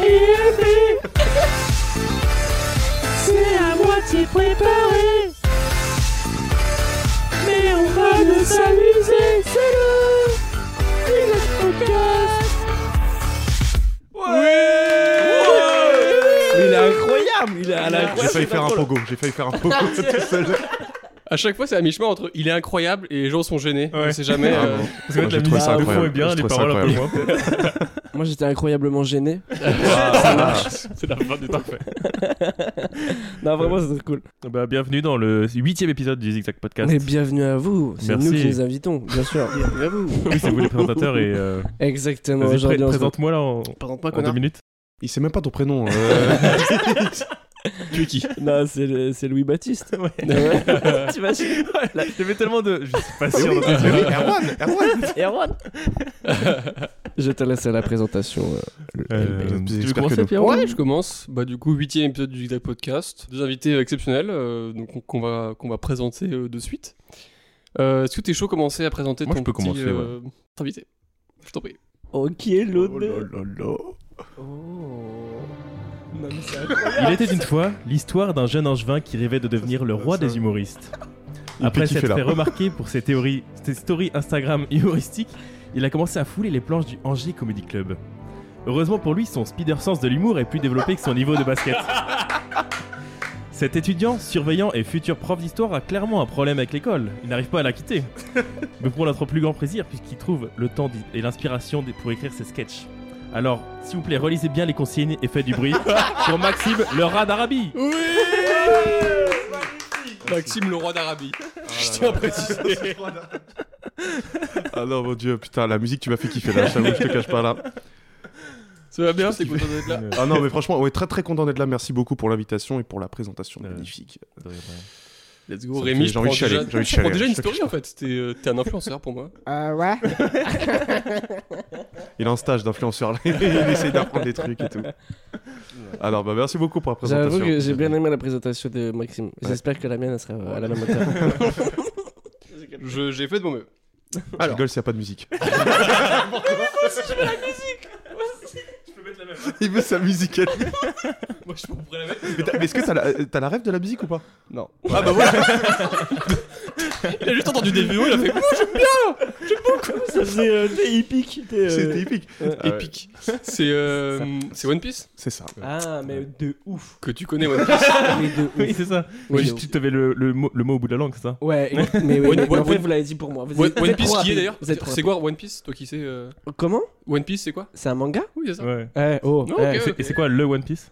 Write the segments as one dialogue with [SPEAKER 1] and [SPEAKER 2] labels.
[SPEAKER 1] Yippee C'est à moitié préparé Mais on va nous s'amuser C'est le Village Podcast
[SPEAKER 2] Mais il est incroyable, il est à la
[SPEAKER 3] J'ai failli faire un pogo, j'ai failli faire un pogo tout seul.
[SPEAKER 4] À chaque fois, c'est à mi-chemin entre il est incroyable et les gens sont gênés.
[SPEAKER 2] Ouais.
[SPEAKER 4] On sait jamais. euh,
[SPEAKER 3] Vraiment.
[SPEAKER 2] Parce que
[SPEAKER 3] Moi,
[SPEAKER 2] la
[SPEAKER 3] j'ai trouvé
[SPEAKER 2] musique
[SPEAKER 3] ça
[SPEAKER 2] de fond
[SPEAKER 3] incroyable.
[SPEAKER 2] est bien,
[SPEAKER 3] J'ai
[SPEAKER 2] les
[SPEAKER 3] trouvé ça
[SPEAKER 2] paroles un peu moins.
[SPEAKER 5] Moi j'étais incroyablement gêné.
[SPEAKER 2] C'est la fin du parfait.
[SPEAKER 5] Non vraiment c'était cool.
[SPEAKER 2] Bah, bienvenue dans le huitième épisode du Zig Zag Podcast.
[SPEAKER 5] Mais bienvenue à vous, c'est nous
[SPEAKER 2] Merci.
[SPEAKER 5] qui nous invitons, bien sûr.
[SPEAKER 2] Oui, c'est vous les présentateurs et euh,
[SPEAKER 5] Exactement,
[SPEAKER 2] vas-y, pré-
[SPEAKER 5] aujourd'hui on se
[SPEAKER 2] présente-moi là en,
[SPEAKER 4] Présente-moi,
[SPEAKER 2] en deux
[SPEAKER 4] connard.
[SPEAKER 2] minutes.
[SPEAKER 3] Il sait même pas ton prénom. euh.
[SPEAKER 4] Tu es qui
[SPEAKER 5] Non, c'est le- c'est Louis Baptiste. T'imagines
[SPEAKER 2] J'avais tellement de. Je suis pas
[SPEAKER 3] Mais
[SPEAKER 2] sûr. Euh,
[SPEAKER 3] oui,
[SPEAKER 2] de-
[SPEAKER 3] mais oui, Erwan, Erwan.
[SPEAKER 5] Erwan Je te laisse à la présentation. euh, le-
[SPEAKER 2] Euh,
[SPEAKER 5] le-
[SPEAKER 2] tu veux
[SPEAKER 3] J'espère
[SPEAKER 2] commencer,
[SPEAKER 3] que non.
[SPEAKER 2] Pierrot
[SPEAKER 4] Ouais, je commence. Bah, du coup, huitième épisode du Zigzag Podcast. Deux invités euh, exceptionnels euh, donc, qu'on- qu'on va, qu'on va présenter euh, de suite. Euh, Est-ce que t'es chaud de commencer à présenter
[SPEAKER 2] Moi,
[SPEAKER 4] ton
[SPEAKER 2] je peux
[SPEAKER 4] petit,
[SPEAKER 2] commencer,
[SPEAKER 4] euh, invité Je t'en prie.
[SPEAKER 5] Oh, qui est l'honneur
[SPEAKER 3] Lolo.
[SPEAKER 5] Oh. Non, mais c'est
[SPEAKER 2] Il était une fois l'histoire d'un jeune angevin qui rêvait de devenir le roi des humoristes.
[SPEAKER 3] Il
[SPEAKER 2] Après
[SPEAKER 3] pique, il fait
[SPEAKER 2] s'être
[SPEAKER 3] là.
[SPEAKER 2] fait remarquer pour ses théories, ses stories Instagram humoristiques, il a commencé à fouler les planches du Angers Comedy Club. Heureusement pour lui, son spider sens de l'humour est plus développé que son niveau de basket. Cet étudiant, surveillant et futur prof d'histoire a clairement un problème avec l'école. Il n'arrive pas à la quitter. Mais pour notre plus grand plaisir, puisqu'il trouve le temps d'y- et l'inspiration d- pour écrire ses sketchs. Alors, s'il vous plaît, relisez bien les consignes et faites du bruit pour Maxime, le rat d'Arabie.
[SPEAKER 4] Oui Maxime, le roi d'Arabie.
[SPEAKER 2] Ah
[SPEAKER 4] je tiens à préciser.
[SPEAKER 3] Ah non, mon dieu, putain, la musique, tu m'as fait kiffer là, j'avoue, je te cache pas là.
[SPEAKER 4] Ça va bien, t'es content d'être là
[SPEAKER 3] Ah non, mais franchement, on est très très content d'être là. Merci beaucoup pour l'invitation et pour la présentation
[SPEAKER 2] Euh,
[SPEAKER 3] magnifique.
[SPEAKER 4] Let's
[SPEAKER 3] Ça
[SPEAKER 4] go,
[SPEAKER 3] me fait-
[SPEAKER 4] Rémi, je
[SPEAKER 3] j'ai
[SPEAKER 4] prends
[SPEAKER 3] envie de chialer,
[SPEAKER 4] déjà,
[SPEAKER 3] j'ai envie de
[SPEAKER 4] je prends
[SPEAKER 3] chialer.
[SPEAKER 4] déjà une story en fait. T'es euh, t'es un influenceur pour moi.
[SPEAKER 1] Ah ouais
[SPEAKER 3] Il a un stage d'influenceur là, il essaie d'apprendre des trucs et tout. Alors, bah merci beaucoup pour la
[SPEAKER 5] J'avoue
[SPEAKER 3] présentation.
[SPEAKER 5] que j'ai bien aimé la présentation de Maxime. J'espère que la mienne elle sera euh, à la même hauteur.
[SPEAKER 4] Je- J'ai fait de mon mieux.
[SPEAKER 3] Je rigole s'il n'y a pas de musique. Il veut sa musique à lui.
[SPEAKER 4] Moi, je pourrais la mettre.
[SPEAKER 3] Mais t'as- mais est-ce que t'as la, t'as la rêve de la musique ou pas
[SPEAKER 4] Non. Ah bah voilà Il a juste entendu des vidéos, il a fait Ouh,
[SPEAKER 5] Ça faisait euh, des hippiques. des, euh,
[SPEAKER 3] C'était épique.
[SPEAKER 5] ouais.
[SPEAKER 4] épique. C'est euh, c'est One Piece
[SPEAKER 3] C'est ça.
[SPEAKER 5] Ah, mais de ouf.
[SPEAKER 4] Que tu connais One Piece.
[SPEAKER 5] Mais de
[SPEAKER 2] Oui,
[SPEAKER 5] ouf.
[SPEAKER 2] c'est ça.
[SPEAKER 5] Ouais,
[SPEAKER 2] Juste,
[SPEAKER 5] de
[SPEAKER 2] tu avais le, le mot, le mot au bout de la langue, c'est ça
[SPEAKER 5] Ouais, mais, mais, mais-
[SPEAKER 4] One-
[SPEAKER 5] mais en
[SPEAKER 4] One-
[SPEAKER 5] fait,
[SPEAKER 4] One-
[SPEAKER 5] vous l'avez dit pour moi. Vous
[SPEAKER 4] One,
[SPEAKER 5] êtes- vous
[SPEAKER 4] One
[SPEAKER 5] êtes
[SPEAKER 4] Piece
[SPEAKER 5] trop
[SPEAKER 4] qui est
[SPEAKER 5] rapide.
[SPEAKER 4] d'ailleurs
[SPEAKER 5] Vous êtes trop
[SPEAKER 4] C'est quoi One Piece Toi qui sais euh,
[SPEAKER 5] rapide. Comment
[SPEAKER 4] One Piece c'est quoi
[SPEAKER 5] C'est un manga
[SPEAKER 4] Oui, c'est ça.
[SPEAKER 2] Ouais.
[SPEAKER 5] Ouais, oh.
[SPEAKER 4] Ok.
[SPEAKER 5] ouais.
[SPEAKER 2] Et c'est- Et c'est quoi le One Piece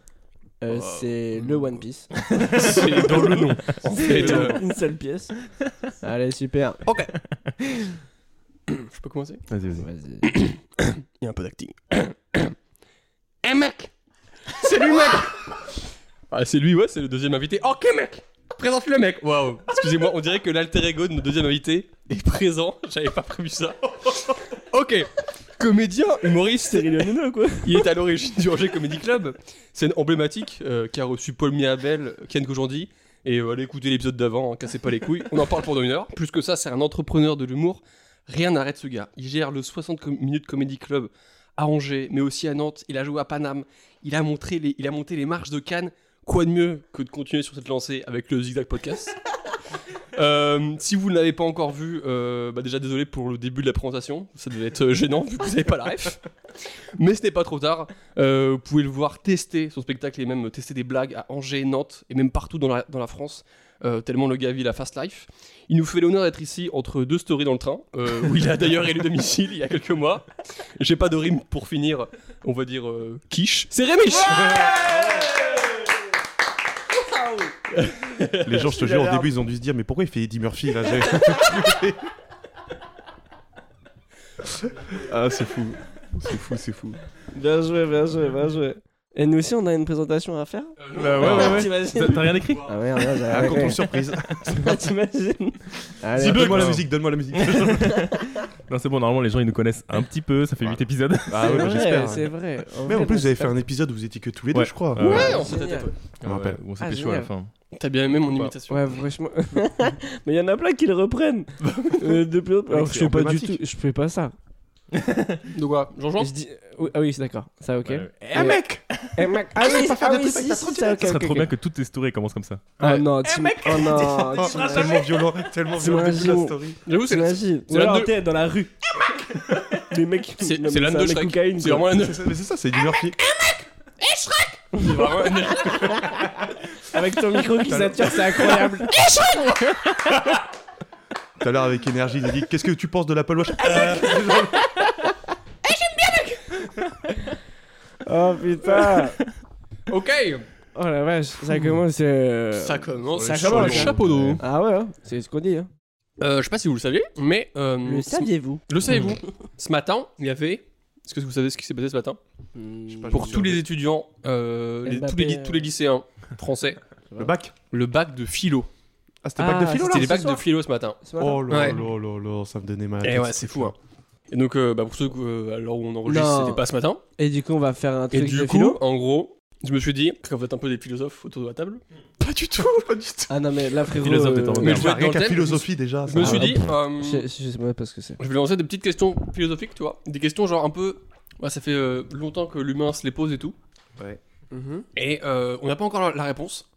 [SPEAKER 5] Euh, c'est le One Piece.
[SPEAKER 4] Oh. C'est
[SPEAKER 2] Oh,
[SPEAKER 4] dans le nom. En fait, euh,
[SPEAKER 5] Une seule pièce. Allez, super.
[SPEAKER 4] je peux commencer
[SPEAKER 2] Vas-y, vas-y.
[SPEAKER 5] Vas-y.
[SPEAKER 4] Il y a un peu d'acting. Eh mec C'est lui, mec Ah, c'est lui, ouais, c'est le deuxième invité. Ok, mec Présente le mec Waouh Excusez-moi, on dirait que l'alter ego de notre deuxième invité est présent. J'avais pas prévu ça. Ok Comédien, humoriste,
[SPEAKER 5] Cyril Hanouna ou quoi
[SPEAKER 4] il est à l'origine du Angers Comedy Club. Scène emblématique euh, qui a reçu Paul Miabel, Ken Kojandi. Et euh, allez écouter l'épisode d'avant, hein, cassez pas les couilles. On en parle pendant une heure. Plus que ça, c'est un entrepreneur de l'humour. Rien n'arrête ce gars. Il gère le 60 com- minutes Comedy Club à Angers, mais aussi à Nantes. Il a joué à Paname. Il a, montré les, il a monté les marches de Cannes. Quoi de mieux que de continuer sur cette lancée avec le Zigzag Podcast Euh, si vous ne l'avez pas encore vu, euh, bah déjà désolé pour le début de la présentation, ça devait être euh, gênant vu que vous n'avez pas la ref. Mais ce n'est pas trop tard, Euh, vous pouvez le voir tester son spectacle et même tester des blagues à Angers, Nantes et même partout dans la, dans la France, euh, tellement le gars vit la fast life. Il nous fait l'honneur d'être ici entre deux stories dans le train, euh, où il a d'ailleurs élu domicile il y a quelques mois. J'ai pas de rime pour finir, on va dire euh, quiche. C'est Rémi
[SPEAKER 3] Les gens, je te jure, au début, ils ont dû se dire Mais pourquoi il fait Eddie Murphy là j'ai- Ah, c'est fou. C'est fou, c'est fou.
[SPEAKER 5] Bien joué, bien joué, bien joué. Et nous aussi, on a une présentation à faire
[SPEAKER 2] Bah ouais, ouais, ouais. T'as
[SPEAKER 5] T'imagines
[SPEAKER 2] t'as rien écrit
[SPEAKER 5] Ah merde, merde,
[SPEAKER 3] Ah,
[SPEAKER 5] j'avais
[SPEAKER 3] quand on
[SPEAKER 5] raté.
[SPEAKER 3] surprise.
[SPEAKER 5] Ah, T'imagines Allez,
[SPEAKER 2] Dis-le.
[SPEAKER 3] Donne-moi la
[SPEAKER 2] Non.
[SPEAKER 3] musique, donne-moi la musique.
[SPEAKER 6] Bah
[SPEAKER 2] Non, c'est bon, normalement les gens ils nous connaissent un petit peu, ça fait 8 épisodes.
[SPEAKER 3] Ah ouais, bah,
[SPEAKER 5] c'est vrai,
[SPEAKER 3] j'espère.
[SPEAKER 5] c'est vrai.
[SPEAKER 3] Mais en
[SPEAKER 5] vrai,
[SPEAKER 3] plus, vous avez fait
[SPEAKER 5] j'espère.
[SPEAKER 3] un épisode où vous étiez que tous les deux,
[SPEAKER 2] Ouais.
[SPEAKER 3] je crois.
[SPEAKER 2] Ouais.
[SPEAKER 4] Ouais,
[SPEAKER 6] Oh,
[SPEAKER 4] on s'est
[SPEAKER 5] Génial.
[SPEAKER 4] tapé.
[SPEAKER 3] Je me rappelle.
[SPEAKER 2] Bon,
[SPEAKER 5] Ah,
[SPEAKER 2] c'était chaud à la fin.
[SPEAKER 4] T'as bien aimé mon imitation.
[SPEAKER 5] Bah, Ouais, franchement. Mais il y en a plein qui le reprennent. Euh, depuis... Alors,
[SPEAKER 3] c'est
[SPEAKER 5] je fais pas du tout.
[SPEAKER 3] emblématique.
[SPEAKER 5] Je fais pas ça.
[SPEAKER 4] Donc voilà, Jean-Jean
[SPEAKER 5] Et je dis- oui, Ah oui, c'est d'accord. Ça, ok.
[SPEAKER 2] Ouais, ouais.
[SPEAKER 6] Eh mec
[SPEAKER 5] Eh, mec, Ah oui,
[SPEAKER 6] pas faire
[SPEAKER 5] ah
[SPEAKER 6] de
[SPEAKER 5] oui,
[SPEAKER 6] trucs
[SPEAKER 5] si,
[SPEAKER 6] avec ta
[SPEAKER 5] si,
[SPEAKER 6] trottinette.
[SPEAKER 5] ça, ok,
[SPEAKER 2] Ça serait
[SPEAKER 5] ok,
[SPEAKER 2] trop
[SPEAKER 5] ok.
[SPEAKER 2] bien que toutes tes stories commencent comme ça.
[SPEAKER 5] Ah
[SPEAKER 4] Ouais.
[SPEAKER 5] non, tu oh non,
[SPEAKER 6] Oh,
[SPEAKER 5] t'imagines-
[SPEAKER 6] tellement violent, tellement violent le début de la
[SPEAKER 5] T'imagines-
[SPEAKER 6] story.
[SPEAKER 4] J'avoue, c'est
[SPEAKER 5] t'imagines.
[SPEAKER 4] c'est la
[SPEAKER 5] Ou alors,
[SPEAKER 4] deux- Ah,
[SPEAKER 5] t'es dans la rue. Les mecs, qui-
[SPEAKER 4] c'est-
[SPEAKER 5] non,
[SPEAKER 4] c'est
[SPEAKER 5] mais
[SPEAKER 4] l'âne
[SPEAKER 5] un
[SPEAKER 4] de
[SPEAKER 5] mec
[SPEAKER 4] Shrek.
[SPEAKER 5] cocaïne,
[SPEAKER 4] C'est
[SPEAKER 5] quoi.
[SPEAKER 4] vraiment l'âne de
[SPEAKER 6] C'est ça, mais c'est ça, c'est du Murphy.
[SPEAKER 4] C'est vraiment l'âne de-
[SPEAKER 5] Avec ton micro qui sature, c'est incroyable.
[SPEAKER 6] Tout à l'heure avec énergie, il a dit Qu'est-ce que tu penses de l'Apple Watch
[SPEAKER 3] Ah.
[SPEAKER 5] Oh putain.
[SPEAKER 4] Ok
[SPEAKER 5] Oh la vache, ça commence. euh,
[SPEAKER 4] Hmm. Ça commence
[SPEAKER 5] ça
[SPEAKER 4] sur
[SPEAKER 5] commence,
[SPEAKER 4] le
[SPEAKER 5] hein.
[SPEAKER 4] chapeau d'eau.
[SPEAKER 5] Ah ouais, hein, c'est ce qu'on dit. Hein.
[SPEAKER 4] Euh, je sais pas si vous le saviez, mais... euh,
[SPEAKER 5] Le
[SPEAKER 4] ce-
[SPEAKER 5] saviez-vous
[SPEAKER 4] le savez-vous Ce matin, il y avait... Est-ce que vous savez ce qui s'est passé ce matin
[SPEAKER 6] pas,
[SPEAKER 4] Hmm. Pour tous les étudiants, euh, les- tous, les,
[SPEAKER 5] Mbappé,
[SPEAKER 4] li- tous les lycéens français,
[SPEAKER 6] Le bac
[SPEAKER 4] le bac de philo.
[SPEAKER 6] Ah, c'était
[SPEAKER 5] Ah,
[SPEAKER 6] bac de philo
[SPEAKER 4] C'était
[SPEAKER 6] là
[SPEAKER 4] les
[SPEAKER 5] ce
[SPEAKER 4] bacs de
[SPEAKER 5] soir
[SPEAKER 4] philo ce matin.
[SPEAKER 5] Ce matin
[SPEAKER 6] Oh là
[SPEAKER 4] Ouais.
[SPEAKER 6] là là là, ça me donnait mal. à la
[SPEAKER 4] Et
[SPEAKER 6] tête,
[SPEAKER 4] ouais,
[SPEAKER 6] ce
[SPEAKER 4] c'est
[SPEAKER 6] truc-là.
[SPEAKER 4] fou. Hein. Et donc, euh, bah, pour ceux que, euh, à l'heure où on enregistre,
[SPEAKER 5] Non.
[SPEAKER 4] c'était pas ce matin.
[SPEAKER 5] Et du coup, on va faire un
[SPEAKER 4] Et
[SPEAKER 5] truc
[SPEAKER 4] du
[SPEAKER 5] de
[SPEAKER 4] coup,
[SPEAKER 5] philo.
[SPEAKER 4] en gros, je me suis dit, quand vous êtes un peu des philosophes autour de la table,
[SPEAKER 6] Pas du tout, pas du tout.
[SPEAKER 5] Ah non, mais là, frérot.
[SPEAKER 2] Philosophe de temps en temps.
[SPEAKER 5] mais
[SPEAKER 4] Mais
[SPEAKER 5] je...
[SPEAKER 4] je- vais être dans
[SPEAKER 6] rien
[SPEAKER 4] le
[SPEAKER 6] qu'à
[SPEAKER 4] thème.
[SPEAKER 6] philosophie déjà.
[SPEAKER 4] je me
[SPEAKER 5] Ah,
[SPEAKER 4] suis dit, euh,
[SPEAKER 5] Je, sais même pas ce que c'est.
[SPEAKER 4] je vais lancer des petites questions philosophiques, tu vois. Des questions genre un peu. ouais, ça fait euh, longtemps que l'humain se les pose et tout. Et euh, on n'a pas encore la réponse.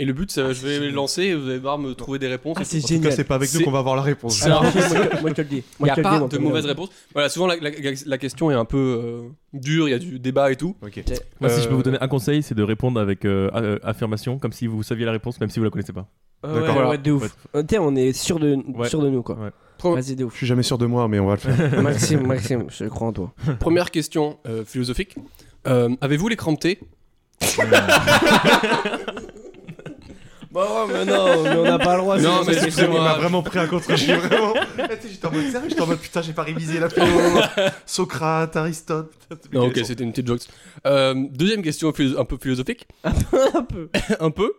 [SPEAKER 4] Et le but, ça, je vais les lancer et vous allez devoir me trouver des réponses.
[SPEAKER 5] Ah, c'est
[SPEAKER 6] En tout cas,
[SPEAKER 5] génial.
[SPEAKER 6] c'est pas avec nous
[SPEAKER 4] C'est-
[SPEAKER 6] qu'on va avoir la réponse.
[SPEAKER 4] C'est un-
[SPEAKER 5] Alors, moi, moi, je te le dis.
[SPEAKER 4] Il n'y
[SPEAKER 5] Moi,
[SPEAKER 4] a
[SPEAKER 5] je te le
[SPEAKER 4] pas
[SPEAKER 5] dis, euh, mon
[SPEAKER 4] de
[SPEAKER 5] copain.
[SPEAKER 4] mauvaise réponse. Voilà, souvent la, la- la question est un peu euh, dure, il y a du débat et tout.
[SPEAKER 6] Ok.
[SPEAKER 2] Moi, si
[SPEAKER 4] Euh,
[SPEAKER 2] je peux vous donner un conseil, c'est de répondre avec euh, a- euh, affirmation, comme si vous saviez la réponse, même si vous la connaissez pas.
[SPEAKER 5] Ah Ouais,
[SPEAKER 6] D'accord,
[SPEAKER 5] ouais,
[SPEAKER 4] voilà.
[SPEAKER 5] de ouf. Euh, T'es, on est sûr de,
[SPEAKER 2] Ouais.
[SPEAKER 5] sûr de nous, quoi.
[SPEAKER 2] Ouais.
[SPEAKER 4] Trop-
[SPEAKER 5] Vas-y, de
[SPEAKER 6] Je
[SPEAKER 5] ouf.
[SPEAKER 6] suis jamais sûr de moi, mais on va le faire.
[SPEAKER 5] Maxime, Maxime, je crois en toi.
[SPEAKER 4] Première question euh, philosophique. Euh, Avez-vous les crampes T
[SPEAKER 5] Bah ouais, mais non, mais on n'a pas le droit.
[SPEAKER 4] Non,
[SPEAKER 5] c'est- c'est-
[SPEAKER 4] mais
[SPEAKER 6] on m'a
[SPEAKER 4] excusez-moi.
[SPEAKER 6] vraiment pris un contre J'ai vraiment. Ah, tu sais, J'étais en mode sérieux, j'étais en mode putain, j'ai pas révisé la philo. Socrate, Aristote.
[SPEAKER 4] Non, ok, c'était une petite joke. Euh, deuxième question philo- un peu philosophique.
[SPEAKER 5] un peu.
[SPEAKER 4] un peu.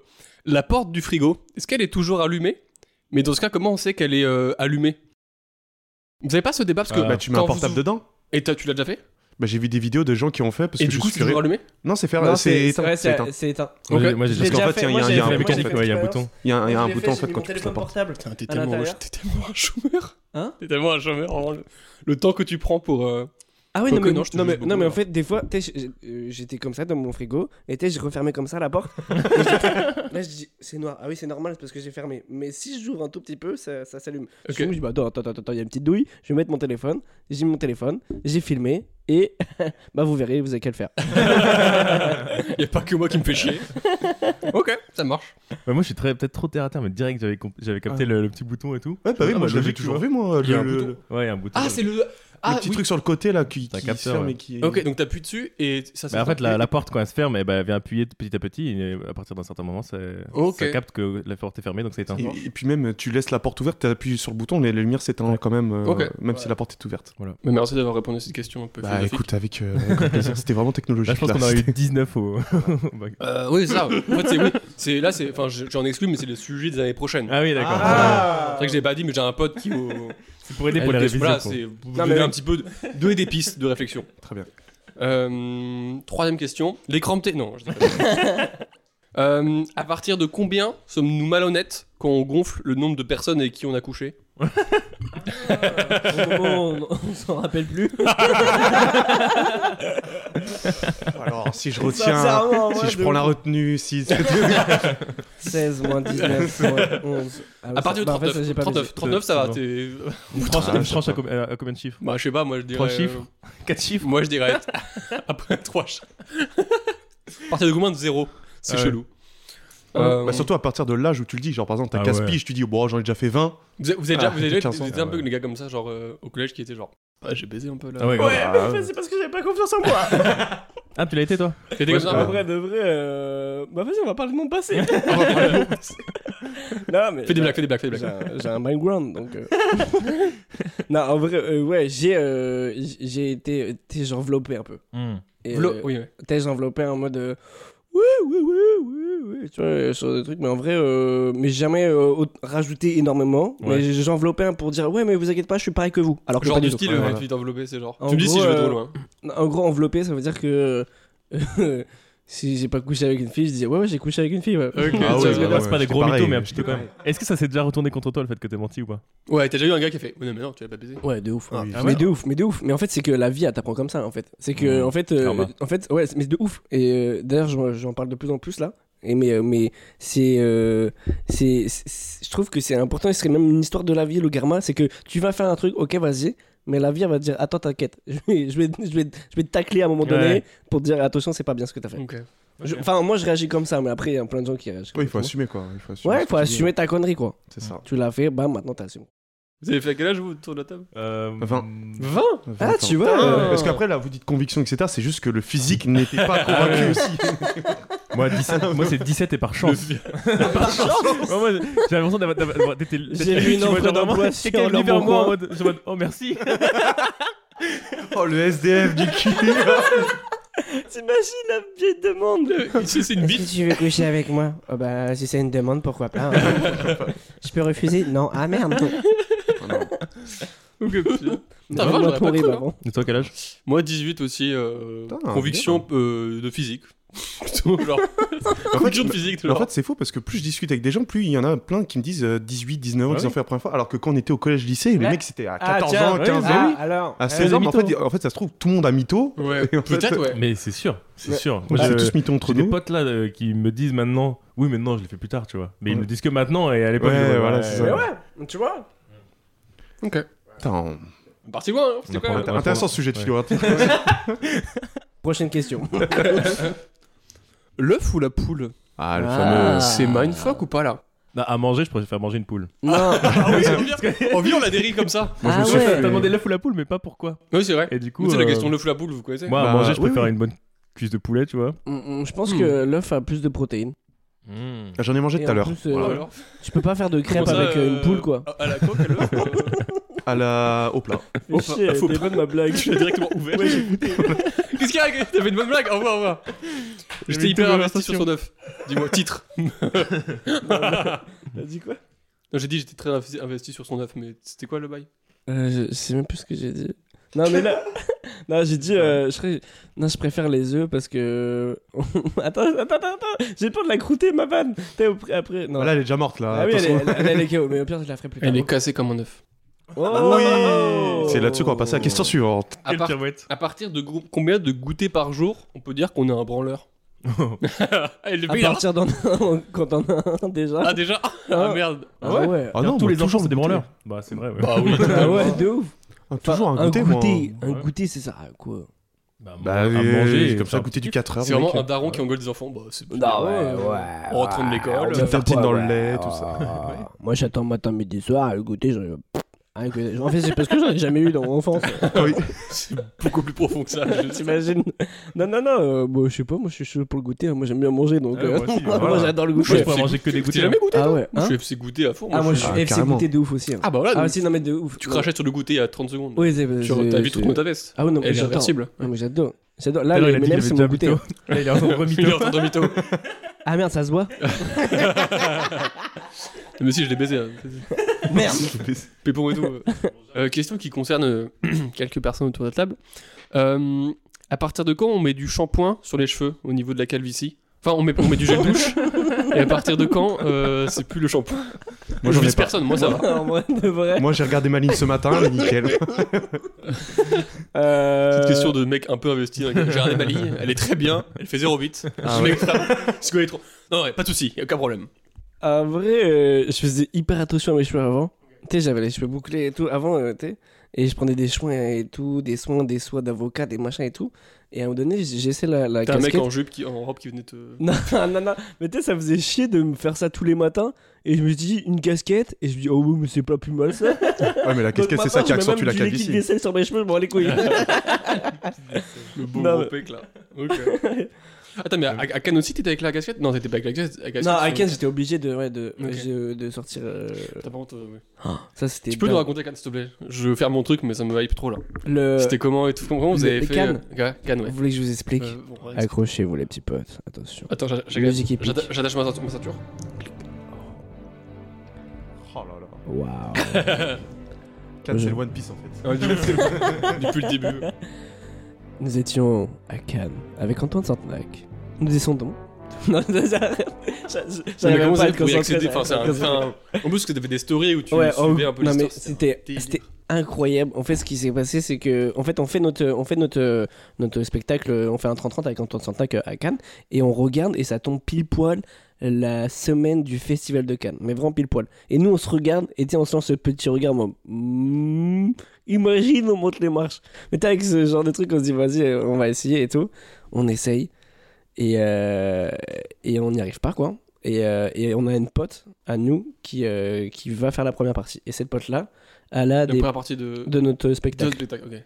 [SPEAKER 4] La porte du frigo, est-ce qu'elle est toujours allumée Mais dans ce cas, comment on sait qu'elle est euh, allumée Vous savez pas ce débat parce que.
[SPEAKER 2] Euh,
[SPEAKER 6] Bah, tu mets un
[SPEAKER 4] quand vous-
[SPEAKER 6] portable dedans
[SPEAKER 4] Et t'as- tu l'as déjà fait
[SPEAKER 6] Bah, j'ai vu des vidéos de gens qui ont fait parce
[SPEAKER 4] Et
[SPEAKER 6] que
[SPEAKER 4] du
[SPEAKER 6] je
[SPEAKER 4] coup,
[SPEAKER 6] suis
[SPEAKER 4] c'est
[SPEAKER 6] curieux.
[SPEAKER 4] toujours allumé
[SPEAKER 6] Non, c'est faire.
[SPEAKER 5] Non,
[SPEAKER 6] c'est
[SPEAKER 5] c'est
[SPEAKER 6] éteint,
[SPEAKER 5] vrai,
[SPEAKER 6] c'est
[SPEAKER 5] c'est
[SPEAKER 6] éteint.
[SPEAKER 5] c'est éteint.
[SPEAKER 2] Moi,
[SPEAKER 4] Ok.
[SPEAKER 2] j'ai- Moi, j'ai
[SPEAKER 5] J'ai
[SPEAKER 2] déjà
[SPEAKER 6] Parce qu'en
[SPEAKER 5] déjà
[SPEAKER 6] fait,
[SPEAKER 5] fait,
[SPEAKER 6] il y
[SPEAKER 5] moi,
[SPEAKER 6] a un-
[SPEAKER 5] j'ai
[SPEAKER 6] il y a un
[SPEAKER 5] fait-
[SPEAKER 6] bouton
[SPEAKER 5] moi,
[SPEAKER 6] en
[SPEAKER 5] j'ai
[SPEAKER 6] fait.
[SPEAKER 5] fait
[SPEAKER 6] ouais,
[SPEAKER 2] il y a un
[SPEAKER 5] l'expérience.
[SPEAKER 2] bouton.
[SPEAKER 6] Il y a un il y a un
[SPEAKER 5] Je l'ai
[SPEAKER 6] bouton en
[SPEAKER 5] fait, j'ai
[SPEAKER 6] fait
[SPEAKER 5] mis
[SPEAKER 6] quand
[SPEAKER 5] mon
[SPEAKER 6] tu tapes
[SPEAKER 5] téléphone
[SPEAKER 6] la porte.
[SPEAKER 5] portable.
[SPEAKER 4] Putain, T'es
[SPEAKER 5] À
[SPEAKER 4] tellement, un-
[SPEAKER 5] l'intérieur
[SPEAKER 4] t'es tellement un chômeur.
[SPEAKER 5] Hein
[SPEAKER 4] T'es tellement un chômeur. vraiment, le, le temps que tu prends pour. euh,
[SPEAKER 5] Ah oui, non,
[SPEAKER 4] Ok,
[SPEAKER 5] mais,
[SPEAKER 4] non, je te
[SPEAKER 5] non,
[SPEAKER 4] juge
[SPEAKER 5] mais,
[SPEAKER 4] beaucoup,
[SPEAKER 5] non, mais en
[SPEAKER 4] alors.
[SPEAKER 5] fait, des fois, t'es, j'ai- euh, j'étais comme ça dans mon frigo, et t'es, je refermais comme ça la porte. Et je- là, je dis, c'est noir. Ah oui, c'est normal, c'est parce que j'ai fermé. Mais si j'ouvre un tout petit peu, ça, ça s'allume.
[SPEAKER 4] Ok.
[SPEAKER 5] Je me dis, bah attends, attends, attends, attends, il y a une petite douille, je vais mettre mon téléphone. J'ai mis mon téléphone, j'ai filmé, et bah vous verrez, vous avez qu'à le faire.
[SPEAKER 4] Il a pas que moi qui me fais chier. ok, ça marche.
[SPEAKER 2] Ouais, moi, je suis très- peut-être trop terre à terre, mais direct, j'avais comp- j'avais
[SPEAKER 5] Ah.
[SPEAKER 2] capté le, le petit bouton et tout.
[SPEAKER 6] Ouais, bah oui,
[SPEAKER 2] Ah,
[SPEAKER 6] moi je l'avais
[SPEAKER 2] logique,
[SPEAKER 6] toujours
[SPEAKER 2] tu
[SPEAKER 6] vu, moi.
[SPEAKER 2] Il y
[SPEAKER 6] Le
[SPEAKER 2] a un
[SPEAKER 6] le-
[SPEAKER 2] vois. Ouais, il y a un bouton.
[SPEAKER 4] Ah, c'est le.
[SPEAKER 6] le
[SPEAKER 4] Ah,
[SPEAKER 6] petit
[SPEAKER 4] oui.
[SPEAKER 6] truc sur le côté là qui
[SPEAKER 2] C'est un
[SPEAKER 6] qui se
[SPEAKER 2] capteur,
[SPEAKER 6] ferme
[SPEAKER 2] ouais.
[SPEAKER 6] et qui.
[SPEAKER 4] Ok, donc t'appuies dessus et ça
[SPEAKER 2] Bah, en fait, la, la porte, quand elle se ferme, eh ben, elle vient appuyer petit à petit, et à partir d'un certain moment, ça,
[SPEAKER 4] Ok.
[SPEAKER 2] ça capte que la porte est fermée, donc ça éteint.
[SPEAKER 6] Et, et puis même, tu laisses la porte ouverte, t'appuies sur le bouton, les, les lumières s'éteignent quand même, euh,
[SPEAKER 4] Ok.
[SPEAKER 6] même si
[SPEAKER 4] Ouais.
[SPEAKER 6] la porte est ouverte.
[SPEAKER 4] Mais merci d'avoir répondu à cette question un peu
[SPEAKER 6] Bah
[SPEAKER 4] philosophique.
[SPEAKER 6] écoute, avec, euh, avec grand plaisir, c'était vraiment technologique.
[SPEAKER 2] Là, je pense qu'on a eu
[SPEAKER 6] c'était-
[SPEAKER 2] 19 au. au bac.
[SPEAKER 4] Euh, oui, c'est ça. en fait, c'est oui. C'est là, c'est. Enfin, je- j'en exclue, mais c'est le sujet des années prochaines.
[SPEAKER 2] ah oui, d'accord.
[SPEAKER 4] C'est
[SPEAKER 5] Ah.
[SPEAKER 4] vrai que j'ai pas dit, mais j'ai un pote qui. Au...
[SPEAKER 2] C'est pour aider pour les révisions.
[SPEAKER 4] Voilà,
[SPEAKER 2] quoi.
[SPEAKER 4] c'est. Vous
[SPEAKER 5] Non,
[SPEAKER 4] donnez
[SPEAKER 5] mais-
[SPEAKER 4] un petit peu. De... Donner des pistes de réflexion.
[SPEAKER 6] Très bien.
[SPEAKER 4] Euh, troisième question. Les crampes Non, je dis pas. Euh, à partir de combien sommes-nous malhonnêtes quand on gonfle le nombre de personnes avec qui on a couché
[SPEAKER 5] Au moment où on, on s'en rappelle plus.
[SPEAKER 6] Alors, si
[SPEAKER 4] Oh,
[SPEAKER 6] je retiens,
[SPEAKER 5] Sincèrement, moi,
[SPEAKER 6] si je
[SPEAKER 5] de
[SPEAKER 6] prends la
[SPEAKER 5] ouf.
[SPEAKER 6] retenue, si.
[SPEAKER 5] 16 moins 19 moins 11. Ah,
[SPEAKER 4] À partir de
[SPEAKER 5] bah, en fait,
[SPEAKER 4] 39.
[SPEAKER 5] ça, j'ai pas
[SPEAKER 4] 39,
[SPEAKER 5] baisé.
[SPEAKER 4] 39, ça va.
[SPEAKER 2] C'est
[SPEAKER 4] t'es-
[SPEAKER 2] Une tranche,
[SPEAKER 6] Ah,
[SPEAKER 2] une
[SPEAKER 6] je
[SPEAKER 2] tranche
[SPEAKER 6] sais
[SPEAKER 2] à, com- à- à combien de chiffres
[SPEAKER 4] Bah, je sais pas, moi je dirais.
[SPEAKER 2] Trois chiffres 4 chiffres
[SPEAKER 4] Moi je dirais. Après, trois chiffres. à partir de combien de zéro C'est
[SPEAKER 2] Ah ouais.
[SPEAKER 4] chelou. Euh,
[SPEAKER 6] Bah, surtout à partir de l'âge où tu le dis, genre par exemple, t'as
[SPEAKER 2] Ah
[SPEAKER 6] 15
[SPEAKER 2] ouais.
[SPEAKER 6] piges, tu dis,
[SPEAKER 3] oh,
[SPEAKER 6] bon, j'en ai déjà fait 20.
[SPEAKER 4] Vous avez, vous avez déjà,
[SPEAKER 6] Ah,
[SPEAKER 4] vous avez déjà
[SPEAKER 6] 15 ans.
[SPEAKER 4] vous étiez un peu
[SPEAKER 2] Ouais.
[SPEAKER 4] les gars comme ça, genre euh, au collège qui étaient genre. Bah, j'ai baisé un peu là.
[SPEAKER 2] Ah ouais, grave.
[SPEAKER 6] Bah,
[SPEAKER 5] c'est parce que j'avais pas confiance en moi.
[SPEAKER 2] Ah, tu l'as été toi
[SPEAKER 4] T'étais comme
[SPEAKER 5] En
[SPEAKER 4] ça
[SPEAKER 5] vrai, de vrai, euh... bah vas-y, on va parler de mon passé. non, mais
[SPEAKER 4] Fais des blagues, fais des blagues, fais des
[SPEAKER 5] J'ai
[SPEAKER 4] blagues.
[SPEAKER 5] un- j'ai un background, donc. euh. non, en vrai, euh, ouais, j'ai euh, j- j'ai été, été genre enveloppé un peu.
[SPEAKER 2] Hmm.
[SPEAKER 5] Et,
[SPEAKER 4] Vlo-
[SPEAKER 5] euh,
[SPEAKER 4] oui, ouais.
[SPEAKER 5] T'es enveloppé en mode. euh, oui, oui, oui, oui, oui, tu vois, euh, sur des trucs, mais en vrai, euh, mais j'ai jamais euh, au- rajouté énormément.
[SPEAKER 2] Ouais.
[SPEAKER 5] Mais j'ai- j'ai enveloppé un pour dire, ouais, mais vous inquiétez pas, je suis pareil que vous. Alors que
[SPEAKER 4] Genre
[SPEAKER 5] pas du
[SPEAKER 4] du
[SPEAKER 5] tout.
[SPEAKER 4] style, euh,
[SPEAKER 6] Ouais,
[SPEAKER 4] ouais,
[SPEAKER 6] voilà.
[SPEAKER 4] tu t'es enveloppé, c'est genre.
[SPEAKER 5] En
[SPEAKER 4] tu me dis si
[SPEAKER 5] gros,
[SPEAKER 4] je vais
[SPEAKER 5] euh,
[SPEAKER 4] trop loin.
[SPEAKER 5] En gros, enveloppé, ça veut dire que. euh, si j'ai pas couché avec une fille, je disais ouais, ouais j'ai couché avec une fille. Ouais.
[SPEAKER 3] Ah ouais,
[SPEAKER 2] c'est
[SPEAKER 3] bah ouais,
[SPEAKER 2] pas des
[SPEAKER 3] j'étais
[SPEAKER 2] gros
[SPEAKER 3] pareil,
[SPEAKER 2] mythos, mais un petit
[SPEAKER 3] j'étais
[SPEAKER 2] peu quand même. Est-ce que ça s'est déjà retourné contre toi le fait que t'aies menti ou pas
[SPEAKER 4] Ouais, t'as déjà eu un gars qui a fait Ouais, non, mais non, tu l'as pas baisé.
[SPEAKER 5] Ouais, de ouf.
[SPEAKER 3] Ah,
[SPEAKER 5] Oui.
[SPEAKER 2] ah
[SPEAKER 5] mais
[SPEAKER 2] ouais.
[SPEAKER 5] de ouf, mais de ouf. Mais en fait, c'est que la vie, elle t'apprend comme ça, en fait. C'est que, en fait, euh,
[SPEAKER 2] Karma.
[SPEAKER 5] en fait, ouais, mais de ouf. Et euh, d'ailleurs, j'en- j'en parle de plus en plus là. Et mais, euh, mais c'est, euh, c'est, c'est- c'est- je trouve que c'est important. Et ce serait même une histoire de la vie, le karma. C'est que tu vas faire un truc, ok, vas-y. Mais la vie, elle va te dire, attends, t'inquiète. Je vais, je vais, je vais, je vais te tacler à un moment donné
[SPEAKER 2] Ouais.
[SPEAKER 5] pour te dire, attention, c'est pas bien ce que t'as fait. Je- Enfin, moi, je réagis comme ça, mais après, il y a plein de gens qui réagissent.
[SPEAKER 3] Oui, il faut
[SPEAKER 5] comme ça.
[SPEAKER 3] assumer quoi. Il faut assumer ce
[SPEAKER 5] Ouais, il faut
[SPEAKER 3] que tu
[SPEAKER 5] assumer ta connerie, quoi.
[SPEAKER 3] dis. C'est ça.
[SPEAKER 5] Tu l'as fait, bah maintenant t'assumes.
[SPEAKER 4] Vous avez fait à quel âge vous autour de la table
[SPEAKER 2] Euh,
[SPEAKER 3] Vingt.
[SPEAKER 4] 20
[SPEAKER 5] Ah, tu vois
[SPEAKER 3] Euh,
[SPEAKER 5] euh,
[SPEAKER 3] Parce qu'après, là, vous dites conviction, etc. C'est juste que le physique n'était pas convaincu aussi.
[SPEAKER 2] Moi, 17 moi c'est 17 et par chance. par chance Moi, J'avais l'impression d'avoir- d'avoir. d'avoir- d'être- d'être-
[SPEAKER 5] J'ai vu une
[SPEAKER 2] tu vois,
[SPEAKER 5] offre
[SPEAKER 2] genre,
[SPEAKER 5] d'emploi
[SPEAKER 2] vraiment,
[SPEAKER 5] sur
[SPEAKER 2] quelqu'un est venu
[SPEAKER 5] leur
[SPEAKER 2] vers
[SPEAKER 5] bon
[SPEAKER 2] moi en
[SPEAKER 5] coin.
[SPEAKER 2] mode, je suis en mode, Oh merci
[SPEAKER 3] oh, le SDF du cul
[SPEAKER 5] T'imagines la vieille demande
[SPEAKER 4] C'est une
[SPEAKER 7] Est-ce
[SPEAKER 4] bite.
[SPEAKER 7] que tu veux coucher avec moi Oh Bah, si c'est une demande, pourquoi pas. hein. Je peux refuser Non, ah merde.
[SPEAKER 4] Ok, putain. Putain,
[SPEAKER 5] Même
[SPEAKER 4] moi,
[SPEAKER 5] moi,
[SPEAKER 4] j'aurais pas
[SPEAKER 5] pourri,
[SPEAKER 4] cru,
[SPEAKER 5] bah,
[SPEAKER 4] hein.
[SPEAKER 5] bon.
[SPEAKER 2] Et toi, quel âge
[SPEAKER 4] Moi, 18 aussi, euh,
[SPEAKER 3] Putain,
[SPEAKER 4] conviction euh, de physique. Plutôt, genre, conviction de physique,
[SPEAKER 3] En
[SPEAKER 4] genre.
[SPEAKER 3] fait, c'est faux parce que plus je discute avec des gens, plus il y en a plein qui me disent euh, 18, 19 ans,
[SPEAKER 2] Ah
[SPEAKER 3] qu'ils
[SPEAKER 2] oui.
[SPEAKER 3] ont fait la première fois. Alors que quand on était au collège-lycée, les
[SPEAKER 7] Ouais.
[SPEAKER 3] mecs c'était à
[SPEAKER 7] Ah,
[SPEAKER 3] 14
[SPEAKER 7] tiens,
[SPEAKER 3] ans,
[SPEAKER 2] ouais,
[SPEAKER 3] 15 ans.
[SPEAKER 7] Ah, alors
[SPEAKER 3] À
[SPEAKER 7] euh,
[SPEAKER 3] 16 ans, mais en fait,
[SPEAKER 7] mytho.
[SPEAKER 3] en fait, ça se trouve, tout le monde a mytho.
[SPEAKER 4] Ouais,
[SPEAKER 3] Et en fait,
[SPEAKER 4] peut-être, ouais.
[SPEAKER 2] Mais euh, c'est sûr, c'est
[SPEAKER 3] Ouais.
[SPEAKER 2] sûr.
[SPEAKER 3] On
[SPEAKER 2] Moi,
[SPEAKER 3] s'est
[SPEAKER 2] j'ai-
[SPEAKER 3] tous mytho entre
[SPEAKER 2] j'ai des
[SPEAKER 3] nous.
[SPEAKER 2] potes là euh, qui me disent maintenant, oui, mais non, je l'ai fait plus tard, tu vois. Mais ils
[SPEAKER 3] Ouais.
[SPEAKER 2] me disent que maintenant, et à l'époque,
[SPEAKER 3] Ouais,
[SPEAKER 2] je-
[SPEAKER 3] voilà, c'est
[SPEAKER 5] Mais
[SPEAKER 3] ça.
[SPEAKER 5] ouais, tu vois
[SPEAKER 4] Ok.
[SPEAKER 3] Putain, on-
[SPEAKER 4] Partie 1, hein, c'était
[SPEAKER 3] on
[SPEAKER 4] quoi
[SPEAKER 3] apprend-
[SPEAKER 2] même-
[SPEAKER 3] intéressant ce sujet de
[SPEAKER 2] Ouais.
[SPEAKER 3] philo.
[SPEAKER 5] Prochaine question.
[SPEAKER 4] L'œuf ou la poule
[SPEAKER 3] Ah, le
[SPEAKER 5] Ah.
[SPEAKER 3] fameux.
[SPEAKER 4] C'est mindfuck ou pas là
[SPEAKER 2] Non, à manger, je préfère manger une poule.
[SPEAKER 5] Non,
[SPEAKER 4] Ah oui, on vient, on vient, on la dérive comme ça.
[SPEAKER 3] Moi, je
[SPEAKER 5] Ah
[SPEAKER 3] me suis
[SPEAKER 5] ouais.
[SPEAKER 3] fait-
[SPEAKER 2] T'as demandé l'œuf ou la poule, mais pas pourquoi.
[SPEAKER 4] Oui, c'est vrai.
[SPEAKER 2] Et du coup,
[SPEAKER 4] C'est la
[SPEAKER 2] euh,
[SPEAKER 4] question de l'œuf ou la poule, vous connaissez
[SPEAKER 2] moi, à
[SPEAKER 3] Bah,
[SPEAKER 2] manger, je
[SPEAKER 3] oui,
[SPEAKER 2] préfère une bonne cuisse de poulet, tu vois.
[SPEAKER 5] mm, mm, je
[SPEAKER 7] Hmm.
[SPEAKER 5] pense que l'œuf a plus de protéines.
[SPEAKER 4] Hmm.
[SPEAKER 3] Ah, J'en ai mangé
[SPEAKER 5] Et
[SPEAKER 3] tout à
[SPEAKER 5] en
[SPEAKER 3] l'heure.
[SPEAKER 5] plus, euh,
[SPEAKER 3] Voilà.
[SPEAKER 4] Alors,
[SPEAKER 5] Tu peux pas faire de crêpes
[SPEAKER 4] comment ça,
[SPEAKER 5] avec euh,
[SPEAKER 4] euh,
[SPEAKER 5] une poule, quoi.
[SPEAKER 4] À, à la coque, à l'œuf euh,
[SPEAKER 3] À la... Au plat.
[SPEAKER 5] Faut
[SPEAKER 4] elle était
[SPEAKER 5] bonne ma blague.
[SPEAKER 4] Je l'ai directement ouvert. Qu'est-ce qu'il y a Greg T'avais une bonne blague Au revoir, au revoir. J'étais
[SPEAKER 2] une
[SPEAKER 4] hyper
[SPEAKER 2] bonne
[SPEAKER 4] investi sur son œuf. Dis-moi, titre.
[SPEAKER 5] T'as dit quoi
[SPEAKER 4] Non, j'ai dit j'étais très investi- investi sur son œuf, mais c'était quoi le bail
[SPEAKER 5] euh, je, je sais même plus ce que j'ai dit. Non, mais là. non, j'ai dit. euh, je, serais- non, je préfère les œufs parce que. attends, attends, attends, attends. J'ai peur de la croûter, ma vanne. T'es au- après. Non.
[SPEAKER 3] Là, elle est déjà morte, là.
[SPEAKER 5] ah oui, elle est,
[SPEAKER 3] Attention.
[SPEAKER 5] elle, elle- elle est KO, mais au pire, je la ferai plus tard.
[SPEAKER 4] cassée comme un œuf.
[SPEAKER 5] Oh
[SPEAKER 3] Oui C'est là-dessus qu'on va passer à la question suivante.
[SPEAKER 4] À, part- à partir de gou- combien de goûters par jour, on peut dire qu'on est un branleur Et le
[SPEAKER 5] À
[SPEAKER 4] mec, il a-
[SPEAKER 5] partir d'en quand on a un déjà.
[SPEAKER 4] hein. Ah, déjà Ah merde
[SPEAKER 5] Ah ouais.
[SPEAKER 3] Ah non,
[SPEAKER 2] tous
[SPEAKER 3] moi,
[SPEAKER 2] les enfants,
[SPEAKER 3] toujours
[SPEAKER 2] c'est des
[SPEAKER 3] goûter.
[SPEAKER 2] branleurs. Bah, c'est vrai, ouais.
[SPEAKER 4] Bah oui
[SPEAKER 5] Ah ouais, de ouf.
[SPEAKER 3] Ah, Toujours un goûter,
[SPEAKER 5] un
[SPEAKER 3] moi.
[SPEAKER 5] goûter, un
[SPEAKER 2] Ouais.
[SPEAKER 5] goûter, c'est ça. Ah, Quoi
[SPEAKER 2] Bah,
[SPEAKER 3] Bah,
[SPEAKER 2] à
[SPEAKER 3] oui,
[SPEAKER 2] manger,
[SPEAKER 3] c'est comme ça, goûter du 4 heures.
[SPEAKER 4] C'est vraiment
[SPEAKER 3] mec.
[SPEAKER 4] un daron qui engueule des enfants. Bah, c'est pas
[SPEAKER 5] Ah ouais, ouais.
[SPEAKER 4] On rentre de l'école.
[SPEAKER 3] Petite tartine dans le lait, tout ça.
[SPEAKER 5] Moi, j'attends matin, midi, soir. Le goûter, j'en ai. En fait, c'est parce que j'en ai jamais eu dans mon enfance.
[SPEAKER 4] C'est beaucoup plus profond que ça. je-
[SPEAKER 5] Ah T'imagines Non, non, non. euh, bon, je sais pas, moi, je suis chaud pour le goûter. hein. Moi, j'aime bien manger, donc.
[SPEAKER 2] Ouais,
[SPEAKER 4] Eh,
[SPEAKER 5] euh,
[SPEAKER 2] moi aussi,
[SPEAKER 5] moi,
[SPEAKER 2] voilà.
[SPEAKER 5] j'adore le
[SPEAKER 2] Moi, je
[SPEAKER 5] goûter.
[SPEAKER 2] pourrais
[SPEAKER 4] C'est
[SPEAKER 2] manger que des
[SPEAKER 4] T'es
[SPEAKER 2] goûters.
[SPEAKER 4] jamais goûté
[SPEAKER 5] Ah ouais.
[SPEAKER 4] Moi,
[SPEAKER 5] hein
[SPEAKER 4] je suis FC goûter à fond.
[SPEAKER 5] ah, moi, je
[SPEAKER 4] suis-
[SPEAKER 5] suis
[SPEAKER 3] Ah,
[SPEAKER 5] FC
[SPEAKER 3] carrément.
[SPEAKER 5] goûter de ouf aussi. hein.
[SPEAKER 4] Ah, bah voilà.
[SPEAKER 5] Ah,
[SPEAKER 4] donc,
[SPEAKER 5] si, non, mais de ouf.
[SPEAKER 4] Tu crachais sur le goûter à 30 secondes.
[SPEAKER 5] Oui, c'est
[SPEAKER 4] Genre,
[SPEAKER 5] c'est-
[SPEAKER 4] t'as vite
[SPEAKER 5] c'est-
[SPEAKER 4] tourné ta veste.
[SPEAKER 5] Ah oui, non, mais
[SPEAKER 4] Elle est
[SPEAKER 5] j'adore.
[SPEAKER 4] réversible.
[SPEAKER 5] Non, mais j'adore. J'adore. Là,
[SPEAKER 2] Alors,
[SPEAKER 5] le
[SPEAKER 2] il a dit qu'il
[SPEAKER 5] M&M,
[SPEAKER 2] avait
[SPEAKER 5] c'est mon
[SPEAKER 2] déjà
[SPEAKER 5] goûter.
[SPEAKER 2] mytho. Là, il est en train de
[SPEAKER 4] Il est en
[SPEAKER 2] vomir.
[SPEAKER 4] train de mytho.
[SPEAKER 7] Ah merde, ça se voit
[SPEAKER 4] Mais si, je l'ai baisé. hein.
[SPEAKER 5] Merde.
[SPEAKER 4] Pépon et tout. euh. Euh, question qui concerne euh, quelques personnes autour de la table. Euh, à partir de quand on met du shampoing sur les cheveux au niveau de la calvitie Enfin, on met, on met du gel douche. Et à partir de quand euh, c'est plus le shampoing
[SPEAKER 3] Moi,
[SPEAKER 4] je
[SPEAKER 3] j'en ai
[SPEAKER 4] vise
[SPEAKER 3] pas.
[SPEAKER 4] personne, moi ça va.
[SPEAKER 5] En vrai, de vrai.
[SPEAKER 3] Moi, j'ai regardé ma ligne ce matin, elle est nickel.
[SPEAKER 5] Euh,
[SPEAKER 4] Petite question de mec un peu investi. hein. J'ai regardé ma ligne, elle est très bien, elle fait 0,8.
[SPEAKER 5] Euh, Ah
[SPEAKER 4] Ce mec, ça- ce gars est trop. Non, ouais, pas de soucis, aucun problème.
[SPEAKER 5] En vrai, euh, je faisais hyper attention à mes cheveux avant. Tu sais, j'avais les cheveux bouclés et tout avant, euh, tu sais. Et je prenais des soins et tout, des soins, des soins d'avocat, des machins et tout. Et à un moment donné, j- j'ai essayé la, la
[SPEAKER 4] T'as un mec
[SPEAKER 5] casquette.
[SPEAKER 4] en jupe, qui, en robe qui venait te.
[SPEAKER 5] Non, non, non. Mais tu sais, ça faisait chier de me faire ça tous les matins. Et je me dis, une casquette. Et je me dis, oh, oui, mais c'est pas plus mal ça.
[SPEAKER 3] Ouais, mais la
[SPEAKER 5] Donc,
[SPEAKER 3] casquette, c'est ça
[SPEAKER 5] maintenant,
[SPEAKER 3] qui
[SPEAKER 5] je mets
[SPEAKER 3] accentue
[SPEAKER 5] même
[SPEAKER 3] la
[SPEAKER 5] du liquide
[SPEAKER 3] calvitie.
[SPEAKER 5] vaisselle sur mes cheveux, je m'en les couilles.
[SPEAKER 4] Le beau
[SPEAKER 5] Non,
[SPEAKER 4] gros
[SPEAKER 5] mais-
[SPEAKER 4] pec là. Ok. Attends, mais à, à Cannes aussi t'étais avec la casquette Non, t'étais pas avec la casquette. la casquette,
[SPEAKER 5] non, à
[SPEAKER 4] c'est-
[SPEAKER 5] 15, j'étais obligé de, ouais, de,
[SPEAKER 4] Ok.
[SPEAKER 5] je- de sortir. euh, Ah,
[SPEAKER 4] T'as pas honte, euh, ouais.
[SPEAKER 5] Ça, c'était.
[SPEAKER 4] Tu peux nous
[SPEAKER 5] dingue.
[SPEAKER 4] raconter Cannes s'il te plaît Je vais faire mon truc, mais ça me hype trop là.
[SPEAKER 5] le...
[SPEAKER 4] C'était comment et tout Comment vous
[SPEAKER 5] le-
[SPEAKER 4] avez fait
[SPEAKER 5] Cannes
[SPEAKER 4] euh, Ouais, Cannes, ouais.
[SPEAKER 5] Vous voulez que je vous explique
[SPEAKER 4] Euh, bon, ouais.
[SPEAKER 5] Accrochez-vous, les petits potes. Attention.
[SPEAKER 4] Attends, j'a- j'a-
[SPEAKER 5] Musique
[SPEAKER 4] j'a-
[SPEAKER 5] épique.
[SPEAKER 4] j'atta- j'attache ma ceinture- ma ceinture.
[SPEAKER 3] Oh là là.
[SPEAKER 5] Waouh.
[SPEAKER 3] Quatre, c'est le One Piece en
[SPEAKER 4] Ah
[SPEAKER 3] fait.
[SPEAKER 4] Depuis le début.
[SPEAKER 5] Nous étions à Cannes avec Antoine Santenac, Nous descendons. Non, j'arrive
[SPEAKER 4] Mais
[SPEAKER 5] pas
[SPEAKER 4] comment
[SPEAKER 5] à
[SPEAKER 4] ça,
[SPEAKER 5] le
[SPEAKER 4] vous pouvez
[SPEAKER 5] concentrer,
[SPEAKER 4] accéder Enfin, c'est un-
[SPEAKER 5] j'arrive
[SPEAKER 4] c'est
[SPEAKER 5] pas à le
[SPEAKER 4] un- En plus, que t'avais des stories où tu
[SPEAKER 5] Ouais, oh,
[SPEAKER 4] suivais un peu
[SPEAKER 5] non, mais
[SPEAKER 4] l'histoire.
[SPEAKER 5] c'était
[SPEAKER 4] délire.
[SPEAKER 5] c'était incroyable. En fait, ce qui s'est passé, c'est que en fait, on fait notre on fait notre notre spectacle, on fait un 30-30 avec Antoine Santac à Cannes et on regarde et ça tombe pile poil la semaine du festival de Cannes, mais vraiment pile poil. Et nous, on se regarde et tu sais, on se lance ce petit regard, moi, mm, imagine, on monte les marches. Mais t'as avec ce genre de truc, on se dit vas-y, euh, on va essayer et tout. On essaye et euh, et on n'y arrive pas quoi. Et, euh, et on a une pote à nous qui, euh, qui va faire la première partie. Et cette pote-là, elle a
[SPEAKER 4] La
[SPEAKER 5] des
[SPEAKER 4] première partie de.
[SPEAKER 5] de notre
[SPEAKER 4] de
[SPEAKER 5] spectacle.
[SPEAKER 4] spectacle, ok.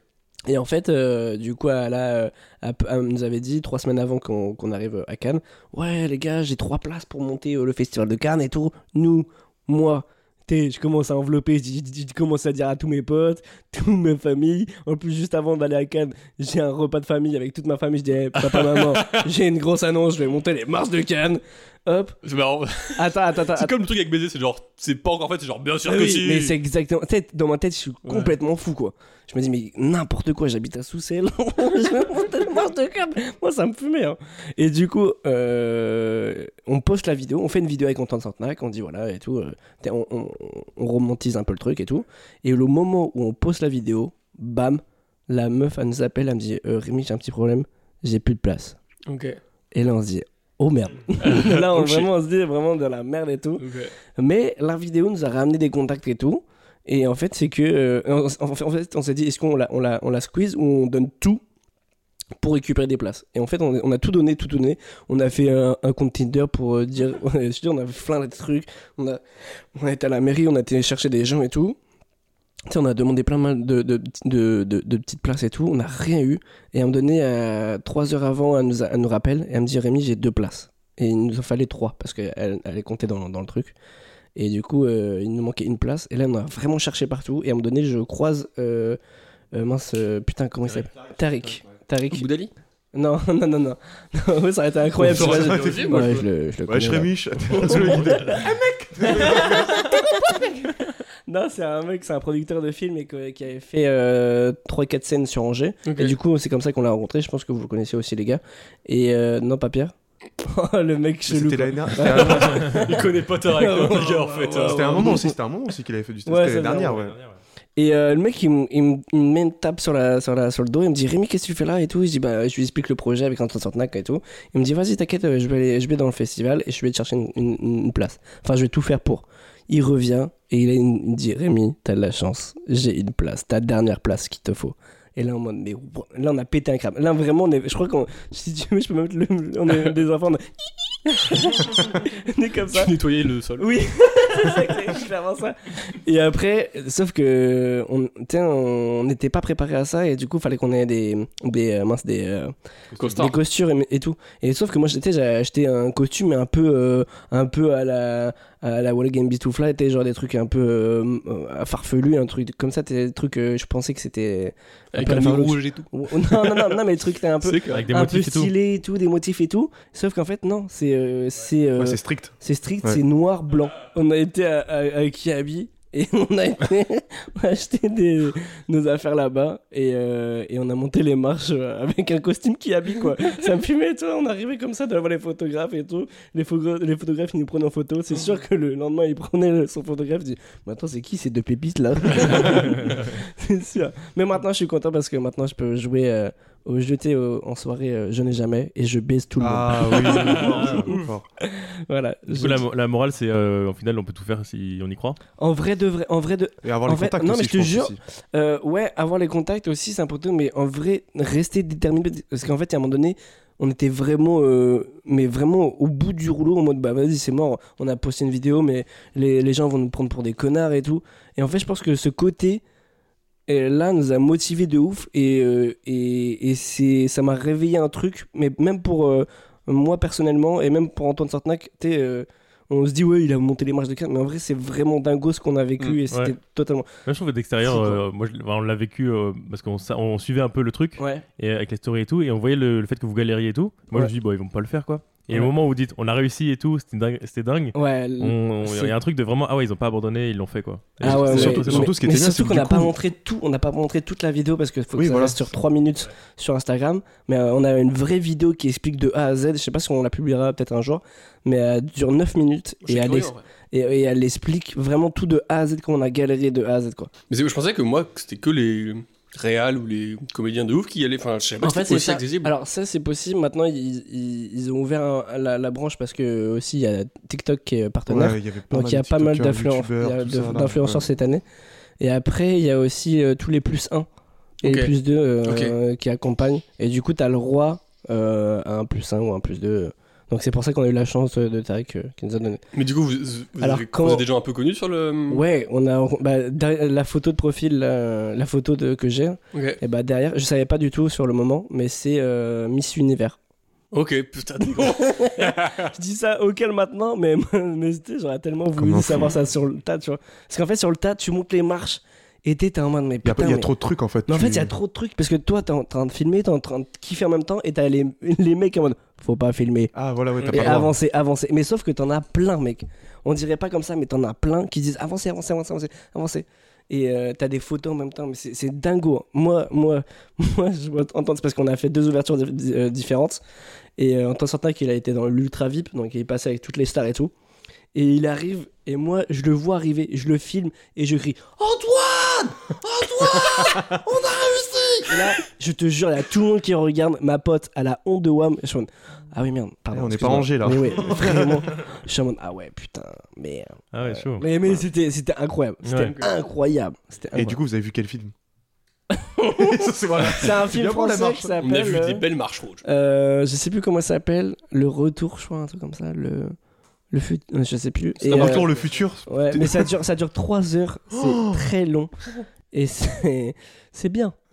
[SPEAKER 5] Et en fait, euh, du coup, elle, a, euh, elle p- elle nous avait dit trois semaines avant qu'on qu'on arrive à Cannes Ouais, les gars, j'ai trois places pour monter euh, le festival de Cannes et tout. Nous, moi, t'es- je commence à envelopper, je, dis- je dis- je commence à dire à tous mes potes, toute ma famille. En plus, juste avant d'aller à Cannes, j'ai un repas de famille avec toute ma famille. Je dis Eh, Papa, maman, j'ai une grosse annonce, je vais monter les marches de Cannes. Hop,
[SPEAKER 4] C'est marrant.
[SPEAKER 5] attends, attends, attends.
[SPEAKER 4] C'est comme le truc avec baiser, c'est genre, c'est pas encore fait, c'est genre, bien sûr
[SPEAKER 5] Ah
[SPEAKER 4] que
[SPEAKER 5] oui,
[SPEAKER 4] si.
[SPEAKER 5] Mais c'est exactement. tu sais, dans ma tête, je suis
[SPEAKER 4] Ouais.
[SPEAKER 5] complètement fou, quoi. Je me dis, mais n'importe quoi, j'habite à Soussel. je vais monter le marche de câble. Moi, ça me fumait. hein. Et du coup, euh, on poste la vidéo, on fait une vidéo avec Antoine Santenac, on dit voilà et tout. euh, t'es- on, on- on romantise un peu le truc et tout. Et le moment où on poste la vidéo, bam, la meuf, elle nous appelle, elle me dit euh, Rémi, j'ai un petit problème, j'ai plus de place.
[SPEAKER 4] Ok.
[SPEAKER 5] Et là, on se dit. Oh merde. Là, on,
[SPEAKER 4] Oh, shit.
[SPEAKER 5] vraiment, on se dit vraiment de la merde et tout.
[SPEAKER 4] Ok.
[SPEAKER 5] Mais la vidéo nous a ramené des contacts et tout. Et en fait, c'est que. euh, en, en fait- en fait, on s'est dit, est-ce qu'on la, on la, on la squeeze ou on donne tout pour récupérer des places Et en fait, on, on a tout donné, tout donné. On a fait un, un compte Tinder pour euh, dire. Je te dis, on a fait plein de trucs. On a, on a été à la mairie, on a été chercher des gens et tout. Tu sais, on a demandé plein mal de, de, de, de- de petites places et tout. On n'a rien eu. Et à un moment donné, à 3 heures avant, elle nous, a- elle nous rappelle et elle me dit Rémi, j'ai deux places. Et il nous en fallait trois parce qu'elle elle est comptée dans, dans le truc. Et du coup, euh, il nous manquait une place. Et là, on a vraiment cherché partout. Et à un moment donné, je croise. euh, euh, mince, euh, putain, comment il s'appelle Tariq. Tariq.
[SPEAKER 4] Boudali
[SPEAKER 5] Non, non, non, non. Non, ouais, ça aurait été incroyable.
[SPEAKER 4] Ça aurait
[SPEAKER 5] Ouais,
[SPEAKER 4] été
[SPEAKER 5] je-
[SPEAKER 4] horrible, moi,
[SPEAKER 5] ouais,
[SPEAKER 4] je-
[SPEAKER 5] je le, je le
[SPEAKER 3] Ouais, je serais
[SPEAKER 5] connais, là.
[SPEAKER 3] miche. Sur le guide.
[SPEAKER 5] Non, c'est un mec, c'est un producteur de film et que- qui avait fait 3-4 scènes sur Angers.
[SPEAKER 4] Ok.
[SPEAKER 5] Et du coup, c'est comme ça qu'on l'a rencontré. Je pense que vous le connaissez aussi, les gars. Et euh, non, pas Pierre. Oh, le mec chelou.
[SPEAKER 3] C'était
[SPEAKER 5] quoi.
[SPEAKER 3] l'année dernière. C'était un-
[SPEAKER 4] Il connaît pas Tarek, le gars, en fait. hein.
[SPEAKER 3] C'était un moment aussi. C'était un moment aussi qu'il avait fait du stand.
[SPEAKER 5] Ouais,
[SPEAKER 3] C'était
[SPEAKER 5] ça
[SPEAKER 3] l'année dernière,
[SPEAKER 5] faisait
[SPEAKER 3] ouais.
[SPEAKER 2] Ah,
[SPEAKER 5] Et euh, le mec, il me- il me il me met une tape sur, la, sur, la, sur le dos, il me dit Rémi, qu'est-ce que tu fais là et tout. Je, dis, bah, je lui explique le projet avec Antoine Santenac et tout. Il me dit Vas-y, t'inquiète, euh, je vais, aller- je vais dans le festival et je vais te chercher une, une- une place. Enfin, je vais tout faire pour. Il revient et il, a une- il me dit Rémi, t'as de la chance, j'ai une place, ta dernière place qu'il te faut. Et là, en mode, mais ouah, là, on a pété un crabe. Là, vraiment, on est, je crois qu'on. Si tu veux, je peux mettre le. On est des enfants, on est- on est comme ça.
[SPEAKER 4] Tu nettoyais le sol.
[SPEAKER 5] Oui, c'est ça que c'est clairement ça. Et après, sauf que on tiens, on n'était pas préparé à ça et du coup, fallait qu'on ait des des euh, mince, des, euh, des
[SPEAKER 4] Costard.
[SPEAKER 5] costures et, et tout. Et sauf que moi, j'étais j'ai acheté un costume un peu euh, un peu à la à la Wall Game Bistoufla, était genre des trucs un peu euh, euh, farfelus, un truc comme ça, t'es des trucs euh, je pensais que c'était
[SPEAKER 4] Avec
[SPEAKER 5] peu
[SPEAKER 4] un
[SPEAKER 5] la
[SPEAKER 4] nœud
[SPEAKER 5] farloche.
[SPEAKER 4] rouge et tout.
[SPEAKER 5] non non non, non mais le truc c'était un peu
[SPEAKER 4] C'est correct.
[SPEAKER 2] Avec des
[SPEAKER 5] un peu
[SPEAKER 2] motifs et tout.
[SPEAKER 5] stylé et tout, des motifs et tout. Sauf qu'en fait, non, c'est euh, c'est euh,
[SPEAKER 3] Ouais, c'est strict.
[SPEAKER 5] c'est strict,
[SPEAKER 3] Ouais.
[SPEAKER 5] c'est noir, blanc. On a été à, à, à Kiabi et on a, été, on a acheté des, nos affaires là-bas et, euh, et on a monté les marches euh, avec un costume Kiabi, quoi. Ça me fumait, toi. On arrivait comme ça devant les photographes et tout. Les, phogra- les photographes, ils nous prenaient en photo. C'est sûr que le lendemain, ils prenaient le- son photographe. Ils disaient Mais attends, c'est qui ces deux pépites là C'est sûr. Mais maintenant, je suis content parce que maintenant, je peux jouer euh, au jeté en soirée euh, Je n'ai jamais et je baise tout le monde.
[SPEAKER 3] Ah oui. c'est fort, fort.
[SPEAKER 5] Voilà.
[SPEAKER 2] Du
[SPEAKER 5] Je-
[SPEAKER 2] coup, la, la morale, c'est euh, en final, on peut tout faire si on y croit.
[SPEAKER 5] En vrai de vrai, en vrai de
[SPEAKER 3] Et avoir
[SPEAKER 5] En
[SPEAKER 3] les
[SPEAKER 5] fait,
[SPEAKER 3] contacts
[SPEAKER 5] non,
[SPEAKER 3] aussi,
[SPEAKER 5] mais je te
[SPEAKER 3] pense
[SPEAKER 5] jure,
[SPEAKER 3] aussi.
[SPEAKER 5] Euh, ouais, avoir les contacts aussi, c'est important, mais en vrai, rester déterminé. Parce qu'en fait, à un moment donné, on était vraiment, euh, mais vraiment au bout du rouleau, en mode, bah vas-y, c'est mort, on a posté une vidéo, mais les, les gens vont nous prendre pour des connards et tout. Et en fait, je pense que ce côté, euh, là, nous a motivés de ouf, et, euh, et, et c'est, ça m'a réveillé un truc, mais même pour euh, moi personnellement, et même pour Antoine Sartnac, tu sais, euh, on se dit, ouais, il a monté les marches de 15, mais en vrai, c'est vraiment dingo ce qu'on a vécu,
[SPEAKER 4] Mm,
[SPEAKER 5] et c'était
[SPEAKER 2] ouais.
[SPEAKER 5] totalement.
[SPEAKER 2] Moi, je trouve que d'extérieur,
[SPEAKER 5] C'est
[SPEAKER 2] euh, moi, je- enfin, on l'a vécu euh, parce qu'on sa- on suivait un peu le truc
[SPEAKER 5] Ouais.
[SPEAKER 2] et avec les stories et tout, et on voyait le, le fait que vous galériez et tout. Moi,
[SPEAKER 5] Ouais.
[SPEAKER 2] je me dis, bon, ils vont pas le faire quoi. Et au moment où vous dites on a réussi et tout, c'était dingue, c'était dingue.
[SPEAKER 5] Ouais,
[SPEAKER 2] on- on- Il y
[SPEAKER 5] c'est-
[SPEAKER 2] a un truc de vraiment ah ouais ils ont pas abandonné, ils l'ont fait quoi. Et
[SPEAKER 5] Ah
[SPEAKER 2] c'est-
[SPEAKER 5] ouais,
[SPEAKER 2] c'est
[SPEAKER 5] ouais.
[SPEAKER 2] surtout- c'est
[SPEAKER 5] Mais-
[SPEAKER 2] surtout-
[SPEAKER 3] ce qui
[SPEAKER 5] mais
[SPEAKER 3] était bien, c'est
[SPEAKER 5] surtout
[SPEAKER 3] que
[SPEAKER 5] qu'on
[SPEAKER 3] du
[SPEAKER 5] n'a pas
[SPEAKER 3] coup-
[SPEAKER 5] montré tout, on n'a pas montré toute la vidéo parce que faut que
[SPEAKER 3] Oui,
[SPEAKER 5] ça
[SPEAKER 3] voilà.
[SPEAKER 5] reste sur 3 minutes sur Instagram. Mais euh, on a une vraie vidéo qui explique de A à Z. Je sais pas si on la publiera peut-être un jour, mais elle dure 9 minutes
[SPEAKER 4] Je
[SPEAKER 5] et
[SPEAKER 4] suis
[SPEAKER 5] elle,
[SPEAKER 4] curieux,
[SPEAKER 5] ex-
[SPEAKER 3] hein.
[SPEAKER 4] en vrai.
[SPEAKER 5] et, et elle explique vraiment tout de A à Z comment on a galéré de A à Z quoi.
[SPEAKER 4] Mais c'est- je pensais que moi, que c'était que les réals ou les comédiens de ouf qui allaient. Enfin, je sais pas
[SPEAKER 5] En
[SPEAKER 4] si
[SPEAKER 5] fait,
[SPEAKER 4] c'était
[SPEAKER 5] c'est
[SPEAKER 4] aussi
[SPEAKER 5] ça.
[SPEAKER 4] accessible.
[SPEAKER 5] Alors ça, c'est possible. Maintenant, ils, ils- ils ont ouvert un- la, la branche parce que aussi il y a TikTok qui est partenaire.
[SPEAKER 3] il y avait pas
[SPEAKER 5] Donc il y a
[SPEAKER 3] de
[SPEAKER 5] pas mal
[SPEAKER 3] TikTokers,
[SPEAKER 5] d'influen- il y
[SPEAKER 3] youtubeurs,
[SPEAKER 5] a
[SPEAKER 3] tout ça, là.
[SPEAKER 5] de- d'influenceurs
[SPEAKER 3] Ouais.
[SPEAKER 5] cette année. Et après, il y a aussi euh, tous les plus 1 et
[SPEAKER 4] Ok.
[SPEAKER 5] les plus 2 qui accompagnent. Et du coup, tu as le roi euh, à un plus 1 ou un plus 2. Donc c'est pour ça qu'on a eu la chance euh, de Tarek euh, qui nous a donné.
[SPEAKER 4] Mais du coup, vous, vous
[SPEAKER 5] Alors,
[SPEAKER 4] avez
[SPEAKER 5] quand-
[SPEAKER 4] croisé des gens un peu connus sur le.
[SPEAKER 5] Ouais, on a bah, derrière- la photo de profil, la, la photo de, que j'ai.
[SPEAKER 4] Ok.
[SPEAKER 5] Et bah derrière, je savais pas du tout sur le moment, mais c'est euh, Miss Univers.
[SPEAKER 4] Ok, putain, des
[SPEAKER 5] Ah, Je dis ça auquel maintenant, mais, mais tu sais, j'aurais tellement voulu
[SPEAKER 3] Comment
[SPEAKER 5] savoir ça sur le tas, tu vois. Parce qu'en fait, sur le tas, tu montes les marches et t'es t'es en mode, mais
[SPEAKER 3] Il y a pas-
[SPEAKER 5] putain.
[SPEAKER 3] il y a
[SPEAKER 5] mais-
[SPEAKER 3] trop de trucs en fait.
[SPEAKER 5] mais en
[SPEAKER 3] tu-
[SPEAKER 5] fait, il y a trop de trucs parce que toi, t'es en train de filmer, t'es en train de kiffer en même temps et t'as les, les mecs en mode, faut pas filmer.
[SPEAKER 3] Ah voilà, ouais, t'as
[SPEAKER 5] Et
[SPEAKER 3] pas le droit.
[SPEAKER 5] avancer, avancer. Mais sauf que t'en as plein, mec. On dirait pas comme ça, mais t'en as plein qui disent avancez, avancez, avancez, avancez, avancez. Et euh, t'as des photos en même temps, mais c'est c'est dingo. hein. Moi, moi, moi, je dois t'entendre, c'est parce qu'on a fait deux ouvertures di- di- euh, différentes. Et euh, on entend certain qu'il a été dans l'ultra VIP, donc il est passé avec toutes les stars et tout. Et il arrive, et moi, je le vois arriver, je le filme, et je crie Antoine Antoine On a réussi Et là, je te jure, il y a tout le monde qui regarde, ma pote, elle a honte de Wam. Je suis en mode, Ah oui, merde, pardon.
[SPEAKER 3] Eh, on n'est pas
[SPEAKER 5] excuse-moi.
[SPEAKER 3] rangé, là.
[SPEAKER 5] Mais ouais, vraiment. Je suis en mode, Ah ouais, putain, merde.
[SPEAKER 2] Ah ouais, chaud.
[SPEAKER 5] Mais, mais c'était c'était incroyable. C'était
[SPEAKER 2] Ouais.
[SPEAKER 5] incroyable.
[SPEAKER 3] Et
[SPEAKER 5] C'était
[SPEAKER 3] du
[SPEAKER 5] incroyable.
[SPEAKER 3] coup, vous avez vu quel film Ça, c'est voilà.
[SPEAKER 5] C'est un film
[SPEAKER 3] bien pour la
[SPEAKER 5] français
[SPEAKER 3] marche.
[SPEAKER 5] qui
[SPEAKER 4] On a vu des
[SPEAKER 5] s'appelle.
[SPEAKER 4] belles marches rouges.
[SPEAKER 5] euh, je sais plus comment ça s'appelle. Le retour, je crois, un truc comme ça. Le. Le fut. euh, Je sais plus. Et,
[SPEAKER 3] Un
[SPEAKER 5] euh,
[SPEAKER 3] Retour le futur.
[SPEAKER 5] Ouais, mais ça dure, ça dure 3 heures. C'est très long. Et c'est. C'est bien.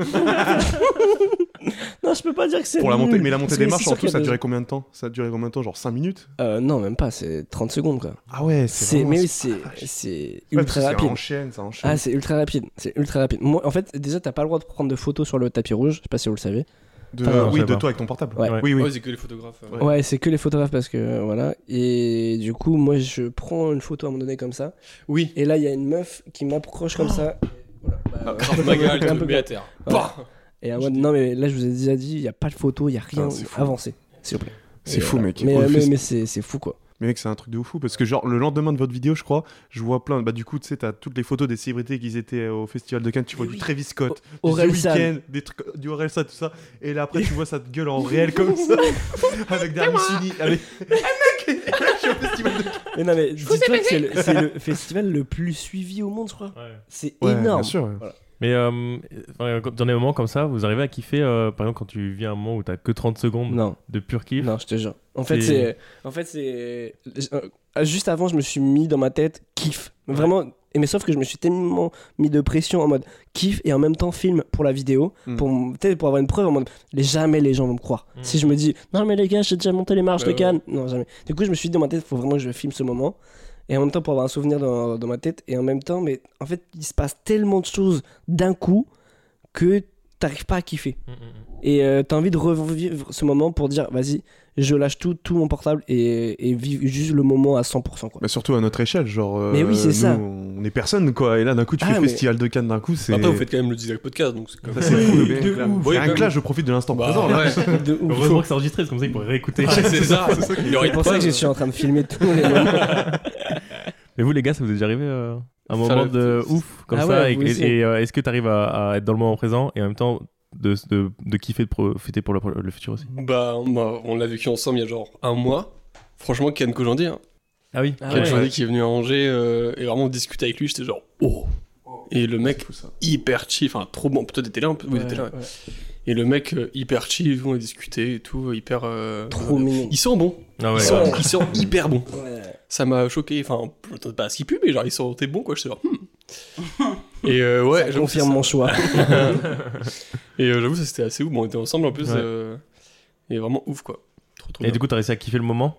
[SPEAKER 5] non, je peux pas dire que c'est.
[SPEAKER 3] Pour la montée,
[SPEAKER 5] nul,
[SPEAKER 3] mais la montée
[SPEAKER 5] Mm. parce
[SPEAKER 3] des
[SPEAKER 5] que
[SPEAKER 3] marches
[SPEAKER 5] c'est
[SPEAKER 3] en
[SPEAKER 5] sûr
[SPEAKER 3] tout,
[SPEAKER 5] qu'il y
[SPEAKER 3] ça
[SPEAKER 5] a
[SPEAKER 3] a
[SPEAKER 5] deux-
[SPEAKER 3] duré combien de temps Ça a duré combien de temps Genre 5 minutes
[SPEAKER 5] Euh, non, même pas, c'est 30 secondes quoi.
[SPEAKER 3] Ah ouais,
[SPEAKER 5] C'est,
[SPEAKER 3] vraiment-
[SPEAKER 5] mais oui,
[SPEAKER 3] Ah,
[SPEAKER 5] c'est,
[SPEAKER 3] vache.
[SPEAKER 5] c'est
[SPEAKER 3] Ouais, parce que
[SPEAKER 5] ultra rapide.
[SPEAKER 3] Ça enchaîne, ça enchaîne.
[SPEAKER 5] Ah, c'est ultra rapide, c'est ultra rapide. Moi, en fait, déjà, t'as pas le droit de prendre de photos sur le tapis rouge, je sais pas si vous le savez.
[SPEAKER 3] De-
[SPEAKER 2] Ah, non,
[SPEAKER 3] oui,
[SPEAKER 2] ça
[SPEAKER 3] de
[SPEAKER 2] va.
[SPEAKER 3] toi avec ton portable.
[SPEAKER 5] Ouais.
[SPEAKER 3] Oui,
[SPEAKER 4] Ouais,
[SPEAKER 3] oui.
[SPEAKER 4] c'est que les photographes. euh.
[SPEAKER 3] Ouais.
[SPEAKER 5] Ouais, c'est que les photographes parce que euh, voilà. Et du coup, moi, je prends une photo à un moment donné comme ça.
[SPEAKER 4] Oui.
[SPEAKER 5] Et là, il y a une meuf qui m'approche comme ça. Voilà, bah,
[SPEAKER 3] Ah,
[SPEAKER 5] ouais.
[SPEAKER 4] Grave Magal,
[SPEAKER 5] Un
[SPEAKER 4] te
[SPEAKER 5] peu
[SPEAKER 4] met à terre.
[SPEAKER 5] Ouais.
[SPEAKER 4] Bah
[SPEAKER 5] Et à moi, non, mais là, je vous ai déjà dit, il y a pas de photo, il y a rien.
[SPEAKER 3] Ah, c'est fou.
[SPEAKER 5] Avancez, s'il vous plaît.
[SPEAKER 3] C'est
[SPEAKER 5] Et
[SPEAKER 3] fou,
[SPEAKER 5] voilà.
[SPEAKER 3] mec.
[SPEAKER 5] Mais,
[SPEAKER 3] On le
[SPEAKER 5] mais,
[SPEAKER 3] fait-
[SPEAKER 5] mais c'est, c'est fou quoi.
[SPEAKER 3] Mais mec, c'est un truc de fou parce que genre le lendemain de votre vidéo, je crois, je vois plein. Bah du coup, tu sais, t'as toutes les photos des célébrités qui étaient au festival de Cannes. Tu vois
[SPEAKER 5] Mais
[SPEAKER 3] du
[SPEAKER 5] oui.
[SPEAKER 3] Travis Scott,
[SPEAKER 5] O-
[SPEAKER 3] du The
[SPEAKER 5] Orelsan.
[SPEAKER 3] Weeknd, des trucs, du Orelsan, tout ça. Et là après, tu vois sa gueule en réel comme ça, avec Darius Uni, avec. Je suis au festival de Cannes.
[SPEAKER 5] Mais non, mais dis-toi que c'est le, c'est le festival le plus suivi au monde, je crois.
[SPEAKER 2] Ouais.
[SPEAKER 5] C'est
[SPEAKER 3] Ouais,
[SPEAKER 5] énorme.
[SPEAKER 3] bien sûr. ouais.
[SPEAKER 2] Mais euh, enfin, dans des moments comme ça, vous arrivez à kiffer, euh, par exemple, quand tu vis un moment où t'as que 30 secondes
[SPEAKER 5] Non.
[SPEAKER 2] de pur kiff.
[SPEAKER 5] Non, je te jure. En fait, c'est.
[SPEAKER 2] C'est-
[SPEAKER 5] En fait, c'est. euh, Juste avant, je me suis mis dans ma tête kiff. Vraiment. et Mais sauf que je me suis tellement mis de pression en mode kiff et en même temps film pour la vidéo,
[SPEAKER 3] Mm.
[SPEAKER 5] pour peut-être pour avoir une preuve en mode les- jamais les gens vont me croire.
[SPEAKER 2] Mm.
[SPEAKER 5] Si je me dis non mais les gars j'ai déjà monté les marches
[SPEAKER 4] Bah
[SPEAKER 5] de Cannes, non jamais. Du coup je me suis dit dans ma tête faut vraiment que je filme ce moment et en même temps pour avoir un souvenir dans, dans ma tête et en même temps mais en fait il se passe tellement de choses d'un coup que t'arrives pas à kiffer.
[SPEAKER 2] Mm, mm, mm.
[SPEAKER 5] Et euh, t'as envie de revivre ce moment pour dire, vas-y, je lâche tout, tout mon portable et, et vive juste le moment à 100%. Quoi.
[SPEAKER 3] Bah, surtout à notre échelle, genre. euh,
[SPEAKER 5] Mais oui, c'est
[SPEAKER 3] nous,
[SPEAKER 5] ça.
[SPEAKER 3] On est personne quoi. Et là, d'un coup, tu
[SPEAKER 5] Ah,
[SPEAKER 3] fais
[SPEAKER 5] mais-
[SPEAKER 3] festival de Cannes, d'un coup, c'est.
[SPEAKER 4] Après, vous faites quand même le Zizak Podcast, donc c'est quand
[SPEAKER 3] Ça,
[SPEAKER 4] même.
[SPEAKER 3] c'est fou, le mec, là.
[SPEAKER 4] Ouais,
[SPEAKER 3] Rien
[SPEAKER 4] quand
[SPEAKER 3] que là,
[SPEAKER 4] même.
[SPEAKER 3] je profite de l'instant
[SPEAKER 4] Bah,
[SPEAKER 3] présent. là.
[SPEAKER 4] ouais.
[SPEAKER 5] De ouf.
[SPEAKER 2] Heureusement que c'est enregistré, parce que comme ça ils pourraient réécouter.
[SPEAKER 4] Ah, c'est ça. Il aurait
[SPEAKER 5] C'est pour ça que je suis en train de filmer tous les moments.
[SPEAKER 2] Mais vous, les gars, ça vous est déjà arrivé euh, un
[SPEAKER 4] Faire
[SPEAKER 2] moment
[SPEAKER 4] le-
[SPEAKER 2] de ouf comme
[SPEAKER 5] Ah
[SPEAKER 2] ça
[SPEAKER 5] ouais,
[SPEAKER 2] Et,
[SPEAKER 5] vous aussi.
[SPEAKER 2] et, euh, est-ce que tu arrives à, à être dans le moment présent et en même temps de, de, de kiffer, de profiter pour le, pour le futur aussi
[SPEAKER 4] Bah, on m'a- on l'a vécu ensemble il y a genre un mois. Franchement, Ken Kojandi, hein.
[SPEAKER 2] Ah oui,
[SPEAKER 5] Ah
[SPEAKER 4] Ken
[SPEAKER 5] ouais.
[SPEAKER 4] Kojandi qui est venu à Angers, euh, et vraiment on discutait avec lui, j'étais genre, oh Et le mec,
[SPEAKER 3] Fou, ça.
[SPEAKER 4] hyper chill, enfin, trop bon. Toi, t'étais là, un peu Oui, t'étais là. ouais. Et le mec, euh, hyper chill, on a discuté et tout, hyper. euh,
[SPEAKER 5] Trop mignon.
[SPEAKER 4] Ils sont bons.
[SPEAKER 2] Ah ouais.
[SPEAKER 4] Ils, sont, ils sont hyper bons.
[SPEAKER 5] Ouais.
[SPEAKER 4] Ça m'a choqué. Enfin, je m'attendais pas à ce qu'ils puent, mais genre, ils sentait bons, quoi. Je sais genre, hmm. Et euh, ouais,
[SPEAKER 5] Ça
[SPEAKER 4] j'avoue,
[SPEAKER 5] confirme mon choix.
[SPEAKER 4] Et euh, j'avoue, ça c'était assez ouf. Bon, on était ensemble en plus.
[SPEAKER 2] Ouais.
[SPEAKER 4] euh, et vraiment ouf, quoi. trop trop
[SPEAKER 2] Et
[SPEAKER 4] bien.
[SPEAKER 2] du coup, t'as réussi à kiffer le moment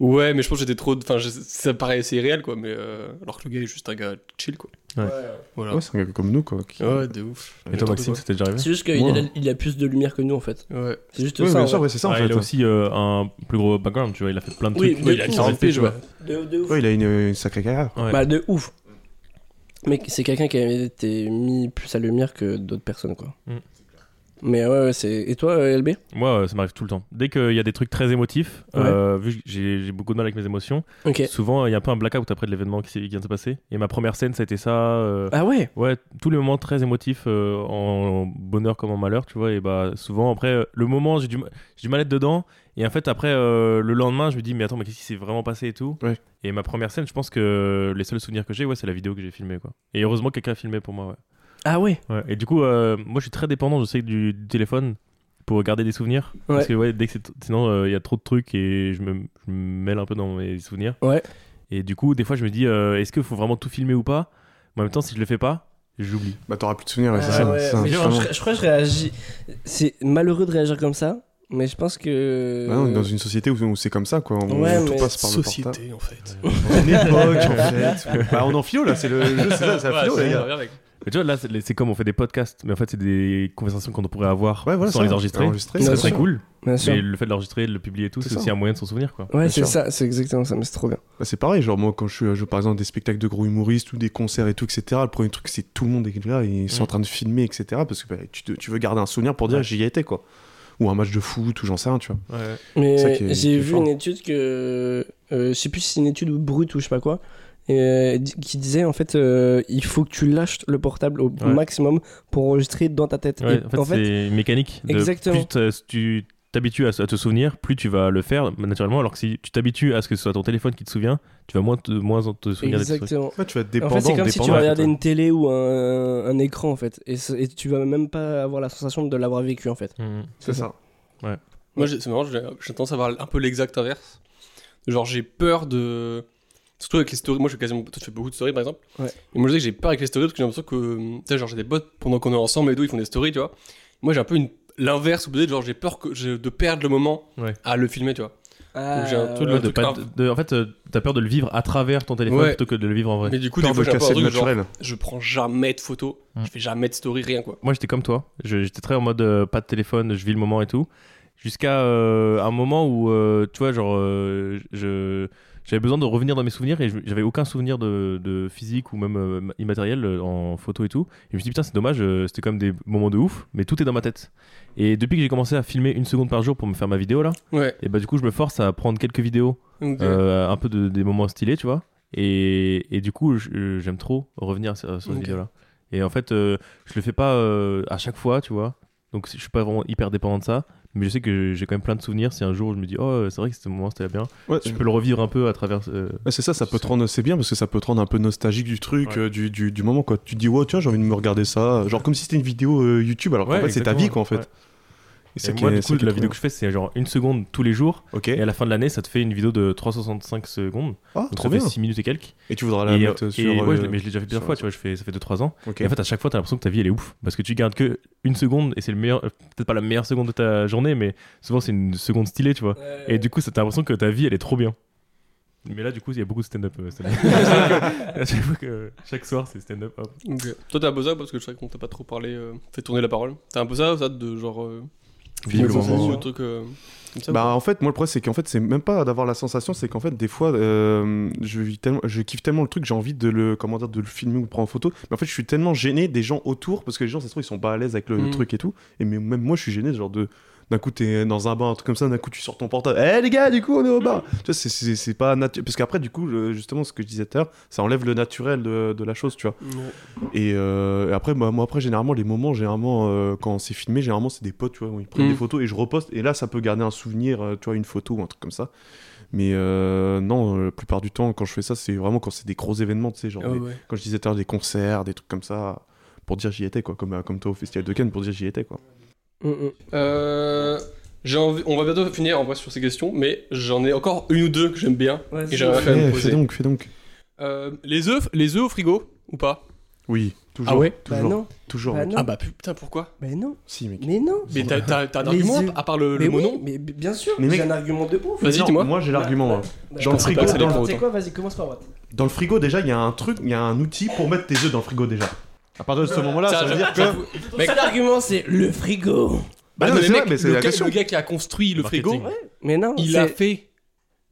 [SPEAKER 4] Ouais, mais je pense que j'étais trop. Enfin, je- ça paraît assez irréel, quoi. Mais euh, alors que le gars est juste un gars chill, quoi.
[SPEAKER 2] Ouais.
[SPEAKER 4] Voilà.
[SPEAKER 6] Ouais, c'est un gars comme nous, quoi. qui-
[SPEAKER 4] Ouais, de ouf.
[SPEAKER 2] Et toi, Maxime, c'était déjà arrivé
[SPEAKER 5] C'est juste qu'il
[SPEAKER 6] Ouais.
[SPEAKER 5] a, il a plus de lumière que nous en fait.
[SPEAKER 4] Ouais.
[SPEAKER 5] C'est juste
[SPEAKER 3] Oui,
[SPEAKER 5] ça.
[SPEAKER 3] bien
[SPEAKER 5] en
[SPEAKER 3] sûr,
[SPEAKER 5] vrai.
[SPEAKER 3] ouais, c'est ça en
[SPEAKER 2] Ah,
[SPEAKER 3] fait.
[SPEAKER 2] Il a aussi euh, un plus gros background, tu vois, il a fait plein de
[SPEAKER 5] Oui,
[SPEAKER 2] trucs.
[SPEAKER 5] oui, il a
[SPEAKER 2] Ouais.
[SPEAKER 5] 40
[SPEAKER 4] piges, ouais.
[SPEAKER 5] De, de ouf.
[SPEAKER 6] Ouais, il a une, une sacrée carrière.
[SPEAKER 2] Ouais.
[SPEAKER 5] Bah, de ouf. Mec, c'est quelqu'un qui avait été mis plus à lumière que d'autres personnes quoi.
[SPEAKER 2] Mm.
[SPEAKER 5] Mais ouais, ouais, c'est. Et toi, euh, LB
[SPEAKER 2] Moi, euh, ça m'arrive tout le temps. Dès qu'il y a des trucs très émotifs, euh, vu que j'ai j'ai beaucoup de mal avec mes émotions,
[SPEAKER 5] Ok.
[SPEAKER 2] souvent euh, il y a un peu un blackout après de l'événement qui, s'est- qui vient de se passer. Et ma première scène, ça a été ça. euh,
[SPEAKER 5] Ah ouais
[SPEAKER 2] Ouais, tous les moments très émotifs, euh, en bonheur comme en malheur, tu vois. Et bah, souvent, après, euh, le moment, j'ai du, ma- j'ai du mal à être dedans. Et en fait, après, euh, le lendemain, je me dis, mais attends, mais qu'est-ce qui s'est vraiment passé et tout
[SPEAKER 6] Ouais.
[SPEAKER 2] Et ma première scène, je pense que les seuls souvenirs que j'ai, ouais, c'est la vidéo que j'ai filmée, quoi. Et heureusement, quelqu'un a filmé pour moi, ouais.
[SPEAKER 5] Ah ouais
[SPEAKER 2] Et du coup, euh, moi, je suis très dépendant, je sais, du, du téléphone pour garder des souvenirs. Parce que, ouais, dès que c'est. Sinon, euh, il y a trop de trucs et je me, je me mêle un peu dans mes souvenirs.
[SPEAKER 5] Ouais.
[SPEAKER 2] Et du coup, des fois, je me dis, euh, est-ce qu'il faut vraiment tout filmer ou pas Mais en même temps, si je le fais pas, j'oublie.
[SPEAKER 6] Bah, t'auras plus de souvenirs, ouais, c'est
[SPEAKER 5] Ah
[SPEAKER 6] ça.
[SPEAKER 5] ouais,
[SPEAKER 6] c'est ça,
[SPEAKER 5] mais genre,
[SPEAKER 6] justement.
[SPEAKER 5] je, je crois que je réagis. C'est malheureux de réagir comme ça, mais je pense que.
[SPEAKER 6] Bah non, on est dans une société où, où c'est comme ça, quoi. On,
[SPEAKER 5] euh, Ouais,
[SPEAKER 6] tout
[SPEAKER 5] mais-
[SPEAKER 6] passe par le portable.
[SPEAKER 4] Société, en fait.
[SPEAKER 3] Une époque en fait. Bah, on est en philo là, c'est le jeu, c'est ça, c'est la
[SPEAKER 4] Ouais,
[SPEAKER 3] philo
[SPEAKER 4] c'est-
[SPEAKER 3] les gars.
[SPEAKER 4] viens avec.
[SPEAKER 2] Mais tu vois, là, c'est c'est comme on fait des podcasts, mais en fait, c'est des conversations qu'on pourrait avoir
[SPEAKER 6] Ouais, voilà,
[SPEAKER 2] sans
[SPEAKER 6] ça,
[SPEAKER 2] les enregistrer.
[SPEAKER 6] enregistrer,
[SPEAKER 2] Ce
[SPEAKER 5] Bien
[SPEAKER 2] serait
[SPEAKER 6] c'est
[SPEAKER 2] très
[SPEAKER 6] sûr.
[SPEAKER 2] cool.
[SPEAKER 5] Bien sûr.
[SPEAKER 2] Mais le fait de l'enregistrer, de le publier et tout,
[SPEAKER 6] C'est
[SPEAKER 2] c'est
[SPEAKER 6] ça.
[SPEAKER 2] aussi un moyen de s'en souvenir, quoi.
[SPEAKER 5] Ouais,
[SPEAKER 6] Bien
[SPEAKER 5] c'est
[SPEAKER 6] sûr.
[SPEAKER 5] ça, c'est exactement ça, mais c'est trop bien.
[SPEAKER 6] Bah, c'est pareil, genre moi quand je suis, à- je, par exemple, des spectacles de gros humoristes ou des concerts et tout, etc., le premier truc c'est tout le monde est là et ils sont en train de filmer, etc., parce que bah, tu, te- tu veux garder un souvenir pour dire
[SPEAKER 2] Ouais.
[SPEAKER 6] j'y étais, quoi. Ou un match de foot, ou j'en sais rien, tu vois.
[SPEAKER 5] Mais
[SPEAKER 6] ça qui est- qui
[SPEAKER 5] j'ai
[SPEAKER 6] est
[SPEAKER 5] vu
[SPEAKER 6] fort.
[SPEAKER 5] une étude que. euh, je sais plus si c'est une étude brute ou je sais pas quoi, euh, di- qui disait en fait euh, il faut que tu lâches le portable au
[SPEAKER 2] Ouais.
[SPEAKER 5] maximum pour enregistrer dans ta tête.
[SPEAKER 2] Ouais,
[SPEAKER 5] Et
[SPEAKER 2] en fait, c'est une mécanique. De
[SPEAKER 5] Exactement.
[SPEAKER 2] Plus t'as- tu t'habitues à, à te souvenir, plus tu vas le faire naturellement. Alors que si tu t'habitues à ce que ce soit ton téléphone qui te souvient, tu vas moins te, moins en te souvenir des trucs.
[SPEAKER 5] exactement.
[SPEAKER 6] Ouais, tu vas être
[SPEAKER 5] En
[SPEAKER 6] dépendant.
[SPEAKER 5] fait, c'est comme si tu
[SPEAKER 6] dépendant,
[SPEAKER 5] regardais
[SPEAKER 6] en fait,
[SPEAKER 5] une télé ou un, un écran en fait, et, c'est- et tu vas même pas avoir la sensation de l'avoir vécu en fait.
[SPEAKER 2] Mhm.
[SPEAKER 6] C'est ça.
[SPEAKER 4] Moi, j'ai- c'est marrant, j'ai j'ai tendance à avoir un peu l'exact inverse. Genre, j'ai peur de. Surtout avec les stories, moi je fais quasiment. Toi, tu fais beaucoup de stories par exemple.
[SPEAKER 5] Ouais.
[SPEAKER 4] Et moi, je sais que j'ai peur avec les stories parce que j'ai l'impression que. Tu sais, genre, j'ai des bots pendant qu'on est ensemble et tout, ils font des stories, tu vois. Moi, j'ai un peu une... l'inverse, ou peut-être, genre, j'ai peur que... j'ai- de perdre le moment
[SPEAKER 2] Ouais.
[SPEAKER 4] à le filmer, tu vois.
[SPEAKER 5] Ah,
[SPEAKER 4] j'ai un truc
[SPEAKER 2] Ouais,
[SPEAKER 4] Le
[SPEAKER 2] de pas-
[SPEAKER 4] grave.
[SPEAKER 2] de- en fait, euh, t'as peur de le vivre à travers ton téléphone
[SPEAKER 4] Ouais.
[SPEAKER 2] plutôt que de le vivre en vrai.
[SPEAKER 4] Mais du coup, des
[SPEAKER 6] Peur
[SPEAKER 4] fois,
[SPEAKER 6] de
[SPEAKER 4] j'ai un peu un
[SPEAKER 6] casser le
[SPEAKER 4] truc genre,
[SPEAKER 6] naturel.
[SPEAKER 4] je prends jamais de photos,
[SPEAKER 2] Mm.
[SPEAKER 4] je fais jamais de story, rien quoi.
[SPEAKER 2] Moi, j'étais comme toi. Je- J'étais très en mode euh, pas de téléphone, je vis le moment et tout. Jusqu'à euh, un moment où, euh, tu vois, genre, euh, je j'avais besoin de revenir dans mes souvenirs et je- j'avais aucun souvenir de, de physique ou même euh, immatériel euh, en photo et tout. Et je me suis dit, putain, c'est dommage, euh, c'était comme des moments de ouf, mais tout est dans ma tête. Et depuis que j'ai commencé à filmer une seconde par jour pour me faire ma vidéo là,
[SPEAKER 4] Ouais.
[SPEAKER 2] et bah du coup, je me force à prendre quelques vidéos,
[SPEAKER 4] Donc, euh,
[SPEAKER 2] euh, un peu de, des moments stylés, tu vois. Et, et du coup, je- j'aime trop revenir sur, sur ces
[SPEAKER 4] Ok.
[SPEAKER 2] vidéos-là. Et en fait, euh, je le fais pas euh, à chaque fois, tu vois. Donc, je suis pas vraiment hyper dépendant de ça. Mais je sais que j'ai quand même plein de souvenirs. Si un jour je me dis, oh, c'est vrai que ce moment c'était bien,
[SPEAKER 6] Ouais,
[SPEAKER 2] je peux le revivre un peu à travers. euh,
[SPEAKER 6] Ouais, c'est ça, ça peut te rendre, c'est bien parce que ça peut te rendre un peu nostalgique du truc,
[SPEAKER 2] Ouais.
[SPEAKER 6] euh, du, du, du moment quoi. Tu te dis, wow, tiens, j'ai envie de me regarder ça. Genre comme si c'était une vidéo euh, YouTube, alors
[SPEAKER 2] Ouais,
[SPEAKER 6] qu'en fait, c'est ta
[SPEAKER 2] exactement,
[SPEAKER 6] vie quoi en fait.
[SPEAKER 2] ouais.
[SPEAKER 6] Et
[SPEAKER 2] Et
[SPEAKER 6] qui
[SPEAKER 2] moi,
[SPEAKER 6] est-
[SPEAKER 2] du
[SPEAKER 6] c'est
[SPEAKER 2] coup,
[SPEAKER 6] qui est
[SPEAKER 2] la
[SPEAKER 6] trop
[SPEAKER 2] vidéo que je fais, c'est genre une seconde tous les jours.
[SPEAKER 6] bien. Ok.
[SPEAKER 2] Et à la fin de l'année, ça te fait une vidéo de 365 secondes.
[SPEAKER 6] Ah,
[SPEAKER 2] Donc,
[SPEAKER 6] trop
[SPEAKER 2] ça fait
[SPEAKER 6] bien.
[SPEAKER 2] 6 minutes et quelques.
[SPEAKER 6] Et tu voudras la
[SPEAKER 2] et
[SPEAKER 6] mettre
[SPEAKER 2] euh,
[SPEAKER 6] sur.
[SPEAKER 2] et ouais, je
[SPEAKER 6] euh,
[SPEAKER 2] l'ai- mais je l'ai déjà fait plusieurs
[SPEAKER 6] sur-
[SPEAKER 2] fois, tu vois, je fais, ça fait 2-3 ans.
[SPEAKER 6] Ok.
[SPEAKER 2] Et en fait, à chaque fois, t'as l'impression que ta vie, elle est ouf. Parce que tu gardes que une seconde, et c'est le meilleur, euh, peut-être pas la meilleure seconde de ta journée, mais souvent, c'est une seconde stylée, tu vois. Et du coup, ça- t'as l'impression que ta vie, elle est trop bien. Mais là, du coup, il y a beaucoup de stand-up. euh, stand-up. À chaque fois que- chaque soir, c'est stand-up. hop.
[SPEAKER 4] ok. Toi, t'as un peu ça parce que je sais qu'on t'a pas trop parlé, euh, fait tourner la parole. T'as un peu ça, ça de genre. euh,
[SPEAKER 6] Vivre le
[SPEAKER 4] ou
[SPEAKER 6] moment.
[SPEAKER 4] un truc euh, comme ça
[SPEAKER 6] Bah en fait moi le problème c'est qu'en fait c'est même pas d'avoir la sensation c'est qu'en fait des fois euh, je vis tellement je kiffe tellement le truc j'ai envie de le comment dire de le filmer ou de prendre en photo mais en fait je suis tellement gêné des gens autour parce que les gens ça se trouve ils sont pas à l'aise avec le
[SPEAKER 4] Mm.
[SPEAKER 6] truc et tout et mais même moi je suis gêné genre de d'un coup t'es dans un bain un truc comme ça d'un coup tu sors ton portable eh les gars du coup on est au bar
[SPEAKER 4] Mm.
[SPEAKER 6] tu vois c'est- c'est c'est pas naturel parce qu'après du coup le- justement ce que je disais tout à l'heure ça enlève le naturel de, de la chose tu vois
[SPEAKER 4] Ouais.
[SPEAKER 6] et, euh, et après, bah, moi, après, généralement, les moments, généralement, euh, quand c'est filmé, généralement, c'est des potes, tu vois, où ils prennent
[SPEAKER 4] Mm.
[SPEAKER 6] des photos et je reposte. Et là, ça peut garder un souvenir, euh, tu vois, une photo ou un truc comme ça. Mais euh, non, euh, la plupart du temps, quand je fais ça, c'est vraiment quand c'est des gros événements, tu sais, genre,
[SPEAKER 4] Ah
[SPEAKER 6] des-
[SPEAKER 4] ouais.
[SPEAKER 6] quand je disais tout à l'heure, des concerts, des trucs comme ça, pour dire j'y étais, quoi, comme, euh, comme toi au Festival de Cannes, pour dire j'y étais, quoi.
[SPEAKER 5] Mm, mm.
[SPEAKER 4] Euh, j'ai envie- on va bientôt finir en vrai sur ces questions, mais j'en ai encore une ou deux que j'aime bien.
[SPEAKER 5] Ouais,
[SPEAKER 4] et
[SPEAKER 5] c'est-
[SPEAKER 4] j'aimerais quand
[SPEAKER 6] Eh,
[SPEAKER 4] même
[SPEAKER 6] fais
[SPEAKER 4] poser.
[SPEAKER 6] donc, fais donc.
[SPEAKER 4] Euh, les œufs, les œufs au frigo ou pas
[SPEAKER 6] Oui, toujours.
[SPEAKER 4] Ah ouais
[SPEAKER 6] Toujours.
[SPEAKER 5] Bah non,
[SPEAKER 6] toujours.
[SPEAKER 5] bah
[SPEAKER 6] mec.
[SPEAKER 5] non,
[SPEAKER 4] Ah bah putain, pourquoi
[SPEAKER 5] mais non,
[SPEAKER 6] Si, mec.
[SPEAKER 5] mais non.
[SPEAKER 4] Mais t'as- t'as t'as un
[SPEAKER 5] Les
[SPEAKER 4] argument
[SPEAKER 5] yeux.
[SPEAKER 4] à part le, le
[SPEAKER 5] mais
[SPEAKER 4] mot
[SPEAKER 5] oui,
[SPEAKER 4] non
[SPEAKER 5] mais b- bien sûr,
[SPEAKER 6] Mais
[SPEAKER 5] j'ai
[SPEAKER 6] mec-
[SPEAKER 5] un argument de ouf.
[SPEAKER 4] Vas-y,
[SPEAKER 6] Non,
[SPEAKER 4] dis-moi.
[SPEAKER 6] Moi, j'ai l'argument.
[SPEAKER 5] Bah,
[SPEAKER 6] moi.
[SPEAKER 5] bah,
[SPEAKER 6] Dans le
[SPEAKER 5] bah,
[SPEAKER 6] frigo,
[SPEAKER 5] bah,
[SPEAKER 4] c'est les
[SPEAKER 6] dans le-
[SPEAKER 4] gros.
[SPEAKER 5] Tu sais quoi, vas-y, commence par Watt.
[SPEAKER 6] Dans le frigo, déjà, il y a un truc, il y a un outil pour mettre tes œufs dans le frigo déjà. À partir de ce moment-là, ça veut dire que.
[SPEAKER 4] Mec.
[SPEAKER 5] seul argument, c'est le frigo.
[SPEAKER 6] Bah non, mais c'est vrai, mais c'est
[SPEAKER 4] le,
[SPEAKER 6] la
[SPEAKER 4] gars,
[SPEAKER 6] question.
[SPEAKER 4] le gars qui a construit le
[SPEAKER 2] Marketing.
[SPEAKER 4] frigo,
[SPEAKER 5] Mais non,
[SPEAKER 4] il
[SPEAKER 5] c'est-
[SPEAKER 4] l'a fait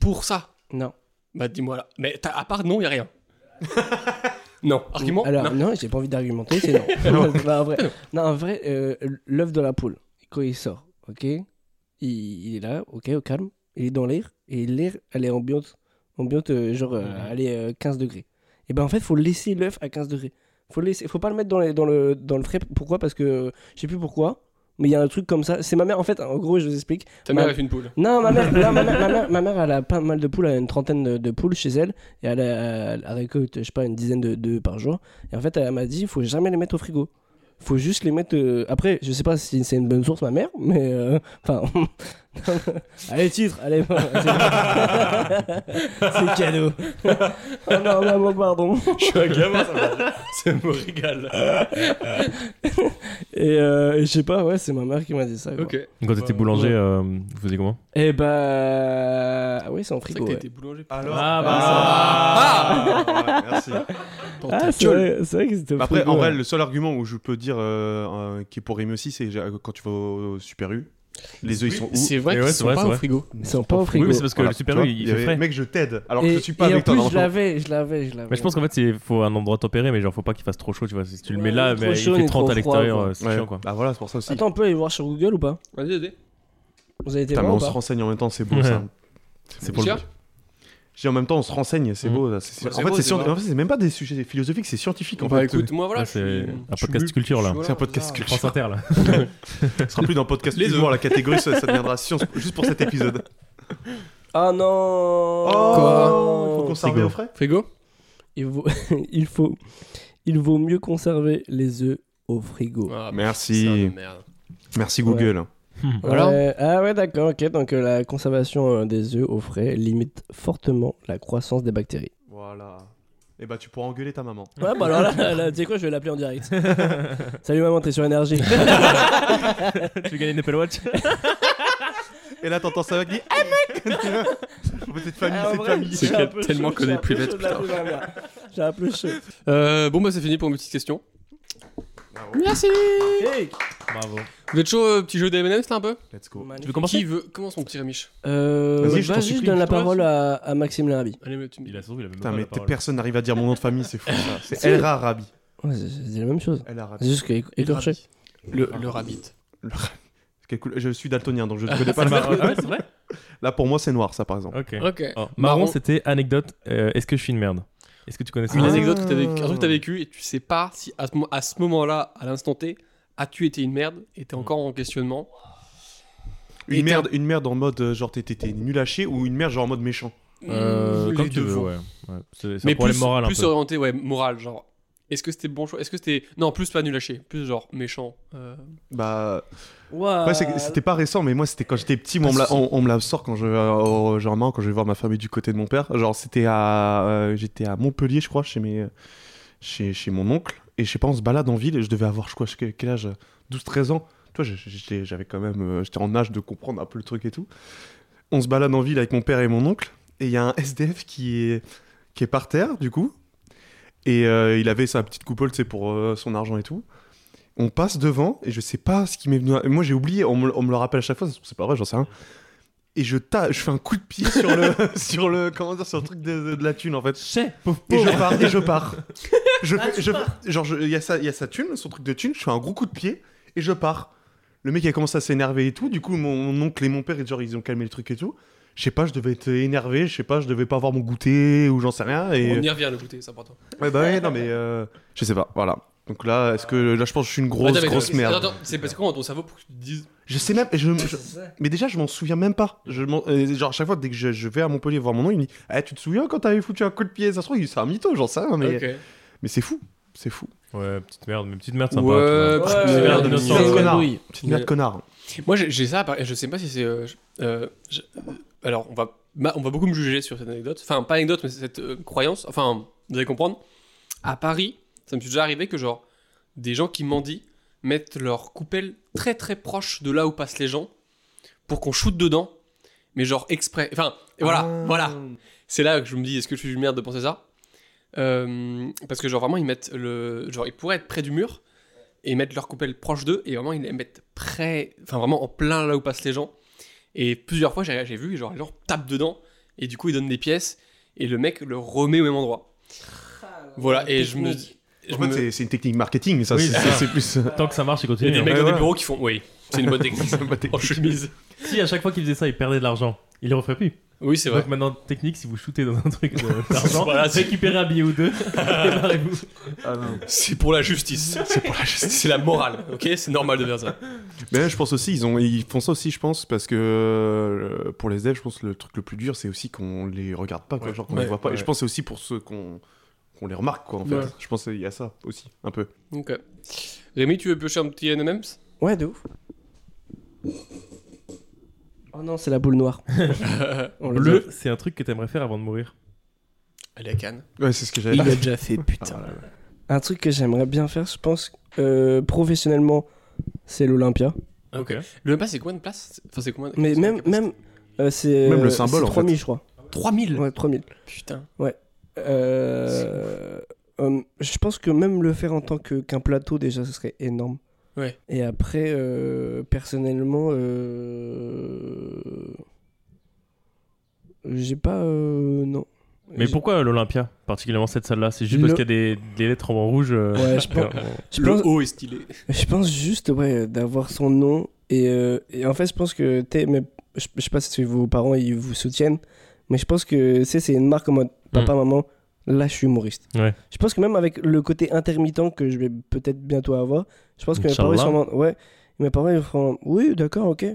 [SPEAKER 4] pour ça.
[SPEAKER 5] Non.
[SPEAKER 4] Bah dis-moi là. Mais t'as- à part non, y a rien. non. Argument
[SPEAKER 5] Alors,
[SPEAKER 4] non.
[SPEAKER 5] non, j'ai pas envie d'argumenter, c'est non. Bah, en vrai, non, en vrai euh, l'œuf de la poule, quand il sort, ok il, il est là, ok, au calme, il est dans l'air, et l'air, elle est ambiante, ambiante euh, genre, euh, elle est euh, 15 degrés. Et ben en fait, faut laisser l'œuf à 15 degrés. Faut le laisser, faut pas le mettre dans, les- dans le dans le frais. Pourquoi Parce que euh, je sais plus pourquoi, mais il y a un truc comme ça. C'est ma mère. En fait, en gros, je vous explique.
[SPEAKER 4] Ta mère
[SPEAKER 5] ma-
[SPEAKER 4] a fait une poule.
[SPEAKER 5] Non, ma mère, non, ma, mère, ma mère- ma mère, elle a pas mal de poules, elle a une trentaine de, de poules chez elle, et elle, a- elle récolte, je sais pas, une dizaine de, de par jour. Et en fait, elle m'a dit, il faut jamais les mettre au frigo. faut juste les mettre. euh, Après, je sais pas si c'est une bonne source, ma mère, mais. euh, Enfin. allez, titre, allez. c'est- c'est cadeau. oh non, maman, pardon.
[SPEAKER 4] Je suis un gamin, ça me, ça me régale.
[SPEAKER 5] Et euh, je sais pas, ouais, c'est ma mère qui m'a dit ça. quoi.
[SPEAKER 4] Ok. C'est
[SPEAKER 2] Quand t'étais boulanger, euh, vous faisiez comment
[SPEAKER 5] Et bah. Ah oui, c'est en
[SPEAKER 4] vrai
[SPEAKER 5] frigo.
[SPEAKER 4] que t'as
[SPEAKER 5] ouais.
[SPEAKER 4] été boulanger.
[SPEAKER 6] Alors.
[SPEAKER 2] Ah, bah,
[SPEAKER 6] Ah, ouais, merci.
[SPEAKER 4] Dans ta
[SPEAKER 5] Ah, c'est
[SPEAKER 4] gueule.
[SPEAKER 5] vrai, c'est vrai que c'était au
[SPEAKER 6] Bah Après,
[SPEAKER 5] frigo,
[SPEAKER 6] en vrai,
[SPEAKER 2] hein.
[SPEAKER 5] ouais.
[SPEAKER 6] le seul argument où je peux dire euh, euh, qui est pour Rémi aussi, c'est euh, quand tu vas au Super U, les œufs ils sont où
[SPEAKER 4] C'est vrai
[SPEAKER 2] Et
[SPEAKER 4] qu'ils
[SPEAKER 2] ouais, c'est
[SPEAKER 4] sont
[SPEAKER 2] vrai,
[SPEAKER 4] pas
[SPEAKER 2] c'est
[SPEAKER 4] au
[SPEAKER 2] vrai.
[SPEAKER 4] frigo.
[SPEAKER 5] Ils sont pas au frigo.
[SPEAKER 2] Oui, mais c'est parce que
[SPEAKER 6] Voilà,
[SPEAKER 2] le Super
[SPEAKER 6] tu
[SPEAKER 2] U,
[SPEAKER 6] vois,
[SPEAKER 2] il
[SPEAKER 6] y
[SPEAKER 2] fait
[SPEAKER 6] avait-
[SPEAKER 2] frais.
[SPEAKER 6] Mec, je t'aide. Alors que
[SPEAKER 5] et,
[SPEAKER 6] je suis pas
[SPEAKER 5] et
[SPEAKER 6] avec toi.
[SPEAKER 5] en plus,
[SPEAKER 6] dans
[SPEAKER 5] je
[SPEAKER 6] la-
[SPEAKER 5] l'avais, je l'avais, je l'avais.
[SPEAKER 2] Mais je pense qu'en fait, c'est faut un endroit tempéré, mais genre faut pas qu'il fasse trop chaud, tu vois. Si tu le
[SPEAKER 5] Ouais,
[SPEAKER 2] mets là,
[SPEAKER 5] trop
[SPEAKER 2] mais
[SPEAKER 5] chaud,
[SPEAKER 2] il fait
[SPEAKER 5] mais
[SPEAKER 2] 30 à
[SPEAKER 5] trop froid,
[SPEAKER 2] l'extérieur,
[SPEAKER 5] quoi.
[SPEAKER 2] euh, c'est
[SPEAKER 6] Ouais.
[SPEAKER 2] chiant quoi.
[SPEAKER 6] Bah voilà, c'est pour ça aussi.
[SPEAKER 5] Attends, on peut aller voir sur Google ou pas
[SPEAKER 4] Vas-y, vas-y.
[SPEAKER 5] Vous avez été
[SPEAKER 6] Putain, mais
[SPEAKER 5] voir ou
[SPEAKER 6] on se
[SPEAKER 5] pas
[SPEAKER 6] renseigne en même temps, c'est beau
[SPEAKER 2] Ouais.
[SPEAKER 6] ça.
[SPEAKER 2] C'est pour le
[SPEAKER 4] Cher
[SPEAKER 6] Je dis en même temps, on se renseigne, c'est
[SPEAKER 2] Mm.
[SPEAKER 6] beau. là, c'est- c'est-
[SPEAKER 4] Ouais, c'est
[SPEAKER 6] en fait,
[SPEAKER 4] beau,
[SPEAKER 6] c'est
[SPEAKER 4] c'est
[SPEAKER 6] scien-
[SPEAKER 4] vrai.
[SPEAKER 6] en fait, c'est même pas des sujets philosophiques, c'est scientifique en
[SPEAKER 4] Bah
[SPEAKER 6] fait.
[SPEAKER 4] écoute, moi voilà.
[SPEAKER 2] Là,
[SPEAKER 4] je
[SPEAKER 2] ah, c'est
[SPEAKER 4] suis-
[SPEAKER 2] un
[SPEAKER 4] je suis
[SPEAKER 2] podcast
[SPEAKER 4] bu-
[SPEAKER 2] culture là.
[SPEAKER 4] je suis-
[SPEAKER 6] C'est un podcast
[SPEAKER 4] voilà.
[SPEAKER 6] culture.
[SPEAKER 2] France Inter là.
[SPEAKER 6] Ce sera plus dans podcast
[SPEAKER 4] Les
[SPEAKER 6] humour, la catégorie, ça, ça deviendra science juste pour cet épisode.
[SPEAKER 5] Ah
[SPEAKER 6] Oh,
[SPEAKER 5] non Oh.
[SPEAKER 6] Il faut conserver
[SPEAKER 2] Frigo.
[SPEAKER 6] au frais
[SPEAKER 4] Frigo
[SPEAKER 5] il, vaut... il faut... il vaut mieux conserver les œufs au frigo.
[SPEAKER 4] Ah,
[SPEAKER 6] Merci.
[SPEAKER 4] putain de merde.
[SPEAKER 6] Merci Google.
[SPEAKER 4] Alors
[SPEAKER 5] Ouais, Ah ouais, d'accord, ok. Donc euh, la conservation euh, des œufs au frais limite fortement la croissance des bactéries.
[SPEAKER 6] Voilà. Et bah tu pourras engueuler ta maman.
[SPEAKER 5] Ouais, bah alors là, là, là, tu sais quoi, je vais l'appeler en direct. Salut maman, t'es sur énergie.
[SPEAKER 2] tu veux gagner une Apple Watch
[SPEAKER 6] Et là t'entends ça avec dit Eh mec Ah, Vous êtes famille, c'est famille.
[SPEAKER 4] C'est qu'elle tellement connaît plus bête, putain.
[SPEAKER 5] J'ai un peu chaud.
[SPEAKER 4] Euh, bon bah c'est fini pour mes petites questions. Merci.
[SPEAKER 2] Bravo.
[SPEAKER 4] Vous êtes chaud euh, petit jeu des M&M's là un peu
[SPEAKER 6] Let's go.
[SPEAKER 2] Tu veux commencer
[SPEAKER 4] Qui veut commence mon petit Rémiche
[SPEAKER 5] Euh,
[SPEAKER 6] Vas-y,
[SPEAKER 5] vas-y,
[SPEAKER 6] je t'en supplie,
[SPEAKER 5] donne la
[SPEAKER 4] dis-toi,
[SPEAKER 5] parole à, à Maxime Larabi.
[SPEAKER 4] Allez mais tu me dis.
[SPEAKER 2] Il a surtout, il a même
[SPEAKER 6] Putain,
[SPEAKER 2] pas
[SPEAKER 6] mais
[SPEAKER 2] la parole.
[SPEAKER 6] personne n'arrive à dire mon nom de famille, c'est fou ça. C'est
[SPEAKER 5] Si.
[SPEAKER 6] El Arabi.
[SPEAKER 5] Ouais, c'est- c'est la même chose.
[SPEAKER 6] El Arabi.
[SPEAKER 5] C'est juste que éc- écorché.
[SPEAKER 4] Le, le rabbit.
[SPEAKER 6] Quelle couleur- Je suis daltonien donc je ne connais pas
[SPEAKER 2] C'est
[SPEAKER 6] la
[SPEAKER 2] marrant. Ah ouais,
[SPEAKER 6] marque.
[SPEAKER 2] c'est vrai
[SPEAKER 6] Là pour moi c'est noir ça par exemple.
[SPEAKER 2] Ok.
[SPEAKER 4] Ok.
[SPEAKER 2] Oh,
[SPEAKER 4] Marron.
[SPEAKER 2] Marron, c'était anecdote. euh, Est-ce que je suis une merde Est-ce que tu connais ça
[SPEAKER 4] Une
[SPEAKER 6] Ah.
[SPEAKER 4] anecdote que t'as vécu, un truc que t'as vécu et tu sais pas si à ce, mo- à ce moment-là, à l'instant T, as-tu été une merde et t'es encore en questionnement. Et
[SPEAKER 6] Une merde, une merde en mode euh, genre t'es- t'es t'es nul à chier ou une merde genre en mode méchant.
[SPEAKER 2] Euh,
[SPEAKER 4] Les
[SPEAKER 2] Comme tu
[SPEAKER 4] deux
[SPEAKER 2] veux,
[SPEAKER 4] vont.
[SPEAKER 2] ouais. Ouais, C'est c'est
[SPEAKER 4] Mais
[SPEAKER 2] un problème
[SPEAKER 4] plus,
[SPEAKER 2] moral un
[SPEAKER 4] plus
[SPEAKER 2] peu.
[SPEAKER 4] orienté, ouais, moral, genre. Est-ce que c'était bon choix Est-ce que c'était non plus pas nul à chier, plus genre méchant. euh,
[SPEAKER 6] Bah
[SPEAKER 5] Waouh.
[SPEAKER 6] Ouais, c'est
[SPEAKER 5] Euh,
[SPEAKER 6] que c'était pas récent, mais moi c'était quand j'étais petit, moi, on, me la, on, on me la sort quand je vais euh, au Germain, quand je vais voir ma famille du côté de mon père. Genre c'était à, euh, j'étais à Montpellier, je crois, chez mes, chez, chez mon oncle. Et je sais pas, on se balade en ville. et Je devais avoir, je crois, je- quel âge 12-13 ans. Toi, je- j'étais- j'avais quand même, euh, j'étais en âge de comprendre un peu le truc et tout. On se balade en ville avec mon père et mon oncle, et il y a un SDF qui est, qui est par terre du coup. Et euh, il avait sa petite coupole, tu sais, pour euh, son argent et tout. On passe devant et je sais pas ce qui m'est venu. à- Moi j'ai oublié, on me, on me le rappelle à chaque fois, ça se trouve, c'est pas vrai, j'en sais rien. Et je, ta... je fais un coup de pied sur le, sur le, comment dire, sur le truc de, de- de la thune en fait.
[SPEAKER 2] Chais, pauvre
[SPEAKER 6] Et je
[SPEAKER 2] pauvre.
[SPEAKER 6] pars, et je pars. Je,
[SPEAKER 4] Ah,
[SPEAKER 6] fais- je- genre, je- il y, a sa- il y a sa thune, son truc de thune, je fais un gros coup de pied et je pars. Le mec il a commencé à s'énerver et tout. Du coup, mon, mon oncle et mon père, ils, genre, ils ont calmé le truc et tout. Je sais pas, je devais être énervé, je sais pas, je devais pas avoir mon goûter ou j'en sais rien. Et...
[SPEAKER 4] On y revient le goûter, c'est important.
[SPEAKER 6] Ouais, bah ouais, non, mais euh, je sais pas, voilà. Donc là, est-ce que là, je pense que je suis une grosse,
[SPEAKER 4] Attends, Ah, mais-
[SPEAKER 6] grosse
[SPEAKER 4] Attends,
[SPEAKER 6] merde.
[SPEAKER 4] attends, c'est parce que comment ton cerveau pour que tu te dises
[SPEAKER 6] Je sais même, je, je- mais déjà, je m'en souviens même pas. Je m'en- euh, genre, à chaque fois, dès que je, je vais à Montpellier voir mon nom, il me dit Eh, Tu te souviens quand t'avais foutu un coup de pied Ça se trouve, il- c'est un mytho, j'en sais rien, mais,
[SPEAKER 4] Ok.
[SPEAKER 6] mais c'est fou, c'est fou.
[SPEAKER 2] Ouais, petite merde, mais petite merde
[SPEAKER 4] Ouais,
[SPEAKER 2] sympa. tu
[SPEAKER 4] pff,
[SPEAKER 2] vois.
[SPEAKER 5] Ouais,
[SPEAKER 4] c'est
[SPEAKER 5] ouais,
[SPEAKER 4] merde,
[SPEAKER 5] ouais,
[SPEAKER 4] bien
[SPEAKER 6] c'est
[SPEAKER 4] sûr.
[SPEAKER 6] une
[SPEAKER 5] ouais.
[SPEAKER 6] connard.
[SPEAKER 5] Oui.
[SPEAKER 6] Petite merde
[SPEAKER 4] Mais-
[SPEAKER 6] connard.
[SPEAKER 4] Moi j'ai j'ai ça, à part- je sais pas si c'est. euh, je- euh, je- alors on va, ma- on va beaucoup me juger sur cette anecdote. Enfin, pas anecdote, mais cette euh, croyance. Enfin, vous allez comprendre. À Paris, Ça me suis déjà arrivé que, genre, des gens qui mendient mettent leur coupelle très très proche de là où passent les gens pour qu'on shoote dedans, mais genre exprès. Enfin, et voilà, voilà. C'est là que je me dis, est-ce que je suis une merde de penser ça Euh, Parce que, genre, vraiment, ils mettent le. Genre, ils pourraient être près du mur et mettre leur coupelle proche d'eux et vraiment, ils les mettent près. Enfin, vraiment en plein là où passent les gens. Et plusieurs fois, j'ai j'ai vu, genre, les gens tapent dedans et du coup, ils donnent des pièces et le mec le remet au même endroit. Voilà, et je me dis. je
[SPEAKER 6] En fait,
[SPEAKER 4] me-
[SPEAKER 6] c'est- c'est une technique marketing, ça.
[SPEAKER 2] Oui,
[SPEAKER 6] c'est-
[SPEAKER 2] c'est
[SPEAKER 6] c'est
[SPEAKER 2] ça.
[SPEAKER 6] c'est plus. euh,
[SPEAKER 2] Tant que ça marche, hein.
[SPEAKER 4] Il
[SPEAKER 2] ils
[SPEAKER 4] y a
[SPEAKER 2] continuent.
[SPEAKER 4] des mecs
[SPEAKER 6] ouais,
[SPEAKER 4] dans des
[SPEAKER 6] ouais.
[SPEAKER 4] bureaux qui font oui, c'est une bonne technique. en chemise.
[SPEAKER 2] Si à chaque fois qu'ils faisaient ça, ils perdaient de l'argent, ils le referaient plus.
[SPEAKER 4] Oui, c'est vrai.
[SPEAKER 2] Donc maintenant, technique, si vous shootez dans un truc de- d'argent,
[SPEAKER 4] Voilà, c'est-
[SPEAKER 2] récupérez un billet ou deux, démarrez-vous.
[SPEAKER 4] C'est pour la justice. C'est pour la justice. C'est la morale, ok C'est normal de faire ça.
[SPEAKER 6] Mais ouais, je pense aussi, ils, ont, ils font ça aussi, je pense, parce que euh, pour les devs, je pense que le truc le plus dur, c'est aussi qu'on les regarde pas, quoi, genre qu'on
[SPEAKER 4] Ouais,
[SPEAKER 6] les voit pas.
[SPEAKER 4] ouais.
[SPEAKER 6] Et je pense que c'est aussi pour ceux qu'on qu'on les remarque, quoi, en fait.
[SPEAKER 4] Ouais.
[SPEAKER 6] Je pense qu'il y a ça aussi, un peu.
[SPEAKER 4] Ok. euh, Rémi, tu veux piocher un petit NMMs
[SPEAKER 7] Ouais, de ouf. Oh non, c'est la boule noire. On l'a
[SPEAKER 2] Bleu, c'est un truc que t'aimerais faire avant de mourir.
[SPEAKER 4] Allez à Cannes.
[SPEAKER 6] Ouais, c'est ce que j'avais
[SPEAKER 7] dit. Il
[SPEAKER 6] dit.
[SPEAKER 7] l'a déjà fait,
[SPEAKER 4] Ah,
[SPEAKER 7] putain.
[SPEAKER 5] Un truc que j'aimerais bien faire, je pense, euh, professionnellement, c'est l'Olympia.
[SPEAKER 2] Ok.
[SPEAKER 4] Le pas, c'est combien de places Enfin, c'est combien de-
[SPEAKER 5] Mais même, même, euh, c'est.
[SPEAKER 6] Même le
[SPEAKER 5] euh,
[SPEAKER 6] symbole,
[SPEAKER 5] c'est
[SPEAKER 6] en fait.
[SPEAKER 5] 3000, je crois.
[SPEAKER 4] 3000
[SPEAKER 5] Ouais, 3000.
[SPEAKER 4] Putain.
[SPEAKER 5] Euh, euh, je pense que même le faire en tant que- qu'un plateau, déjà, ce serait énorme.
[SPEAKER 4] Ouais.
[SPEAKER 5] Et après, euh, personnellement, euh, j'ai pas. euh, non.
[SPEAKER 2] Mais
[SPEAKER 5] J'ai-
[SPEAKER 2] pourquoi euh, l'Olympia, particulièrement cette salle-là C'est juste parce
[SPEAKER 5] Le-
[SPEAKER 2] qu'il y a des, des lettres en rouge. euh,
[SPEAKER 5] Ouais, je pense, je
[SPEAKER 4] Le
[SPEAKER 5] pense,
[SPEAKER 4] haut est stylé.
[SPEAKER 5] je pense juste ouais, d'avoir son nom. Et, euh, et en fait, je pense que. t'es- mais je, je sais pas si vos parents ils vous soutiennent, mais je pense que tu sais, c'est une marque en mode papa, maman, là je suis humoriste.
[SPEAKER 2] Hmm. Ouais.
[SPEAKER 5] Je pense que même avec le côté intermittent que je vais peut-être bientôt avoir, je pense que mes parents ils
[SPEAKER 2] Inch'Allah.
[SPEAKER 5] sont en- Ouais, mes parents ils feront oui, d'accord, ok.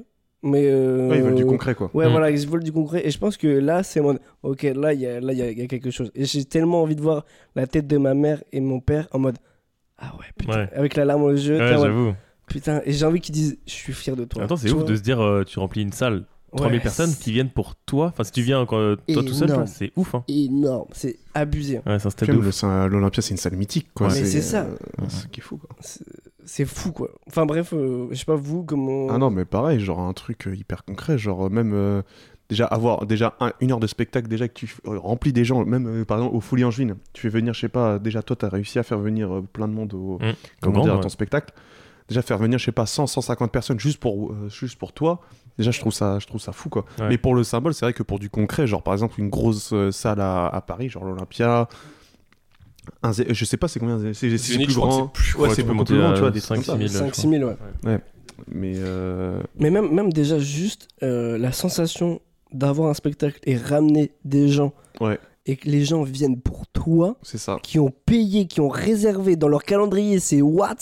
[SPEAKER 5] Mais. euh,
[SPEAKER 6] Ouais, ils veulent du concret, quoi.
[SPEAKER 5] Ouais,
[SPEAKER 2] Mm.
[SPEAKER 5] voilà, ils veulent du concret. Et je pense que là, c'est mon. Ok, là, il y a, là, il y a- il y a quelque chose. Et j'ai tellement envie de voir la tête de ma mère et mon père en mode. Ah ouais, putain.
[SPEAKER 2] Ouais.
[SPEAKER 5] Avec la larme aux yeux.
[SPEAKER 2] Ouais,
[SPEAKER 5] t'es en mode,
[SPEAKER 2] j'avoue.
[SPEAKER 5] putain, et j'ai envie qu'ils disent Je suis fier de toi.
[SPEAKER 2] Attends, c'est
[SPEAKER 5] Tu
[SPEAKER 2] ouf
[SPEAKER 5] vois
[SPEAKER 2] de se dire euh, tu remplis une salle, 3000
[SPEAKER 5] Ouais,
[SPEAKER 2] personnes qui viennent pour toi. Enfin, si tu viens euh, toi tout seul,
[SPEAKER 5] Énorme.
[SPEAKER 2] là, c'est ouf. Hein.
[SPEAKER 5] c'est Énorme, c'est abusé. hein.
[SPEAKER 2] Ouais, c'est un
[SPEAKER 6] Puis
[SPEAKER 2] step de
[SPEAKER 6] même,
[SPEAKER 2] ouf.
[SPEAKER 6] le sein- L'Olympia, c'est une salle mythique, quoi.
[SPEAKER 5] Ouais, mais c'est ça.
[SPEAKER 6] euh, ce qui est fou, quoi.
[SPEAKER 5] C'est fou, quoi. Enfin, bref, euh, je sais pas vous comment.
[SPEAKER 6] Ah non, mais pareil, genre un truc euh, hyper concret, genre euh, même. euh, Déjà, avoir déjà un- une heure de spectacle, déjà que tu f- euh, remplis des gens, même euh, par exemple au Folie Angevine, tu fais venir, je sais pas, déjà toi, t'as réussi à faire venir euh, plein de monde au,
[SPEAKER 2] Mm.
[SPEAKER 6] comment
[SPEAKER 2] Comment,
[SPEAKER 6] dire, à
[SPEAKER 2] ouais.
[SPEAKER 6] ton spectacle. Déjà faire venir, je sais pas, 100, 150 personnes juste pour, euh, juste pour toi. Déjà, je trouve ça, je trouve ça fou, quoi.
[SPEAKER 2] Ouais.
[SPEAKER 6] Mais pour le symbole, c'est vrai que pour du concret, genre par exemple une grosse euh, salle à, à Paris, genre l'Olympia, un zé- je sais pas c'est combien, c'est- c'est c'est
[SPEAKER 4] Zénith,
[SPEAKER 6] plus
[SPEAKER 4] je crois que
[SPEAKER 6] grand.
[SPEAKER 4] c'est plus-
[SPEAKER 6] ouais,
[SPEAKER 2] ouais,
[SPEAKER 6] c'est
[SPEAKER 2] tu peux euh,
[SPEAKER 6] beaucoup
[SPEAKER 2] monter
[SPEAKER 6] plus grand,
[SPEAKER 2] à
[SPEAKER 6] tu vois, des trucs
[SPEAKER 2] 5-6
[SPEAKER 6] comme
[SPEAKER 2] 000,
[SPEAKER 6] ça.
[SPEAKER 2] je crois.
[SPEAKER 5] 5000, ouais.
[SPEAKER 6] Mais euh,
[SPEAKER 5] Mais même, même déjà, juste euh, la sensation d'avoir un spectacle et ramener des gens.
[SPEAKER 6] Ouais.
[SPEAKER 5] Et que les gens viennent pour toi,
[SPEAKER 6] c'est ça.
[SPEAKER 5] qui ont payé, qui ont réservé dans leur calendrier, c'est what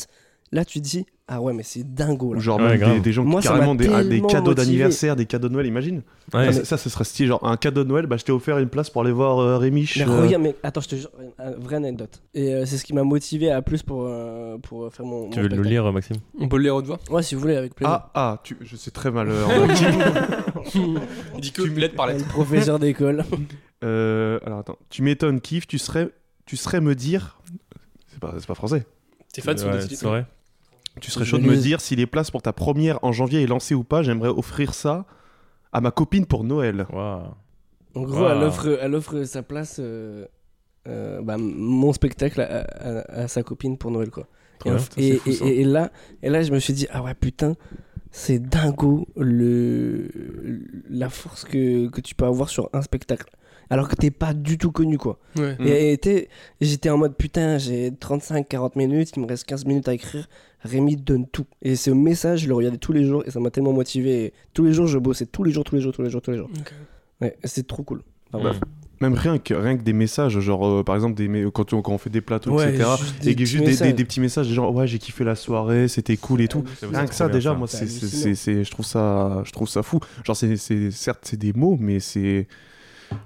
[SPEAKER 5] Là, tu te dis Ah ouais, mais c'est dingo,
[SPEAKER 6] Ou
[SPEAKER 5] là.
[SPEAKER 6] genre
[SPEAKER 2] Ouais,
[SPEAKER 6] même
[SPEAKER 2] grave.
[SPEAKER 6] des, des gens qui
[SPEAKER 5] Moi, ça m'a
[SPEAKER 6] carrément des, ah, des
[SPEAKER 5] tellement
[SPEAKER 6] cadeaux
[SPEAKER 5] motivé.
[SPEAKER 6] d'anniversaire, des cadeaux de Noël, imagine. Ah,
[SPEAKER 2] Ouais.
[SPEAKER 6] ça, c'est- ça, ce serait stylé, genre un cadeau de Noël, bah je t'ai offert une place pour aller voir euh, Rémi.
[SPEAKER 5] Mais
[SPEAKER 6] euh,
[SPEAKER 5] regarde, mais attends, je te jure, une vraie anecdote. Et euh, c'est ce qui m'a motivé à plus pour, euh, pour euh, faire mon. mon
[SPEAKER 2] Tu veux le
[SPEAKER 5] spectacle.
[SPEAKER 2] lire, Maxime
[SPEAKER 4] On peut le lire haute voix
[SPEAKER 5] Ouais, si vous voulez, avec plaisir.
[SPEAKER 6] Ah ah, tu, je sais très mal. euh, en anglais.
[SPEAKER 4] Il dit que lettre par lettre.
[SPEAKER 5] Le professeur d'école.
[SPEAKER 6] Euh, alors attends, tu m'étonnes, Kif, tu serais, tu serais me dire, c'est pas, c'est pas français.
[SPEAKER 4] Tes fans sont
[SPEAKER 2] Ouais,
[SPEAKER 4] décidés.
[SPEAKER 2] C'est vrai.
[SPEAKER 6] Tu serais
[SPEAKER 5] Je
[SPEAKER 6] chaud de me
[SPEAKER 5] lise.
[SPEAKER 6] dire si les places pour ta première en janvier est lancée ou pas. J'aimerais offrir ça à ma copine pour Noël.
[SPEAKER 2] Waouh.
[SPEAKER 5] En gros,
[SPEAKER 2] Wow.
[SPEAKER 5] elle, offre, elle offre sa place, euh, euh, bah, mon spectacle à, à- à sa copine pour Noël, quoi.
[SPEAKER 2] Trop
[SPEAKER 5] Et,
[SPEAKER 2] bien.
[SPEAKER 5] et-
[SPEAKER 6] fou, ça.
[SPEAKER 5] et- et là, et là, je me suis dit, ah ouais, putain, c'est dingo le, la force que, que tu peux avoir sur un spectacle. Alors que t'es pas du tout connu, quoi.
[SPEAKER 4] Ouais.
[SPEAKER 6] Mm.
[SPEAKER 5] Et, et t'es- j'étais en mode putain, j'ai 35-40 minutes, il me reste 15 minutes à écrire. Rémi donne tout. Et ce message, je le regardais tous les jours et ça m'a tellement motivé. Et tous les jours, je bossais, tous les jours, tous les jours, tous les jours, tous les jours.
[SPEAKER 4] Ok.
[SPEAKER 5] Ouais, c'est trop cool. Enfin,
[SPEAKER 2] Ouais.
[SPEAKER 5] bref.
[SPEAKER 6] Même rien que, rien que des messages, genre euh, par exemple des, mé- quand, on, quand on fait des plateaux,
[SPEAKER 5] Ouais,
[SPEAKER 6] etc.
[SPEAKER 5] juste
[SPEAKER 6] et
[SPEAKER 5] des petits
[SPEAKER 6] juste des, des,
[SPEAKER 5] messages.
[SPEAKER 6] des petits messages, des genre ouais, j'ai kiffé la soirée, c'était cool et tout. Rien que Ah ça,
[SPEAKER 2] trop bien,
[SPEAKER 6] déjà,
[SPEAKER 2] ça.
[SPEAKER 6] moi,
[SPEAKER 5] C'est
[SPEAKER 6] c'est, c'est,
[SPEAKER 5] hallucinant.
[SPEAKER 6] c'est- c'est- je trouve ça, je trouve ça fou. Genre, c'est, c'est- certes, c'est des mots, mais c'est,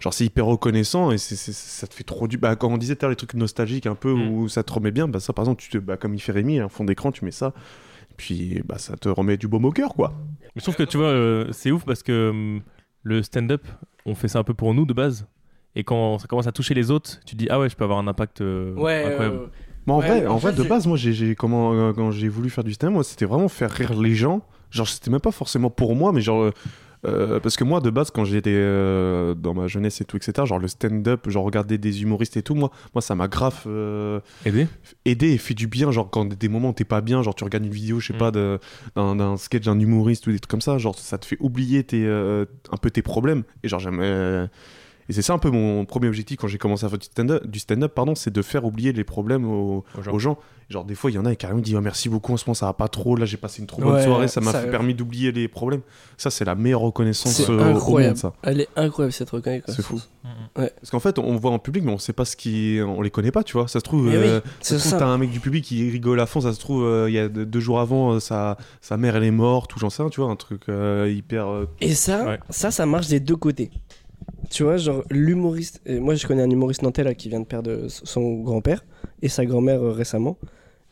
[SPEAKER 6] genre, c'est hyper reconnaissant et c'est, c'est- ça te fait trop du. Bah, quand on disait tout à l'heure les trucs nostalgiques un peu
[SPEAKER 2] Mm.
[SPEAKER 6] où ça te remet bien, bah ça, par exemple, tu te, bah, comme il fait Rémi, un fond d'écran, tu mets ça, puis bah ça te remet du baume au cœur, quoi.
[SPEAKER 2] Mais je trouve que tu vois, euh, c'est ouf parce que hum, le stand-up, on fait ça un peu pour nous de base. Et quand ça commence à toucher les autres, tu te dis ah ouais, je peux avoir un impact euh,
[SPEAKER 5] Ouais,
[SPEAKER 2] incroyable.
[SPEAKER 5] euh,
[SPEAKER 6] Mais en
[SPEAKER 5] Ouais,
[SPEAKER 6] vrai,
[SPEAKER 5] en
[SPEAKER 6] en vrai,
[SPEAKER 5] fait,
[SPEAKER 6] de
[SPEAKER 5] j'ai-
[SPEAKER 6] base, moi, j'ai- j'ai comment euh, quand j'ai voulu faire du cinéma, moi, c'était vraiment faire rire les gens. Genre, c'était même pas forcément pour moi, mais genre. euh, euh, parce que moi, de base, quand j'étais euh, dans ma jeunesse et tout, etc., genre le stand-up, genre regarder des humoristes et tout, moi, moi ça m'a grave euh,
[SPEAKER 2] Aider
[SPEAKER 6] aider et fait du bien. Genre, quand des moments où t'es pas bien, genre tu regardes une vidéo, je sais
[SPEAKER 2] Mm.
[SPEAKER 6] pas, de- d'un d'un sketch d'un humoriste ou des trucs comme ça, genre ça te fait oublier tes, euh, un peu tes problèmes. Et genre, j'aime. euh, Et c'est ça un peu mon premier objectif quand j'ai commencé à faire du stand-up, du stand-up, pardon, c'est de faire oublier les problèmes aux,
[SPEAKER 2] Aux
[SPEAKER 6] aux
[SPEAKER 2] gens.
[SPEAKER 6] gens. Genre, des fois, il y en a qui carrément disent Oh, merci beaucoup, en ce moment, ça va pas trop, là, j'ai passé une trop bonne
[SPEAKER 5] Ouais,
[SPEAKER 6] soirée, ça m'a
[SPEAKER 5] ça-
[SPEAKER 6] fait- permis d'oublier les problèmes. Ça, c'est la meilleure reconnaissance
[SPEAKER 5] C'est
[SPEAKER 6] euh, au monde,
[SPEAKER 5] incroyable.
[SPEAKER 6] ça.
[SPEAKER 5] Elle est incroyable cette reconnaissance.
[SPEAKER 6] C'est fou.
[SPEAKER 2] Mhm.
[SPEAKER 6] Parce qu'en fait, on voit en public, mais on sait pas ce qui. On les connaît pas, tu vois. Ça se trouve,
[SPEAKER 5] Mais Eh oui,
[SPEAKER 6] euh,
[SPEAKER 5] C'est
[SPEAKER 6] ça se trouve,
[SPEAKER 5] ça.
[SPEAKER 6] t'as un mec du public qui rigole à fond, ça se trouve, euh, il y a de- deux jours avant, euh, sa, sa mère, elle est morte, ou j'en sais rien, tu vois, un truc euh, hyper... euh,
[SPEAKER 5] Et ça,
[SPEAKER 2] Ouais.
[SPEAKER 5] ça, ça marche des deux côtés. Tu vois, genre l'humoriste. euh, Moi, je connais un humoriste nantais là qui vient de perdre euh, son grand-père et sa grand-mère euh, récemment.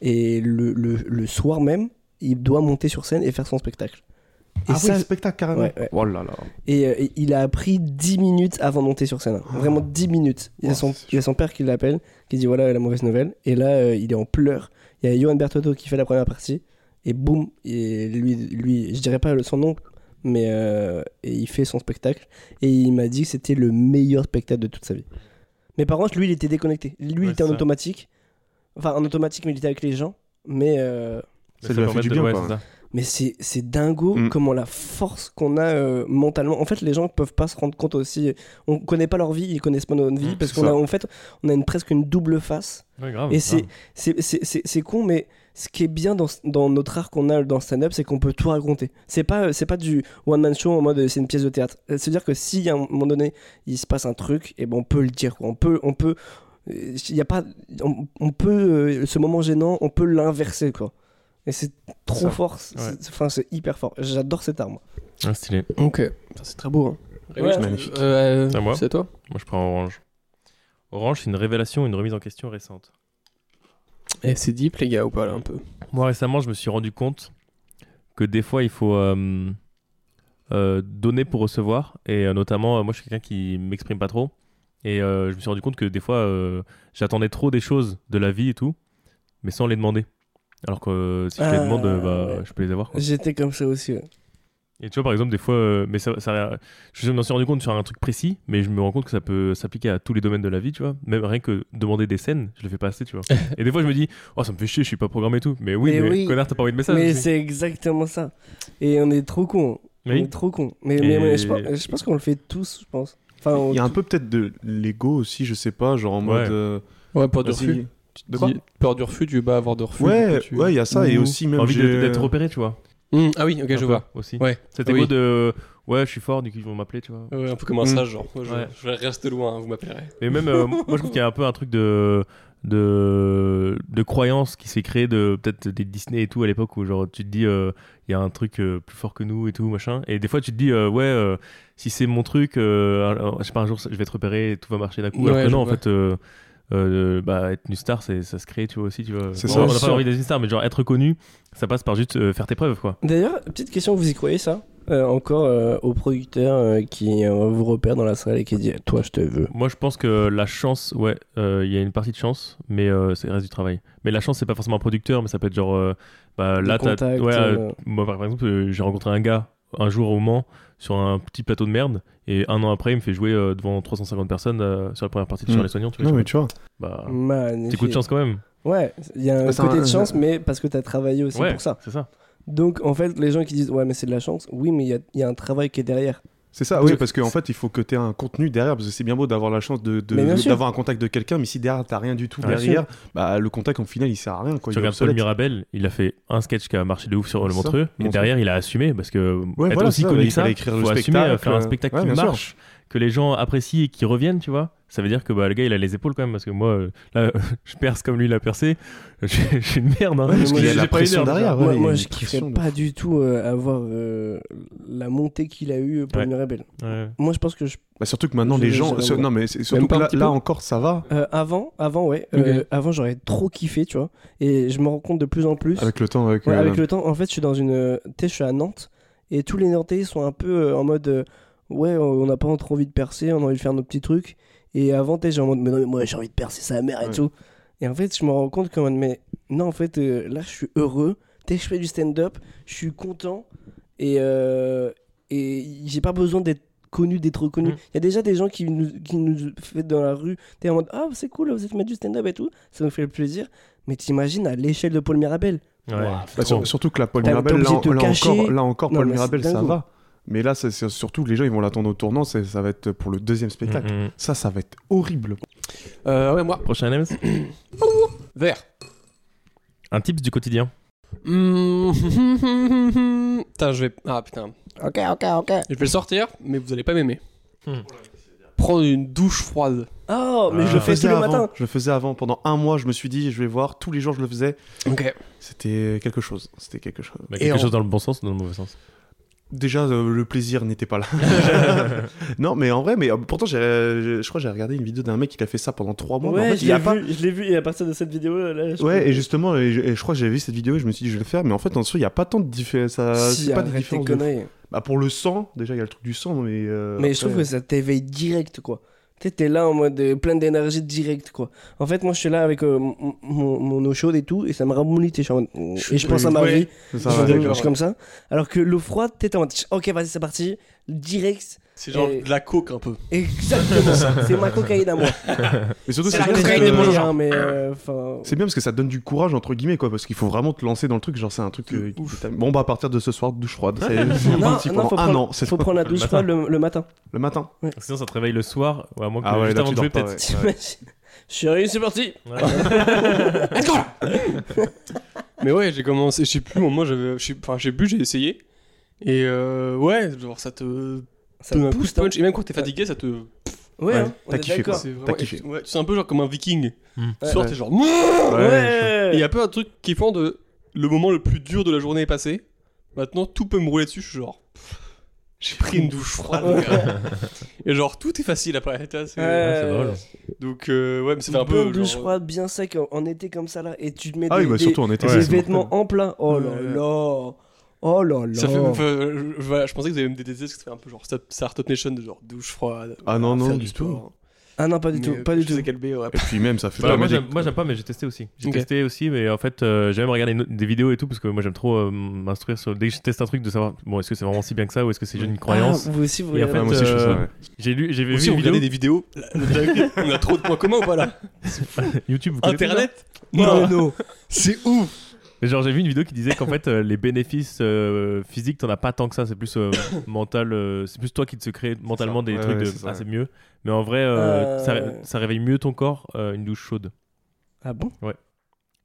[SPEAKER 5] Et le, le, le soir même, il doit monter sur scène et faire son spectacle. Et
[SPEAKER 6] Ah oui,
[SPEAKER 5] ça-
[SPEAKER 6] le spectacle, carrément
[SPEAKER 5] Ouais, ouais.
[SPEAKER 6] Oh là là
[SPEAKER 5] Et, euh, et il a appris 10 minutes avant de monter sur scène. hein.
[SPEAKER 2] Ah.
[SPEAKER 5] Vraiment 10 minutes. Il, y a
[SPEAKER 6] Oh,
[SPEAKER 5] son,
[SPEAKER 6] c'est
[SPEAKER 5] il y a son père qui l'appelle, qui dit voilà la mauvaise nouvelle. Et là, euh, il est en pleurs. Il y a Johan Bertotto qui fait la première partie. Et boum, et lui, lui, je dirais pas le- son nom, mais euh, et il fait son spectacle. Et il m'a dit que c'était le meilleur spectacle de toute sa vie. Mais par contre, lui, il était déconnecté. Lui, il
[SPEAKER 2] Ouais,
[SPEAKER 5] était en
[SPEAKER 2] c'est ça.
[SPEAKER 5] automatique. Enfin, en automatique, mais il était avec les gens. Mais, euh,
[SPEAKER 6] Ça lui a fait
[SPEAKER 2] permet
[SPEAKER 6] du
[SPEAKER 2] de-
[SPEAKER 6] bien,
[SPEAKER 2] ouais,
[SPEAKER 6] quoi.
[SPEAKER 2] c'est ça.
[SPEAKER 5] mais c'est c'est dingo
[SPEAKER 6] Mm.
[SPEAKER 5] comment la force qu'on a euh, mentalement. En fait, les gens peuvent pas se rendre compte aussi. On connaît pas leur vie, ils connaissent pas notre vie
[SPEAKER 6] Mm,
[SPEAKER 5] parce
[SPEAKER 6] c'est
[SPEAKER 5] qu'on a
[SPEAKER 6] ça.
[SPEAKER 5] en fait on a une presque une double face.
[SPEAKER 2] Ouais, Oh, grave.
[SPEAKER 5] Et c'est c'est- c'est c'est- c'est con, mais ce qui est bien dans, dans notre art qu'on a dans le stand-up, c'est qu'on peut tout raconter. C'est pas euh, c'est pas du one man show en mode euh, c'est une pièce de théâtre. Euh, C'est-à-dire que si à un moment donné il se passe un truc, et ben on peut le dire. Quoi. On peut on peut euh, il y a pas on, on peut euh, ce moment gênant, on peut l'inverser quoi. Et c'est trop
[SPEAKER 2] Ça.
[SPEAKER 5] fort, c'est-
[SPEAKER 2] Ouais.
[SPEAKER 5] c'est- enfin c'est hyper fort. J'adore cette arme.
[SPEAKER 2] Ah, stylé.
[SPEAKER 8] Ok. Ça, C'est très beau. Hein.
[SPEAKER 4] Rémi, je te-
[SPEAKER 6] magnifique.
[SPEAKER 4] euh, euh,
[SPEAKER 2] C'est à moi
[SPEAKER 4] C'est à toi
[SPEAKER 2] Moi, je prends Orange. Orange, c'est une révélation, une remise en question récente.
[SPEAKER 4] Eh, c'est deep, les gars, ou pas, là, un peu
[SPEAKER 2] Moi, récemment, je me suis rendu compte que des fois, il faut euh, euh, donner pour recevoir. Et euh, notamment, euh, moi, je suis quelqu'un qui m'exprime pas trop. Et euh, je me suis rendu compte que des fois, euh, j'attendais trop des choses de la vie et tout, mais sans les demander. Alors que euh, si je les
[SPEAKER 5] Ah,
[SPEAKER 2] demande, euh, bah,
[SPEAKER 5] ouais.
[SPEAKER 2] je peux les avoir. quoi.
[SPEAKER 5] J'étais comme ça aussi. ouais.
[SPEAKER 2] Et tu vois, par exemple, des fois, euh, mais ça, ça- je me suis rendu compte sur un truc précis, mais je me rends compte que ça peut s'appliquer à tous les domaines de la vie, tu vois. Même rien que demander des scènes, je le fais pas assez, tu vois. et des fois, je me dis, oh, ça me fait chier, je suis pas programmé et tout. Mais oui,
[SPEAKER 5] Mais
[SPEAKER 2] mais,
[SPEAKER 5] oui.
[SPEAKER 2] connard, t'as pas envoyé de message.
[SPEAKER 5] Mais
[SPEAKER 2] aussi.
[SPEAKER 5] c'est exactement ça. Et on est trop con.
[SPEAKER 2] Oui.
[SPEAKER 5] On est trop con. Mais,
[SPEAKER 2] Et-
[SPEAKER 5] mais- mais je pense, je pense qu'on le fait tous, je pense. Enfin, Ah, on-
[SPEAKER 6] Il y a un peu peut-être de l'ego aussi, je sais pas, genre en
[SPEAKER 2] Ouais.
[SPEAKER 6] mode... euh,
[SPEAKER 4] Ouais, peur du
[SPEAKER 6] vas-y.
[SPEAKER 4] refus.
[SPEAKER 6] Tu- De quoi
[SPEAKER 4] Dis- Peur du refus, tu vas avoir de refus. du
[SPEAKER 6] Ouais,
[SPEAKER 4] coup, tu-
[SPEAKER 6] ouais, il y a ça, et
[SPEAKER 4] Ou-
[SPEAKER 6] aussi même...
[SPEAKER 2] envie
[SPEAKER 6] j'ai-
[SPEAKER 2] de- d'être repéré, tu vois.
[SPEAKER 4] Hum, ah oui, ok,
[SPEAKER 2] Un
[SPEAKER 4] je
[SPEAKER 2] peu
[SPEAKER 4] vois.
[SPEAKER 2] aussi.
[SPEAKER 4] Ouais.
[SPEAKER 2] Cet
[SPEAKER 4] Oui.
[SPEAKER 2] égo de, ouais, je suis fort, du coup, ils vont m'appeler, tu vois.
[SPEAKER 4] Ouais, un peu comme un
[SPEAKER 6] Mm.
[SPEAKER 4] sage, genre. Moi, je,
[SPEAKER 2] Ouais.
[SPEAKER 4] je reste loin, hein, vous m'appellerez.
[SPEAKER 2] Mais même, euh, moi je trouve qu'il y a un peu un truc de, de, de croyance qui s'est créé de peut-être des Disney et tout à l'époque où genre tu te dis euh, il y a un truc euh, plus fort que nous et tout machin. Et des fois tu te dis euh, ouais, euh, si c'est mon truc, euh, un- un- je sais pas, un jour je vais te repérer et tout va marcher d'un coup. Alors
[SPEAKER 4] Ouais,
[SPEAKER 2] que
[SPEAKER 4] je
[SPEAKER 2] non, en
[SPEAKER 4] vois.
[SPEAKER 2] fait. euh, euh, bah, être une star c'est- ça se crée tu vois aussi tu vois
[SPEAKER 6] C'est
[SPEAKER 2] Bon,
[SPEAKER 6] ça,
[SPEAKER 2] on n'a
[SPEAKER 6] c'est
[SPEAKER 2] pas
[SPEAKER 6] sûr.
[SPEAKER 2] envie d'être une star mais genre être connu ça passe par juste euh, faire tes preuves quoi
[SPEAKER 5] D'ailleurs, petite question, vous y croyez ça Euh, Encore euh, au producteur euh, qui euh, vous repère dans la salle et qui dit Toi, je te veux.
[SPEAKER 2] moi je pense que la chance ouais euh, il y a une partie de chance mais euh, c'est le reste du travail mais la chance c'est pas forcément un producteur mais ça peut être genre euh, bah,
[SPEAKER 5] Des
[SPEAKER 2] là t'as
[SPEAKER 5] contacts,
[SPEAKER 2] ouais,
[SPEAKER 5] euh,
[SPEAKER 2] Moi, par par exemple, euh, j'ai rencontré un gars un jour au Mans sur un petit plateau de merde et un an après, il me fait jouer euh, devant 350 personnes euh, sur la première partie de
[SPEAKER 6] Mm.
[SPEAKER 2] Sur les soignants. Tu vois,
[SPEAKER 6] Non, mais
[SPEAKER 2] je sais
[SPEAKER 6] tu vois,
[SPEAKER 2] pas. bah,
[SPEAKER 5] Magnifique.
[SPEAKER 2] petit coup de chance quand même.
[SPEAKER 5] Ouais, il y a un
[SPEAKER 6] Ah, c'est
[SPEAKER 5] côté
[SPEAKER 6] un-
[SPEAKER 5] de chance, mais parce que t'as travaillé aussi
[SPEAKER 2] ouais,
[SPEAKER 5] pour ça.
[SPEAKER 2] C'est ça.
[SPEAKER 5] Donc, en fait, les gens qui disent Ouais, mais c'est de la chance, oui, mais il y a- il y a un travail qui est derrière.
[SPEAKER 6] c'est ça, oui,
[SPEAKER 5] Donc,
[SPEAKER 6] parce qu'en fait, il faut que tu aies un contenu derrière, parce que c'est bien beau d'avoir la chance de, de-
[SPEAKER 5] Mais bien sûr.
[SPEAKER 6] d'avoir un contact de quelqu'un, mais si derrière, t'as rien du tout
[SPEAKER 2] Ouais.
[SPEAKER 6] derrière, bah, le contact, au final, il sert à rien, quoi.
[SPEAKER 2] tu
[SPEAKER 6] il est
[SPEAKER 2] regardes Paul
[SPEAKER 6] obsolète.
[SPEAKER 2] Mirabel, il a fait un sketch qui a marché de ouf sur le
[SPEAKER 6] C'est ça,
[SPEAKER 2] Montreux et
[SPEAKER 6] Montreux.
[SPEAKER 2] derrière, il a assumé parce que
[SPEAKER 6] Ouais,
[SPEAKER 2] être
[SPEAKER 6] voilà,
[SPEAKER 2] aussi
[SPEAKER 6] c'est ça,
[SPEAKER 2] connu que
[SPEAKER 6] il
[SPEAKER 2] ça,
[SPEAKER 6] fallait écrire le
[SPEAKER 2] faut assumer, euh,
[SPEAKER 6] spectacle,
[SPEAKER 2] faire un
[SPEAKER 6] euh,
[SPEAKER 2] spectacle
[SPEAKER 6] ouais,
[SPEAKER 2] qui
[SPEAKER 6] bien sûr.
[SPEAKER 2] marche, que les gens apprécient et qui reviennent, tu vois. Ça veut dire que bah, le gars, il a les épaules quand même parce que moi, euh, là, je perce comme lui, il a percé. Je je suis une merde. hein.
[SPEAKER 6] Ouais, parce
[SPEAKER 2] J'ai-
[SPEAKER 6] qu'il y a de la
[SPEAKER 2] j'ai pas eu
[SPEAKER 6] pression
[SPEAKER 2] d'heure, déjà.
[SPEAKER 6] derrière. Ah
[SPEAKER 5] moi,
[SPEAKER 6] ouais, il y a
[SPEAKER 5] moi,
[SPEAKER 6] une
[SPEAKER 5] je kifferais
[SPEAKER 6] pression de-
[SPEAKER 5] pas du tout euh, avoir euh, la montée qu'il a eue euh, pour
[SPEAKER 2] Ouais.
[SPEAKER 5] Mirabel.
[SPEAKER 2] Ouais.
[SPEAKER 5] Moi, je pense que je-
[SPEAKER 6] Bah, surtout que maintenant,
[SPEAKER 5] Je
[SPEAKER 6] les
[SPEAKER 5] vais
[SPEAKER 6] gens.
[SPEAKER 5] jamais
[SPEAKER 6] sur-
[SPEAKER 5] voir.
[SPEAKER 6] Non, mais c'est- surtout
[SPEAKER 4] pas
[SPEAKER 6] que
[SPEAKER 4] un
[SPEAKER 6] là,
[SPEAKER 4] petit
[SPEAKER 6] là
[SPEAKER 4] peu
[SPEAKER 6] encore, ça va.
[SPEAKER 5] euh, avant, avant, ouais, euh, avant, j'aurais trop kiffé, tu vois. Et je me rends compte de plus en plus.
[SPEAKER 6] Avec le temps, avec,
[SPEAKER 5] Ouais,
[SPEAKER 6] euh,
[SPEAKER 5] avec le temps, en fait, je suis dans une. euh, Tu sais, je suis à Nantes et tous les Nantais sont un peu euh, en mode. euh, ouais, on n'a pas trop envie de percer, on a envie de faire nos petits trucs. Et avant, tu sais, j'ai en mode. Mais non, mais moi, j'ai envie de percer sa mère et
[SPEAKER 6] Ouais.
[SPEAKER 5] tout. Et en fait, je me rends compte que, mais non, en fait, euh, là, je suis heureux. Dès que je fais du stand-up, je suis content. Et, euh, et j'ai pas besoin d'être connu, d'être reconnu. Il
[SPEAKER 3] Mm.
[SPEAKER 5] y a déjà des gens qui nous, qui nous font dans la rue. T'es en mode, ah, c'est cool, vous êtes mettre du stand-up et tout. Ça nous fait plaisir. Mais t'imagines à l'échelle de Paul Mirabel.
[SPEAKER 6] Bah, sur- surtout que la Paul
[SPEAKER 5] T'as-
[SPEAKER 6] Mirabel,
[SPEAKER 5] t'es
[SPEAKER 6] là,
[SPEAKER 5] obligé de te
[SPEAKER 6] en- là
[SPEAKER 5] cacher.
[SPEAKER 6] encore, là encore
[SPEAKER 5] Non,
[SPEAKER 6] Paul
[SPEAKER 5] mais c'est
[SPEAKER 6] Mirabel, ça
[SPEAKER 5] dingo.
[SPEAKER 6] va. Mais là, c'est- c'est surtout les gens, ils vont l'attendre au tournant, c'est- ça va être pour le deuxième spectacle.
[SPEAKER 5] Mm-hmm.
[SPEAKER 2] Mhm.
[SPEAKER 6] Ça, ça va être horrible.
[SPEAKER 4] Euh, ouais, moi.
[SPEAKER 2] Prochain MS
[SPEAKER 4] Vert.
[SPEAKER 2] Un tips du quotidien.
[SPEAKER 4] Mm. Putain, je vais. Ah putain.
[SPEAKER 7] Ok, ok, ok.
[SPEAKER 4] Je vais le sortir, mais vous allez pas m'aimer.
[SPEAKER 2] Hmm.
[SPEAKER 4] Prendre une douche froide.
[SPEAKER 5] Oh, mais
[SPEAKER 2] Ah.
[SPEAKER 5] je le fais tous les
[SPEAKER 6] Euh, avant,
[SPEAKER 5] matins.
[SPEAKER 6] je le faisais avant. Pendant un mois, je me suis dit, je vais voir. Tous les jours, je le faisais.
[SPEAKER 4] Ok.
[SPEAKER 6] C'était quelque chose. C'était quelque chose.
[SPEAKER 2] Bah,
[SPEAKER 4] Et
[SPEAKER 2] quelque
[SPEAKER 4] en-
[SPEAKER 2] chose dans le bon sens ou dans le mauvais sens
[SPEAKER 6] Déjà, euh, le plaisir n'était pas là. non, mais en vrai, mais euh, pourtant, j'ai- euh, je crois que j'ai regardé une vidéo d'un mec qui a fait ça pendant trois mois. mais bah, en
[SPEAKER 5] ouais,
[SPEAKER 6] fait,
[SPEAKER 5] je
[SPEAKER 6] il y a
[SPEAKER 5] l'ai
[SPEAKER 6] pas-
[SPEAKER 5] vu, je l'ai vu, et à partir de cette vidéo, là, je
[SPEAKER 6] Ouais,
[SPEAKER 5] peux-
[SPEAKER 6] et justement, et je, et je crois que j'avais vu cette vidéo et je me suis dit, je vais le faire. Mais en fait, en dessous, il n'y a pas tant de différence.
[SPEAKER 5] Si,
[SPEAKER 6] euh, c'est pas de
[SPEAKER 5] arrête tes
[SPEAKER 6] différence. de-
[SPEAKER 5] conneries.
[SPEAKER 6] Bah, pour le sang, déjà, il y a le truc du sang, mais. euh,
[SPEAKER 5] Mais
[SPEAKER 6] après-
[SPEAKER 5] je trouve que ça t'éveille direct, quoi. Tu sais, T'es là en mode euh, plein d'énergie direct, quoi. En fait, moi, je suis là avec euh, mon- mon mon eau chaude et tout, et ça me ramollit. t'es en mode, Et je pense à ma
[SPEAKER 4] Ouais.
[SPEAKER 5] vie.
[SPEAKER 6] Ça,
[SPEAKER 5] je
[SPEAKER 6] ouais,
[SPEAKER 5] suis
[SPEAKER 6] d'accord.
[SPEAKER 5] comme ça. Alors que l'eau froide, t'es en mode, ok, vas-y, c'est parti. Direct,
[SPEAKER 4] C'est genre
[SPEAKER 5] Et-
[SPEAKER 4] de la coke un peu.
[SPEAKER 5] exactement. c'est ma cocaïne à moi.
[SPEAKER 6] Mais surtout,
[SPEAKER 5] Je
[SPEAKER 6] c'est bien,
[SPEAKER 5] désolé,
[SPEAKER 6] parce que-
[SPEAKER 5] hein, mais euh, enfin,
[SPEAKER 6] c'est bien parce que ça donne du courage, entre guillemets, quoi. Parce qu'il faut vraiment te lancer dans le truc. Genre, c'est un truc. euh, qui t'a- Bon, bah, à partir de ce soir, douche froide. C'est c'est
[SPEAKER 5] Non,
[SPEAKER 6] parti
[SPEAKER 5] non,
[SPEAKER 6] pendant
[SPEAKER 5] faut
[SPEAKER 6] un
[SPEAKER 5] prendre-
[SPEAKER 6] an. C'est
[SPEAKER 5] faut prendre la douche
[SPEAKER 2] matin.
[SPEAKER 5] froide le, le matin.
[SPEAKER 6] le matin.
[SPEAKER 2] Sinon, ça te réveille le soir, ou à moins que
[SPEAKER 6] Ah ouais,
[SPEAKER 2] juste
[SPEAKER 6] là,
[SPEAKER 2] avant
[SPEAKER 6] tu
[SPEAKER 2] de jouer,
[SPEAKER 6] dors pas,
[SPEAKER 2] peut-être.
[SPEAKER 5] T'imagines Chérie, c'est parti.
[SPEAKER 4] Mais ouais, j'ai commencé, je sais plus, moi j'avais, je sais- enfin j'ai bu, j'ai essayé. Et euh, ouais, genre ça te
[SPEAKER 5] Ça hein.
[SPEAKER 4] donne un coup
[SPEAKER 5] pousse,
[SPEAKER 4] de punch. Et même quand t'es fatigué, ça te.
[SPEAKER 5] hein. Ouais,
[SPEAKER 6] Ouais,
[SPEAKER 5] hein, on
[SPEAKER 6] t'as
[SPEAKER 5] est
[SPEAKER 6] kiffé,
[SPEAKER 5] d'accord.
[SPEAKER 4] c'est vraiment-
[SPEAKER 6] T'as kiffé.
[SPEAKER 4] Ouais, tu es un peu genre comme un viking.
[SPEAKER 2] Hmm.
[SPEAKER 4] Tu sors,
[SPEAKER 6] Ouais.
[SPEAKER 4] t'es genre.
[SPEAKER 5] Ouais.
[SPEAKER 4] Et il y a peu un truc qui font de. Le moment le plus dur de la journée est passé. Maintenant, tout peut me rouler dessus. Je suis genre. pff, J'ai pris une douche froide. les gars. et genre, tout est facile après. tu vois, c'est-
[SPEAKER 5] Ouais.
[SPEAKER 2] C'est drôle.
[SPEAKER 4] Donc, euh, ouais, mais ça fait un
[SPEAKER 5] bonne
[SPEAKER 4] peu.
[SPEAKER 5] douche
[SPEAKER 4] genre,
[SPEAKER 5] froide bien sec en, en été comme ça là et tu te mets
[SPEAKER 6] Ah
[SPEAKER 5] des,
[SPEAKER 6] oui, bah,
[SPEAKER 5] des-
[SPEAKER 6] surtout en été.
[SPEAKER 5] des
[SPEAKER 6] c'est
[SPEAKER 5] vêtements
[SPEAKER 6] mortel.
[SPEAKER 5] en plein. Oh là
[SPEAKER 4] Ouais.
[SPEAKER 5] là. Oh là là.
[SPEAKER 4] Ça fait, enfin, euh, je, voilà, je pensais que vous alliez me détester parce que c'était un peu genre Start- Startup Nation de genre douche froide.
[SPEAKER 6] Ah non, non,
[SPEAKER 4] faire
[SPEAKER 6] du
[SPEAKER 4] du
[SPEAKER 6] tout.
[SPEAKER 4] sport.
[SPEAKER 5] Ah non, pas du
[SPEAKER 4] Mais,
[SPEAKER 5] tout,
[SPEAKER 4] euh,
[SPEAKER 5] pas du
[SPEAKER 4] je
[SPEAKER 5] tout.
[SPEAKER 4] sais quel bé, ouais.
[SPEAKER 6] Et puis même, ça fait.
[SPEAKER 2] Bah,
[SPEAKER 6] ça
[SPEAKER 2] moi,
[SPEAKER 6] met des-
[SPEAKER 2] j'aime, moi, j'aime pas, mais j'ai testé aussi. J'ai
[SPEAKER 4] Ok.
[SPEAKER 2] testé aussi, mais en fait, euh, j'ai même regardé no- des vidéos et tout, parce que moi j'aime trop euh, m'instruire sur. Dès que je teste un truc, de savoir, bon, est-ce que c'est vraiment si bien que ça, ou est-ce que c'est juste une croyance
[SPEAKER 5] Ah, vous aussi, vous
[SPEAKER 2] Et en
[SPEAKER 5] regardez.
[SPEAKER 6] Ouais, moi
[SPEAKER 2] fait,
[SPEAKER 6] aussi, je fais ça,
[SPEAKER 2] euh,
[SPEAKER 6] ouais.
[SPEAKER 2] J'ai lu, j'ai vu
[SPEAKER 4] Aussi,
[SPEAKER 2] une
[SPEAKER 4] on
[SPEAKER 2] vidéo.
[SPEAKER 4] regardait des vidéos. Là, on a trop de points communs ou pas là
[SPEAKER 2] YouTube, vous connaissez ça
[SPEAKER 4] Internet
[SPEAKER 5] Non,
[SPEAKER 4] Non,
[SPEAKER 5] non.
[SPEAKER 4] c'est ouf
[SPEAKER 2] Mais genre, j'ai vu une vidéo qui disait qu'en fait, euh, les bénéfices euh, physiques, t'en as pas tant que ça. C'est plus euh, mental. euh, c'est plus toi qui te se crée mentalement des
[SPEAKER 6] Ouais,
[SPEAKER 2] trucs
[SPEAKER 6] ouais,
[SPEAKER 2] de.
[SPEAKER 6] c'est ça,
[SPEAKER 2] ah,
[SPEAKER 6] ouais.
[SPEAKER 2] c'est mieux. Mais en vrai, euh,
[SPEAKER 5] Euh,
[SPEAKER 2] ça, ré- ça réveille mieux ton corps, euh, une douche chaude.
[SPEAKER 5] Ah bon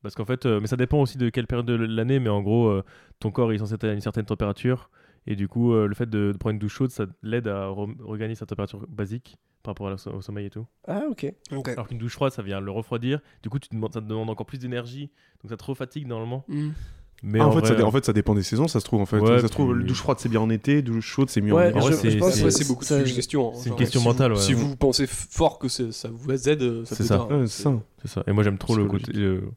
[SPEAKER 2] Parce qu'en fait, euh, mais ça dépend aussi de quelle période de l'année, mais en gros, euh, ton corps il est censé être à une certaine température, et du coup, euh, le fait de, de prendre une douche chaude, ça l'aide à re- regagner sa température basique par rapport à la so- au sommeil et tout.
[SPEAKER 5] Ah ok.
[SPEAKER 2] Alors qu'une douche froide, ça vient le refroidir, du coup, tu te demandes- ça te demande encore plus d'énergie, donc ça te refatigue normalement.
[SPEAKER 5] Hmm.
[SPEAKER 2] Mais
[SPEAKER 6] Ah, en,
[SPEAKER 2] en,
[SPEAKER 6] fait,
[SPEAKER 2] vrai,
[SPEAKER 6] ça, dé- en fait, ça dépend des saisons, ça se trouve. En fait,
[SPEAKER 2] Ouais,
[SPEAKER 6] ça se trouve,
[SPEAKER 2] puis-
[SPEAKER 6] douche froide c'est bien en été, douche chaude c'est mieux
[SPEAKER 5] Ouais,
[SPEAKER 6] en
[SPEAKER 2] vrai,
[SPEAKER 5] je,
[SPEAKER 2] c'est-
[SPEAKER 5] je pense
[SPEAKER 2] c'est-
[SPEAKER 5] que
[SPEAKER 4] Ouais, c'est beaucoup de
[SPEAKER 5] ça-
[SPEAKER 4] suggestions. hein.
[SPEAKER 2] c'est une
[SPEAKER 4] Genre,
[SPEAKER 2] question
[SPEAKER 4] si
[SPEAKER 2] mentale,
[SPEAKER 4] vous-
[SPEAKER 2] ouais.
[SPEAKER 4] Si vous pensez f- fort que c'est- ça vous aide, euh, ça
[SPEAKER 2] C'est
[SPEAKER 4] peut
[SPEAKER 2] ça.
[SPEAKER 4] être
[SPEAKER 6] été.
[SPEAKER 4] un-
[SPEAKER 6] Ouais, c'est ça.
[SPEAKER 2] c'est ça. Et moi, j'aime trop le côté.
[SPEAKER 6] Psychologique.
[SPEAKER 2] euh,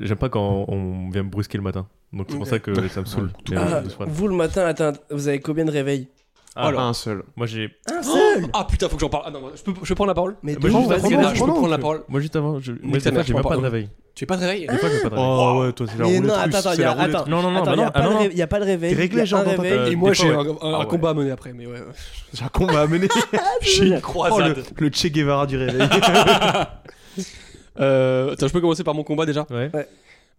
[SPEAKER 2] J'aime pas quand on vient me brusquer le matin, donc c'est pour
[SPEAKER 4] Ok.
[SPEAKER 2] ça que ça me saoule. les, euh,
[SPEAKER 5] Ah,
[SPEAKER 2] douches froides.
[SPEAKER 5] vous le matin, attends, vous avez combien de réveils
[SPEAKER 2] Ah,
[SPEAKER 6] Un seul.
[SPEAKER 2] moi, j'ai.
[SPEAKER 5] Un seul.
[SPEAKER 4] Ah putain, faut que j'en parle. Ah non, je peux, je peux prendre la parole Ah,
[SPEAKER 5] Mais
[SPEAKER 2] Bah,
[SPEAKER 5] deux,
[SPEAKER 2] juste
[SPEAKER 5] vas-y,
[SPEAKER 2] après,
[SPEAKER 5] vas-y.
[SPEAKER 4] Léna, je peux prendre la parole.
[SPEAKER 2] Moi, juste avant, je... moi,
[SPEAKER 4] Nique ta
[SPEAKER 2] des fois,
[SPEAKER 4] mère,
[SPEAKER 2] j'ai
[SPEAKER 4] je
[SPEAKER 2] même
[SPEAKER 4] prends
[SPEAKER 2] pas de
[SPEAKER 4] pas.
[SPEAKER 2] réveil.
[SPEAKER 4] Tu es pas de réveil
[SPEAKER 2] Des fois, j'ai pas de réveil.
[SPEAKER 6] Oh ouais, toi c'est la
[SPEAKER 5] Mais
[SPEAKER 6] roulette
[SPEAKER 5] non,
[SPEAKER 6] russe,
[SPEAKER 5] attends,
[SPEAKER 6] c'est
[SPEAKER 5] y a-
[SPEAKER 6] la roulette
[SPEAKER 5] attends.
[SPEAKER 2] Non, non, non,
[SPEAKER 5] Attends,
[SPEAKER 2] bah
[SPEAKER 5] il n'y
[SPEAKER 2] non,
[SPEAKER 5] a,
[SPEAKER 2] ah,
[SPEAKER 5] pas de
[SPEAKER 2] non, non.
[SPEAKER 5] réveil- y a pas de réveil.
[SPEAKER 6] T'es réglé,
[SPEAKER 5] y a
[SPEAKER 6] genre,
[SPEAKER 5] un
[SPEAKER 6] dans ta
[SPEAKER 5] réveil.
[SPEAKER 4] Et
[SPEAKER 6] tête. Euh, des
[SPEAKER 4] moi
[SPEAKER 6] fois,
[SPEAKER 4] j'ai
[SPEAKER 6] ouais.
[SPEAKER 4] un, un- un
[SPEAKER 6] ouais.
[SPEAKER 4] combat à mener après, mais ouais. ouais.
[SPEAKER 6] J'ai un combat à mener.
[SPEAKER 5] Ah,
[SPEAKER 4] Ah, J'ai une
[SPEAKER 6] Oh,
[SPEAKER 4] croisade.
[SPEAKER 6] le, le Che Guevara du réveil.
[SPEAKER 4] Euh, attends, je peux commencer par mon combat déjà
[SPEAKER 2] Ouais.
[SPEAKER 5] Ouais.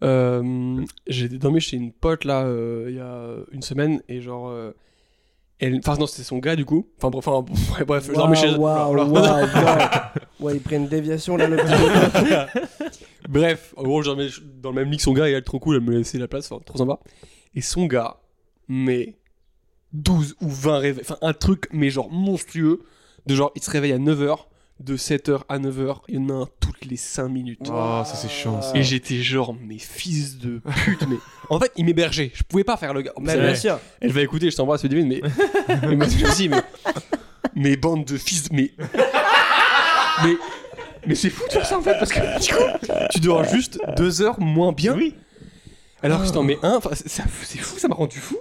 [SPEAKER 4] Euh, j'ai dormi chez une pote là euh, il y a une semaine et genre. euh, elle... Enfin, non, c'était son gars du coup. Enfin, bref, enfin, ouais, bref je dormais
[SPEAKER 5] Waouh,
[SPEAKER 4] chez
[SPEAKER 5] waouh,
[SPEAKER 4] Voilà.
[SPEAKER 5] waouh, waouh. Ouais, ils prennent déviation là, le petit.
[SPEAKER 4] Bref, en gros, je dormais dans le même lit que son gars et elle, trop cool, elle me laissait la place, enfin, trop sympa. Et son gars, mais 12 ou 20 réveils, enfin, un truc, mais genre monstrueux, de genre, il se réveille à 9h, de 7h à 9h, il y en a un toutes les 5 minutes.
[SPEAKER 6] Oh, ça c'est chiant ça.
[SPEAKER 4] Et j'étais genre, mais fils de pute, mais en fait, il m'hébergeait, je pouvais pas faire le gars.
[SPEAKER 5] Bah,
[SPEAKER 4] Elle-
[SPEAKER 5] bien
[SPEAKER 2] vrai.
[SPEAKER 5] sûr.
[SPEAKER 4] Elle va écouter, je t'embrasse, Ludivine, mais. mais moi, je me dis, mais. Mais bande de fils, de- mais. mais. Mais c'est fou tout ça en fait, parce que du coup, tu dors juste deux heures moins bien. Oui. Alors que si t'en mets un, enfin, c'est ça- c'est fou, ça m'a rendu fou.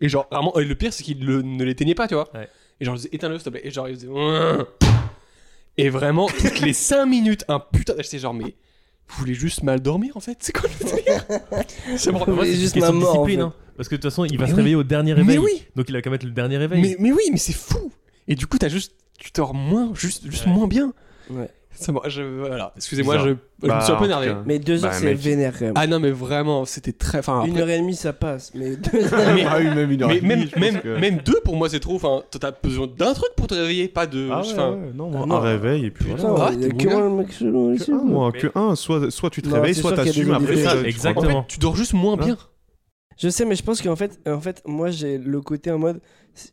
[SPEAKER 4] Et genre, vraiment, et le pire, c'est qu'il le- ne l'éteignait pas, tu vois.
[SPEAKER 2] Ouais.
[SPEAKER 4] Et genre, je disais, éteins-le, s'il te plaît. Et genre, il faisait. Et vraiment, toutes les cinq minutes, un putain. J'étais genre, mais. Vous voulez juste mal dormir en fait C'est quoi le délire C'est bon.
[SPEAKER 2] Pour moi, c'est
[SPEAKER 5] juste
[SPEAKER 2] juste une question
[SPEAKER 5] ma
[SPEAKER 2] de
[SPEAKER 5] mort, en
[SPEAKER 2] discipline.
[SPEAKER 5] fait.
[SPEAKER 2] hein. Parce que de toute façon, il va
[SPEAKER 4] Mais
[SPEAKER 2] se
[SPEAKER 4] oui.
[SPEAKER 2] réveiller au dernier réveil.
[SPEAKER 4] Mais oui
[SPEAKER 2] Donc il va quand même être le dernier réveil.
[SPEAKER 4] mais, mais oui, mais c'est fou Et du coup, t'as juste. Tu dors moins, juste, juste moins bien.
[SPEAKER 5] Ouais.
[SPEAKER 4] Ça, m'a- je, voilà, excusez-moi,
[SPEAKER 6] Bizarre.
[SPEAKER 4] je, je me suis un peu énervé.
[SPEAKER 5] Mais deux heures,
[SPEAKER 6] Bah,
[SPEAKER 5] c'est
[SPEAKER 6] mec.
[SPEAKER 5] vénère quand même.
[SPEAKER 4] Ah non, mais vraiment, c'était très. Enfin, après-
[SPEAKER 5] Une heure et demie, ça passe. Mais deux heures.
[SPEAKER 4] mais-
[SPEAKER 6] Ah oui, même une heure
[SPEAKER 4] mais
[SPEAKER 6] et demie,
[SPEAKER 4] même,
[SPEAKER 6] je pense
[SPEAKER 4] même,
[SPEAKER 6] que-
[SPEAKER 4] même deux pour moi c'est trop. Enfin, t'as- t'as besoin d'un truc pour te réveiller, pas de.
[SPEAKER 5] euh,
[SPEAKER 6] Ah ouais,
[SPEAKER 4] enfin,
[SPEAKER 6] ouais, non, moi,
[SPEAKER 5] non.
[SPEAKER 6] un réveil et puis voilà.
[SPEAKER 5] Putain,
[SPEAKER 4] Ah,
[SPEAKER 5] il y a
[SPEAKER 4] t'es Ah,
[SPEAKER 5] que moi
[SPEAKER 4] mon
[SPEAKER 5] le mec chelou
[SPEAKER 6] Que
[SPEAKER 5] ici.
[SPEAKER 6] un, moi,
[SPEAKER 2] Mais-
[SPEAKER 6] que un. Soit, soit tu te
[SPEAKER 5] Non,
[SPEAKER 6] réveilles,
[SPEAKER 5] c'est
[SPEAKER 6] soit
[SPEAKER 5] sûr qu'il y a
[SPEAKER 6] t'assumes,
[SPEAKER 5] des
[SPEAKER 6] après
[SPEAKER 5] individus.
[SPEAKER 6] ça, tu
[SPEAKER 4] En
[SPEAKER 2] Exactement.
[SPEAKER 4] fait, tu dors juste moins bien.
[SPEAKER 5] Je sais, mais je pense qu'en fait, en fait, moi j'ai le côté en mode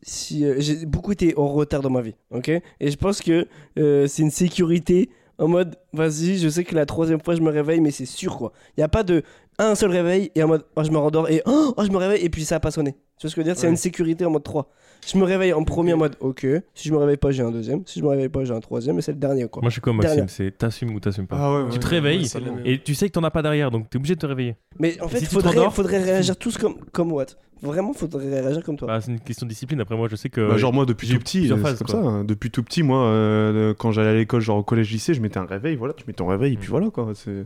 [SPEAKER 5] si euh, j'ai beaucoup été en retard dans ma vie, ok. Et je pense que euh, c'est une sécurité en mode vas-y, je sais que la troisième fois je me réveille, mais c'est sûr quoi. Il y a pas de un seul réveil et en mode oh je me rendors et oh, oh, je me réveille et puis ça a pas sonné. Tu vois ce que je veux dire C'est une sécurité en mode 3 Je me réveille en premier en mode ok. Si je me réveille pas, j'ai un deuxième. Si je me réveille pas, j'ai un troisième. Et c'est le dernier quoi.
[SPEAKER 2] Moi, je suis comme Maxime,
[SPEAKER 5] Dernière.
[SPEAKER 2] c'est t'assumes ou t'assumes pas.
[SPEAKER 6] Ah ouais,
[SPEAKER 2] tu te
[SPEAKER 6] ouais,
[SPEAKER 2] réveilles
[SPEAKER 6] ouais, c'est la même.
[SPEAKER 2] et tu sais que t'en as pas derrière, donc t'es obligé de te réveiller.
[SPEAKER 5] Mais en
[SPEAKER 2] Et
[SPEAKER 5] fait,
[SPEAKER 2] si tu te
[SPEAKER 5] faudrait,
[SPEAKER 2] rendors
[SPEAKER 5] faudrait réagir tous comme comme Watt. Vraiment, faudrait réagir comme toi.
[SPEAKER 2] Bah, c'est une question de discipline. Après, moi, je sais que.
[SPEAKER 6] Bah, genre moi depuis
[SPEAKER 2] euh, j'ai eu
[SPEAKER 6] tout petit,
[SPEAKER 2] plusieurs
[SPEAKER 6] euh, c'est
[SPEAKER 2] phases,
[SPEAKER 6] comme
[SPEAKER 2] quoi.
[SPEAKER 6] ça. hein. Depuis tout petit, moi, euh, quand j'allais à l'école, genre au collège, lycée, je mettais un réveil. Voilà, tu mets ton
[SPEAKER 2] Mm.
[SPEAKER 6] réveil et puis voilà quoi. c'est-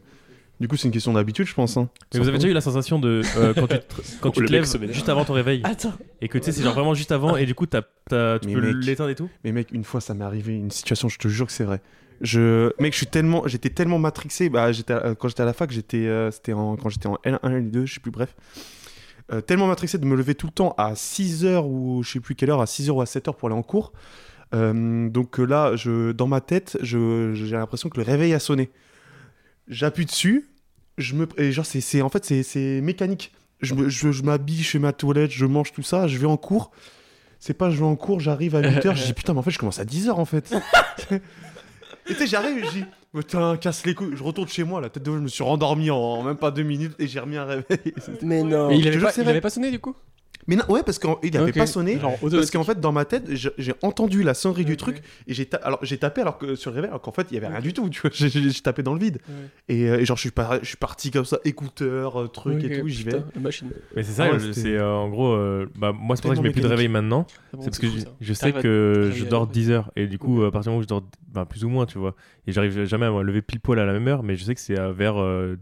[SPEAKER 6] Du coup, c'est une question d'habitude, je pense. hein.
[SPEAKER 2] Mais vous avez déjà eu la sensation de. euh, quand tu te, quand tu
[SPEAKER 4] Le
[SPEAKER 2] te
[SPEAKER 4] mec
[SPEAKER 2] lèves
[SPEAKER 4] se vénère.
[SPEAKER 2] juste avant ton réveil.
[SPEAKER 5] Attends.
[SPEAKER 2] Et que tu sais, c'est genre vraiment juste avant, et du coup, t'as- t'as- tu
[SPEAKER 6] Mais
[SPEAKER 2] peux
[SPEAKER 6] mec.
[SPEAKER 2] l'éteindre et tout.
[SPEAKER 6] Mais mec, une fois, ça m'est arrivé une situation, je te jure que c'est vrai. Je, mec, je suis tellement, j'étais tellement matrixé. Bah, j'étais à- euh, quand j'étais à la fac, j'étais, euh, c'était en, quand j'étais en L1, L2, je sais plus, bref. Euh, tellement matrixé de me lever tout le temps à 6h ou je sais plus quelle heure, à 6h ou à 7h pour aller en cours. Euh, donc euh, là, je, dans ma tête, je- j'ai l'impression que le réveil a sonné. J'appuie dessus, je me, et genre, c'est, c'est- en fait, c'est- c'est mécanique. Je, me- je, je m'habille, je fais ma toilette, je mange tout ça, je vais en cours. C'est pas je vais en cours, j'arrive à 8h, je dis putain, mais en fait, je commence à 10h en fait. et tu sais, j'arrive, je dis putain, casse les couilles. Je retourne chez moi, la tête de je me suis rendormi en, en même pas deux minutes et j'ai remis un réveil.
[SPEAKER 5] Mais non.
[SPEAKER 4] Mais il
[SPEAKER 6] Je
[SPEAKER 4] avait,
[SPEAKER 6] te jure,
[SPEAKER 4] pas,
[SPEAKER 6] c'est
[SPEAKER 4] il
[SPEAKER 6] vrai.
[SPEAKER 4] avait pas sonné du coup
[SPEAKER 6] Mais non, ouais, parce qu'il avait
[SPEAKER 4] Ok.
[SPEAKER 6] pas sonné.
[SPEAKER 4] Genre,
[SPEAKER 6] Parce qu'en fait, dans ma tête, je- j'ai entendu la sonnerie du truc et j'ai ta- alors j'ai tapé alors que sur le réveil, alors qu'en fait, il y avait rien du tout. Tu vois, j'ai- j'ai j'ai tapé dans le vide. Et, euh, et genre, je suis, par- je suis parti comme ça, écouteur, euh, truc et tout, j'y vais.
[SPEAKER 4] La machine.
[SPEAKER 2] Mais c'est ça,
[SPEAKER 6] Ah ouais,
[SPEAKER 2] je-
[SPEAKER 6] c'était-
[SPEAKER 2] c'est euh, en gros. euh, bah, moi, c'est pour ça que je
[SPEAKER 6] Tellement
[SPEAKER 2] mets plus de
[SPEAKER 6] mécanique.
[SPEAKER 2] réveil maintenant.
[SPEAKER 4] Ah bon,
[SPEAKER 2] C'est parce que
[SPEAKER 4] fou,
[SPEAKER 2] je,
[SPEAKER 4] ça.
[SPEAKER 2] je sais
[SPEAKER 4] T'arrives à-
[SPEAKER 2] que
[SPEAKER 4] t'arrives
[SPEAKER 2] je
[SPEAKER 4] à
[SPEAKER 2] dors
[SPEAKER 4] dormir.
[SPEAKER 2] 10 heures et du coup, à partir du moment où je dors bah, plus ou moins, tu vois, et j'arrive jamais à me lever pile poil à la même heure, mais je sais que c'est à vers euh,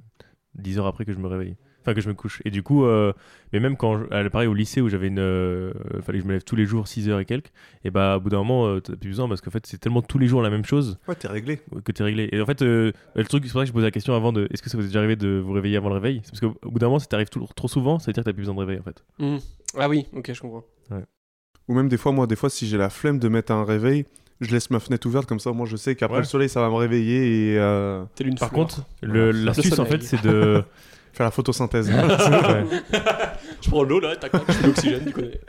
[SPEAKER 2] 10 heures après que je me réveille. Enfin, que je me couche. Et du coup, euh, mais même quand, je- à- pareil, au lycée où j'avais une. euh, fallait que je me lève tous les jours 6 heures et quelques, et bah, au bout d'un moment, euh, t'as plus besoin parce qu'en fait, c'est tellement tous les jours la même chose
[SPEAKER 6] Ouais, t'es réglé.
[SPEAKER 2] que t'es réglé. Et en fait, euh, le truc, c'est pour ça que je posais la question avant de est-ce que ça vous est déjà arrivé de vous réveiller avant le réveil C'est parce qu'au bout d'un moment, si t'arrives tout- trop souvent, ça veut dire que t'as plus besoin de réveil en fait.
[SPEAKER 4] Hmm. Ah oui, ok, je comprends.
[SPEAKER 6] Ou même des fois, moi, des fois, si j'ai la flemme de mettre un réveil, je laisse ma fenêtre ouverte comme ça. Moi, je sais qu'après
[SPEAKER 2] Ouais.
[SPEAKER 6] le soleil, ça va me réveiller et euh,
[SPEAKER 4] T'es l'une
[SPEAKER 2] Par
[SPEAKER 4] fleur.
[SPEAKER 2] contre, le-
[SPEAKER 4] Le
[SPEAKER 2] l'astuce en
[SPEAKER 4] soleil.
[SPEAKER 2] fait, c'est de.
[SPEAKER 6] faire la photosynthèse.
[SPEAKER 2] Ouais.
[SPEAKER 4] je prends l'eau là, tac, tac, je fais l'oxygène, tu connais.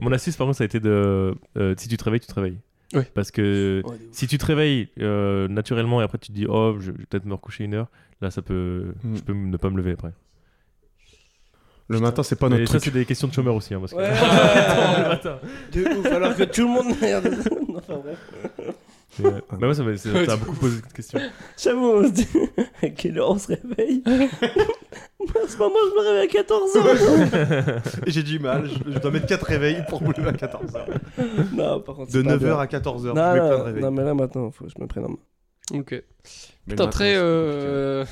[SPEAKER 2] Mon astuce par contre, ça a été de. euh, si tu te réveilles, tu te réveilles.
[SPEAKER 4] Ouais.
[SPEAKER 2] Parce que
[SPEAKER 4] Ouais, de ouf.
[SPEAKER 2] si tu te réveilles euh, naturellement et après tu te dis, oh, je je vais peut-être me recoucher une heure, là, ça peut.
[SPEAKER 6] Mm.
[SPEAKER 2] Je peux m- ne pas me lever après.
[SPEAKER 6] le matin, c'est pas
[SPEAKER 2] Mais
[SPEAKER 6] notre
[SPEAKER 2] ça,
[SPEAKER 6] truc.
[SPEAKER 2] c'est des questions de chômeurs aussi. hein, parce que-
[SPEAKER 5] Ouais.
[SPEAKER 2] Le
[SPEAKER 4] Euh,
[SPEAKER 2] matin.
[SPEAKER 5] De ouf, alors que tout le monde. Non, enfin, bref.
[SPEAKER 2] Mais, ouais. Bah, moi, ça m'a ça- ça a beaucoup posé cette question.
[SPEAKER 5] J'avoue, on se dit à quelle heure on se réveille Moi, à ce moment, je me réveille à 14h.
[SPEAKER 6] Et j'ai du mal. Je, je dois mettre 4 réveils pour me lever à 14h.
[SPEAKER 5] non, par contre.
[SPEAKER 6] De
[SPEAKER 5] c'est pas
[SPEAKER 6] 9h
[SPEAKER 5] bien.
[SPEAKER 6] à 14h. je mets plein de
[SPEAKER 5] Non, non,
[SPEAKER 6] réveils.
[SPEAKER 5] non, mais là maintenant, faut que je me prenne en main.
[SPEAKER 4] Ok.
[SPEAKER 6] Mais le
[SPEAKER 4] Putain,
[SPEAKER 6] matin,
[SPEAKER 4] très.
[SPEAKER 6] c'est
[SPEAKER 4] euh,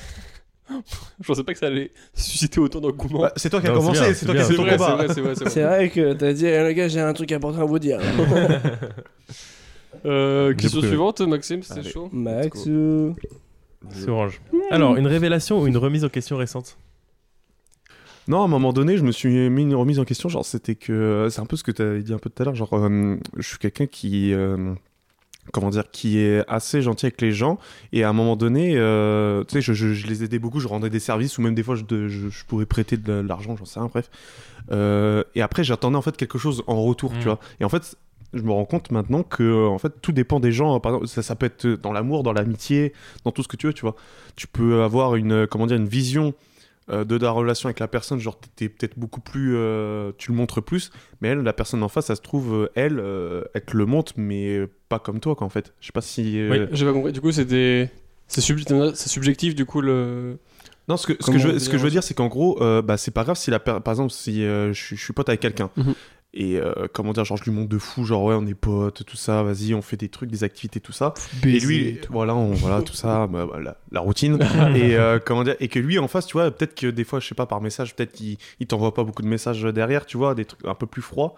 [SPEAKER 4] Je pensais pas que ça allait susciter autant d'engouement.
[SPEAKER 6] Bah, c'est toi qui as
[SPEAKER 2] Non, c'est bien,
[SPEAKER 6] commencé, c'est toi qui
[SPEAKER 2] c'est
[SPEAKER 6] as fait
[SPEAKER 4] c'est
[SPEAKER 6] ton
[SPEAKER 4] vrai, c'est
[SPEAKER 6] combat.
[SPEAKER 4] vrai, c'est vrai, c'est vrai.
[SPEAKER 5] C'est vrai que t'as dit, eh, les gars, j'ai un truc important à vous dire.
[SPEAKER 4] Euh, question
[SPEAKER 2] J'ai pris, ouais.
[SPEAKER 4] suivante, Maxime, c'était
[SPEAKER 6] Allez.
[SPEAKER 4] chaud.
[SPEAKER 5] Max,
[SPEAKER 2] C'est orange. Alors, une révélation ou une remise en question récente
[SPEAKER 6] Non, à un moment donné, je me suis mis une remise en question. Genre, c'était que. C'est un peu ce que tu avais dit un peu tout à l'heure. Genre, euh, je suis quelqu'un qui. euh, comment dire Qui est assez gentil avec les gens. Et à un moment donné, euh, tu sais, je, je- je les aidais beaucoup, je rendais des services, ou même des fois, je, de- je, je pourrais prêter de la- de l'argent, j'en sais rien, bref. Euh, et après, j'attendais en fait quelque chose en retour,
[SPEAKER 2] Mm.
[SPEAKER 6] tu vois. Et en fait. Je me rends compte maintenant que en fait tout dépend des gens. hein. Par exemple, ça, ça peut être dans l'amour, dans l'amitié, dans tout ce que tu veux, tu vois. Tu peux avoir une euh, comment dire une vision euh, de la relation avec la personne, genre t'es- t'es peut-être beaucoup plus, euh, tu le montres plus, mais elle, la personne en face, ça se trouve, euh, elle, euh, elle te le montre, mais euh, pas comme toi, quoi, en fait. Je sais pas si. euh,
[SPEAKER 2] Oui.
[SPEAKER 4] J'ai pas compris. Du coup, c'était. C'est subjectif, c'est subjectif, du coup, le.
[SPEAKER 6] Non, ce que, ce que
[SPEAKER 4] Comment
[SPEAKER 6] je,
[SPEAKER 4] on
[SPEAKER 6] veux- ce que je
[SPEAKER 4] dirait
[SPEAKER 6] veux dire, c'est qu'en gros, euh, bah, c'est pas grave si la per- par exemple, si euh, je, suis- je suis pote avec quelqu'un
[SPEAKER 4] Mhm.
[SPEAKER 6] Et euh, comment dire, genre je lui montre de fou, genre ouais on est potes, tout ça, vas-y on fait des trucs, des activités, tout ça. Et lui, voilà, on- voilà tout ça, bah, bah, la, la routine. et euh, comment dire, et que lui en face, tu vois, peut-être que des fois, je sais pas, par message, peut-être qu'il il t'envoie pas beaucoup de messages derrière, tu vois, des trucs un peu plus froids.